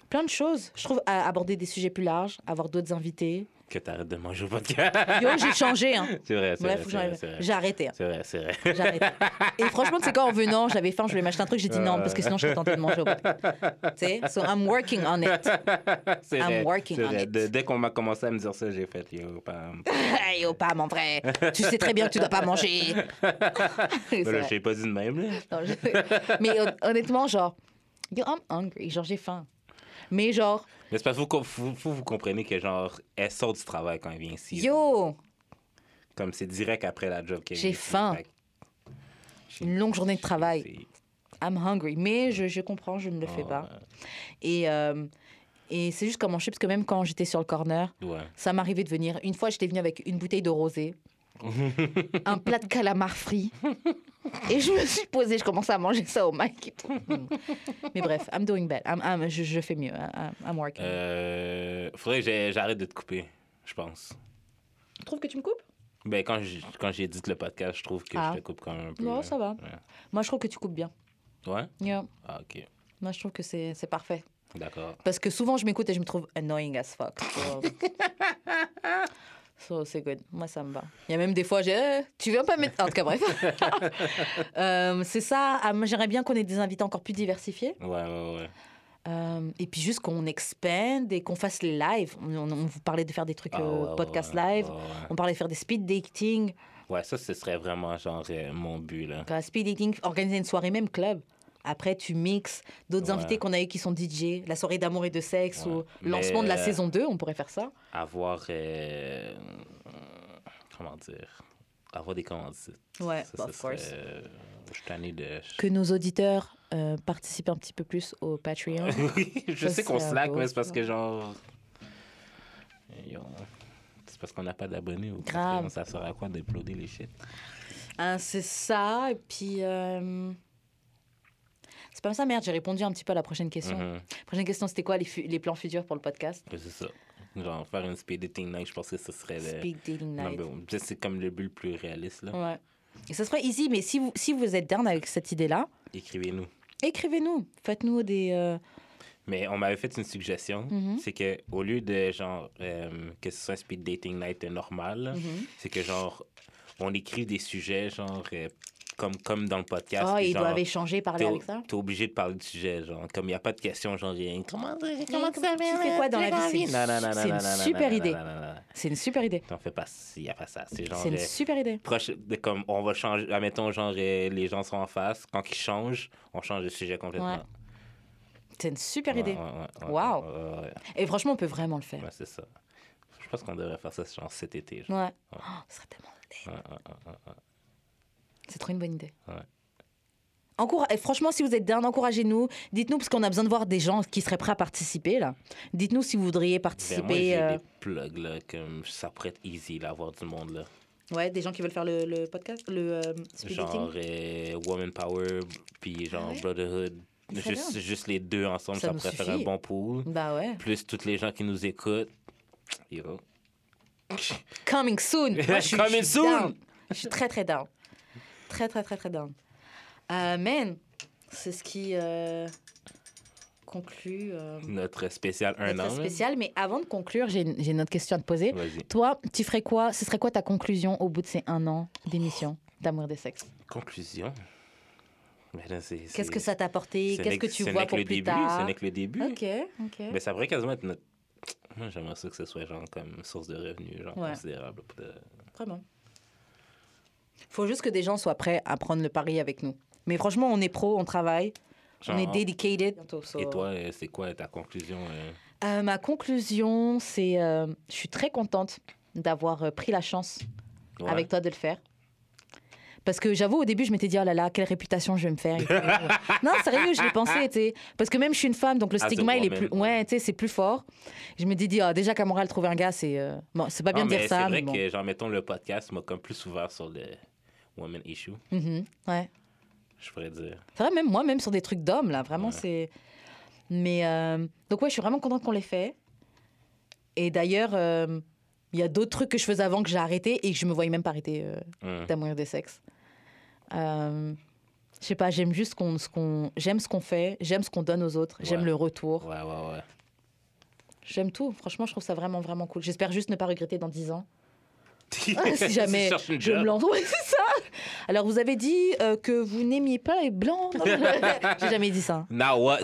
Plein de choses. Je trouve à- aborder des sujets plus larges, avoir d'autres invités.
Que t'arrêtes de manger au podcast.
Yo, j'ai changé. Hein.
C'est vrai, c'est
Bref,
vrai.
faut que
c'est vrai,
j'arrête.
c'est vrai.
J'ai arrêté. hein.
C'est vrai, c'est vrai.
J'ai arrêté. Et franchement, c'est quand en venant, j'avais faim, je voulais m'acheter un truc, j'ai dit non, parce que sinon je serais tentée de manger au bout. Tu sais, so I'm working on it.
C'est
I'm
vrai,
working
c'est
on
vrai.
it.
De- dès qu'on m'a commencé à me dire ça, j'ai fait yo, pam.
Hey, oh, Pam, en vrai, tu sais très bien que tu dois pas manger. C'est
Ben là,
vrai.
j'ai pas dit de même. Là.
Non, je- Mais hon- honnêtement, genre, yo, I'm hungry, genre j'ai faim. Mais genre,
Mais c'est parce que vous, com- vous, vous, vous comprenez que, genre, elle sort du travail quand elle vient ici. là.
yo,
Comme c'est direct après la job qu'elle
J'ai
vient ici.
faim.
Fait que-
Une longue journée de travail.
C'est-
I'm hungry. Mais je, je comprends, je ne le fais
Oh,
pas. Et, euh, et c'est juste comment je suis, parce que même quand j'étais sur le corner,
Ouais.
ça m'arrivait de venir. Une fois, j'étais venue avec une bouteille de rosé, un plat de calamar frit. Et je me suis posée, je commençais à manger ça au mic. et tout. Mais bref, I'm doing bad. I'm- I'm- je, je fais mieux. I'm, I'm working.
Euh, faudrait que j'ai- j'arrête de te couper, je pense.
Tu trouves que tu me coupes
Ben, quand j'ai- quand j'édite le podcast, je trouve que
Ah.
je te coupe quand même un peu.
Non,
là.
ça va.
Ouais.
Moi, je trouve que tu coupes bien.
Ouais?
Yeah.
Ah, ok.
Moi, je trouve que c'est c'est parfait.
D'accord.
Parce que souvent, je m'écoute et je me trouve annoying as fuck. So, So, c'est good. Moi, ça me va. Il y a même des fois, j'ai. Eh, tu viens pas mettre. En tout cas, bref. Euh, c'est ça. Ah, moi, J'aimerais bien qu'on ait des invités encore plus diversifiés.
Ouais, ouais, ouais.
Euh, et puis juste qu'on expande et qu'on fasse les lives. On, on- on vous parlait de faire des trucs
Ah,
euh,
ouais, ouais,
podcast
ouais,
live.
ouais, ouais.
On parlait de faire des speed dating.
Ouais, ça, ce serait vraiment, genre, euh, mon but, là.
Enfin, speed dating, organiser une soirée même club. Après, tu mixes d'autres
Ouais.
invités qu'on a eu qui sont DJ, la soirée d'amour et de sexe
Ouais.
ou lancement de la
Mais, euh,
saison 2, on pourrait faire ça.
avoir euh, comment dire avoir des commandites.
Ouais, bah,
Ça, ça
of
serait- euh,
course.
je suis tanné de
que nos auditeurs euh, participent un petit peu plus au Patreon.
Oui, je
Ça
sais qu'on
serait
slack
beau,
mais c'est parce
ça.
que genre Yo, c'est parce qu'on n'a pas d'abonnés au
Grave.
Patreon, ça sert à quoi d'uploader les shit
Hein, c'est ça, et puis... euh, C'est pas ça, merde, j'ai répondu un petit peu à la prochaine question.
Mhm.
Prochaine question, c'était quoi les, fu- les plans futurs pour le podcast
Ouais, c'est ça genre faire une speed dating night je pense que ce serait le
Speak Dating Night.
Eh ben, number one. Ça, c'est comme le but le plus réaliste là
Ouais. Et ça serait easy, mais si vous, si vous êtes down avec cette idée-là,
écrivez-nous
écrivez-nous. Faites-nous des... euh,
mais on m'avait fait une suggestion
Mhm.
c'est que au lieu de genre euh, que ce soit un speed dating night normal
mhm.
c'est que genre on écrit des sujets genre euh, comme, comme dans le podcast.
oh,
puis
ils
genre,
doivent échanger,
t'es
parler
o-
avec ça.
T'es obligé de parler du sujet, genre. Comme il n'y a pas de question, genre, rien. Comment, comment
tu
ça va,
fais
là?
quoi dans
Tu
la vie? C'est
fais quoi dans la
une
vie?
su-
Non, non, non,
c'est
non,
une
non,
super
non, non,
idée.
non, non, non.
C'est une super idée.
T'en fais pas, il n'y a pas ça. C'est genre.
C'est une
euh,
super idée.
proche de comme on va changer admettons genre euh, les gens sont en face quand ils changent on change de sujet complètement
Ouais. C'est une super
Ouais,
idée.
ouais, ouais, ouais,
Wow.
ouais, ouais, ouais,
Et franchement, on peut vraiment le faire.
ouais, c'est ça je pense qu'on devrait faire ça genre cet été genre.
Ouais. Oh, ce serait tellement
Ouais, ouais, ouais, ouais, ouais.
C'est trop une bonne idée.
Ouais.
Encoura- et franchement, si vous êtes down, encouragez-nous. Dites-nous, parce qu'on a besoin de voir des gens qui seraient prêts à participer, là. Dites-nous si vous voudriez
Ben, moi
participer.
j'ai
euh,
des plugs là comme ça pourrait être easy là avoir du monde là
Ouais, des gens qui veulent faire le, le podcast, le euh, speed
genre
dating.
euh, woman power puis genre
Ah ouais?
brotherhood
Très
juste,
bien.
juste les deux ensemble
Ça
ça,
nous
pourrait faire un
suffit.
bon pool
Bah ouais.
plus toutes les gens qui nous écoutent Yo.
Coming soon. Moi, je suis- je
Coming
suis
soon.
down. Je suis très, très down. Très, très, très, très down. Euh, man, c'est ce qui euh, conclut euh,
notre spécial un
notre
an là.
spécial. Mais avant de conclure, j'ai une j'ai une autre question à te poser.
vas-y
Toi, tu ferais quoi Ce serait quoi ta conclusion au bout de ces un an d'émission d'amour des sexes
Conclusion. Mais là, c'est-
Qu'est-ce
c'est-
que ça t'a apporté
ce
Qu'est-ce
n'est-
que tu
ce
vois
n'est que
pour
le
plus
début, Ce
tard
n'est que le début. Ben,
Ok, ok.
Mais ça pourrait quasiment être notre. Moi, j'aimerais ça que ce soit genre comme source de revenus, genre
Ouais.
considérable. pour le-
Vraiment. Faut juste que des gens soient prêts à prendre le pari avec nous. Mais franchement, on est pro, on travaille, on est
Genre,
dedicated.
Et toi, euh, c'est quoi ta conclusion euh?
Euh, Ma conclusion, c'est euh, je suis très contente d'avoir euh, pris la chance
Ouais.
avec toi de le faire. Parce que j'avoue, au début, je m'étais dit, oh là là, quelle réputation je vais me faire. et tout. non, sérieux, je l'ai pensé, tu sais. Parce que même je suis une femme, donc le
As a
stigma, il est plus.
woman.
Ouais, tu sais, c'est plus fort. Je me dis, ah, déjà qu'à Montréal, trouver un gars, c'est. euh, Bon, c'est pas bien
Non,
de
mais
dire ça,
C'est vrai
mais bon.
que, genre, mettons, le podcast m'a comme plus ouvert sur le woman issue,
Mhm, ouais.
je pourrais dire.
C'est vrai, même moi, même sur des trucs d'hommes, là, vraiment,
Ouais.
c'est. Mais. euh, Donc, ouais, je suis vraiment contente qu'on l'ait fait. Et d'ailleurs, euh, il y a d'autres trucs que je faisais avant que j'ai arrêté et que je me voyais même pas arrêter euh,
Hum.
d'amour des sexes. Euh, je sais pas, j'aime juste qu'on, ce qu'on, j'aime ce qu'on fait, j'aime ce qu'on donne aux autres, j'aime
Ouais.
le retour,
Ouais, ouais, ouais.
j'aime tout. Franchement, je trouve ça vraiment, vraiment cool. J'espère juste ne pas regretter dans 10 ans. Ah, si
Tu
jamais
cherches une
je me
job.
lance. Ouais, c'est ça. Alors, vous avez dit euh, que vous n'aimiez pas les blancs. Non, J'ai jamais dit ça. hein.
Now what?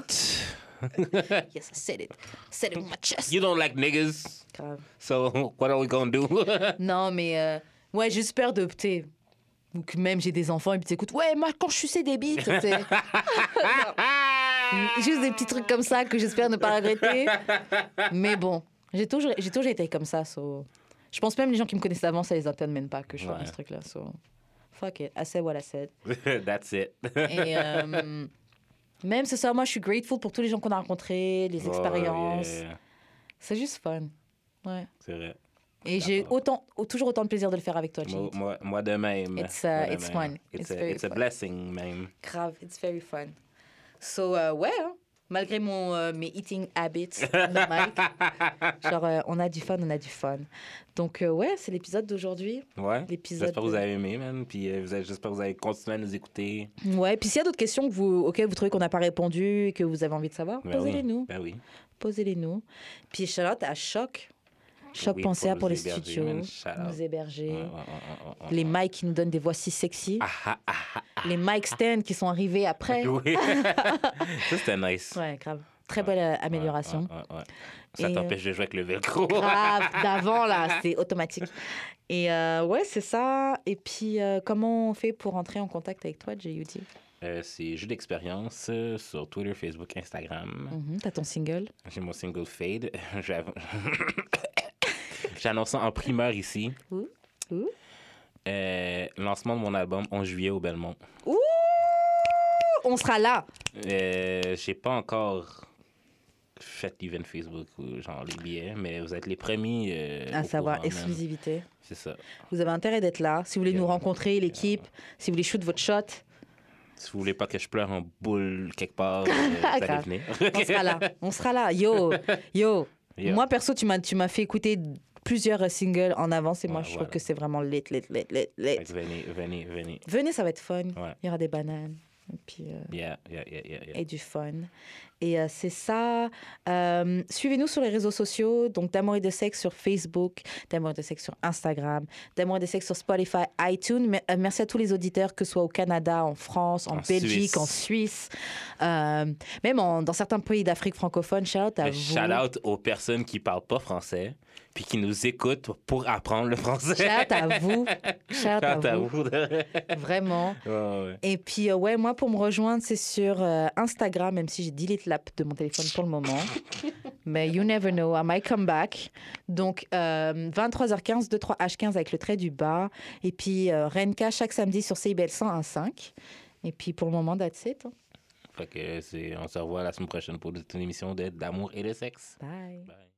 Yes, I said it. Said it with my chest.
You don't like niggas,
Grave.
so what are we gonna do?
Non, mais euh, ouais, j'espère de. t'sais, Ou que même j'ai des enfants et puis t'écoutes, ouais, moi quand je suçais des bites, t'sais. Juste des petits trucs comme ça que j'espère ne pas regretter. Mais bon, j'ai toujours, j'ai toujours été comme ça. so- Je pense même les gens qui me connaissent avant, ça les interne même pas que je fasse
Ouais.
ce truc-là. so. Fuck it, I said what I said.
That's it.
Et euh, même ce soir, moi, je suis grateful pour tous les gens qu'on a rencontrés, les
Oh,
expériences.
yeah.
C'est juste fun. Ouais.
C'est vrai.
Et j'ai
D'accord.
autant, au- toujours autant de plaisir de le faire avec toi, Jimmy.
Moi, moi, moi de même.
It's, uh,
Moi de
it's
même.
fun.
It's,
It's
a,
very
it's a
fun.
blessing, même.
Grave, it's very fun. So, euh, ouais, hein, malgré mon, euh, mes eating habits, normal, genre, euh, on a du fun, on a du fun. Donc, euh, ouais, c'est l'épisode d'aujourd'hui.
Ouais.
L'épisode
J'espère que vous
de-
avez aimé, man. Puis euh, vous avez- j'espère que vous avez continué à nous écouter.
Ouais, puis s'il y a d'autres questions que vous, auxquelles vous trouvez qu'on n'a pas répondu et que vous avez envie de savoir,
Ben oui.
posez-les-nous.
Ben oui.
Posez-les-nous. Puis Charlotte à Choc. Choc
Oui,
Pensée
pour
pour
nous
les
héberger,
studios,
man. Shout out.
nous héberger.
Ouais, ouais, ouais, ouais, ouais, ouais.
Les mics qui nous donnent des voix si sexy.
Ah, ah, ah,
les mic stands qui sont arrivés après.
oui. ça, c'était nice.
Ouais, grave. Très belle euh,
Ouais,
amélioration.
ouais, ouais, ouais. Ça
Et, euh,
t'empêche de jouer avec le velcro.
grave d'avant là, c'est automatique. Et euh, ouais, c'est ça. Et puis euh, comment on fait pour entrer en contact avec toi, J.U.D.
Euh, c'est Jeu d'expérience euh, sur Twitter, Facebook, Instagram.
Mhm, T'as ton single
J'ai mon single Fade. J'av- J'annonce ça en primeur ici.
Ouh, ouh.
Euh, lancement de mon album 11 juillet au Belmont.
Ouh On sera là.
Euh, j'ai pas encore fait l'event Facebook ou genre les billets, mais vous êtes les premiers euh,
À
au
savoir,
courant, man.
exclusivité.
C'est ça.
Vous avez intérêt d'être là. Si vous voulez
Yeah.
nous rencontrer, l'équipe, si vous voulez shoot votre shot,
Si vous voulez pas que je pleure en boule quelque part, euh, vous allez
Grave.
venir.
on sera là. On sera là. Yo, yo.
Yeah.
Moi, perso, tu m'as, tu m'as fait écouter plusieurs euh, singles en avance et moi,
Ouais,
je
voilà.
trouve que c'est vraiment lit, lit, lit, lit.
Fait que Venez, venez, venez.
Venez, ça va être fun.
Ouais.
Il y aura des bananes. Puis, euh,
Yeah, yeah, yeah, yeah, yeah.
et du fun. Et euh, c'est ça. Euh, Suivez-nous sur les réseaux sociaux, donc d'amour et de sexe sur Facebook, d'amour et de sexe sur Instagram, d'amour et de sexe sur Spotify, iTunes. Mais, euh, merci à tous les auditeurs, que ce soit au Canada, en France, en,
En
Belgique,
Suisse.
en Suisse, euh, même en- dans certains pays d'Afrique francophone. Shout out à
Mais
vous.
shout out aux personnes qui parlent pas français puis qui nous écoutent pour apprendre le français.
Shout out à vous. Shout out à
Shout à
vous.
vous.
Vraiment.
Ouais, ouais.
Et puis, euh, ouais, moi, pour me rejoindre, c'est sur euh, Instagram, même si j'ai delete l'app de mon téléphone pour le moment. Mais you never know, I might come back. Donc, euh, 23h15, 23h15 avec le trait du bas. Et puis, euh, Renka chaque samedi sur CIBL 101.5. Et puis, pour le moment, that's it. hein.
Fait que c'est- on se revoit la semaine prochaine pour une émission de- d'amour et de sexe.
Bye.
Bye.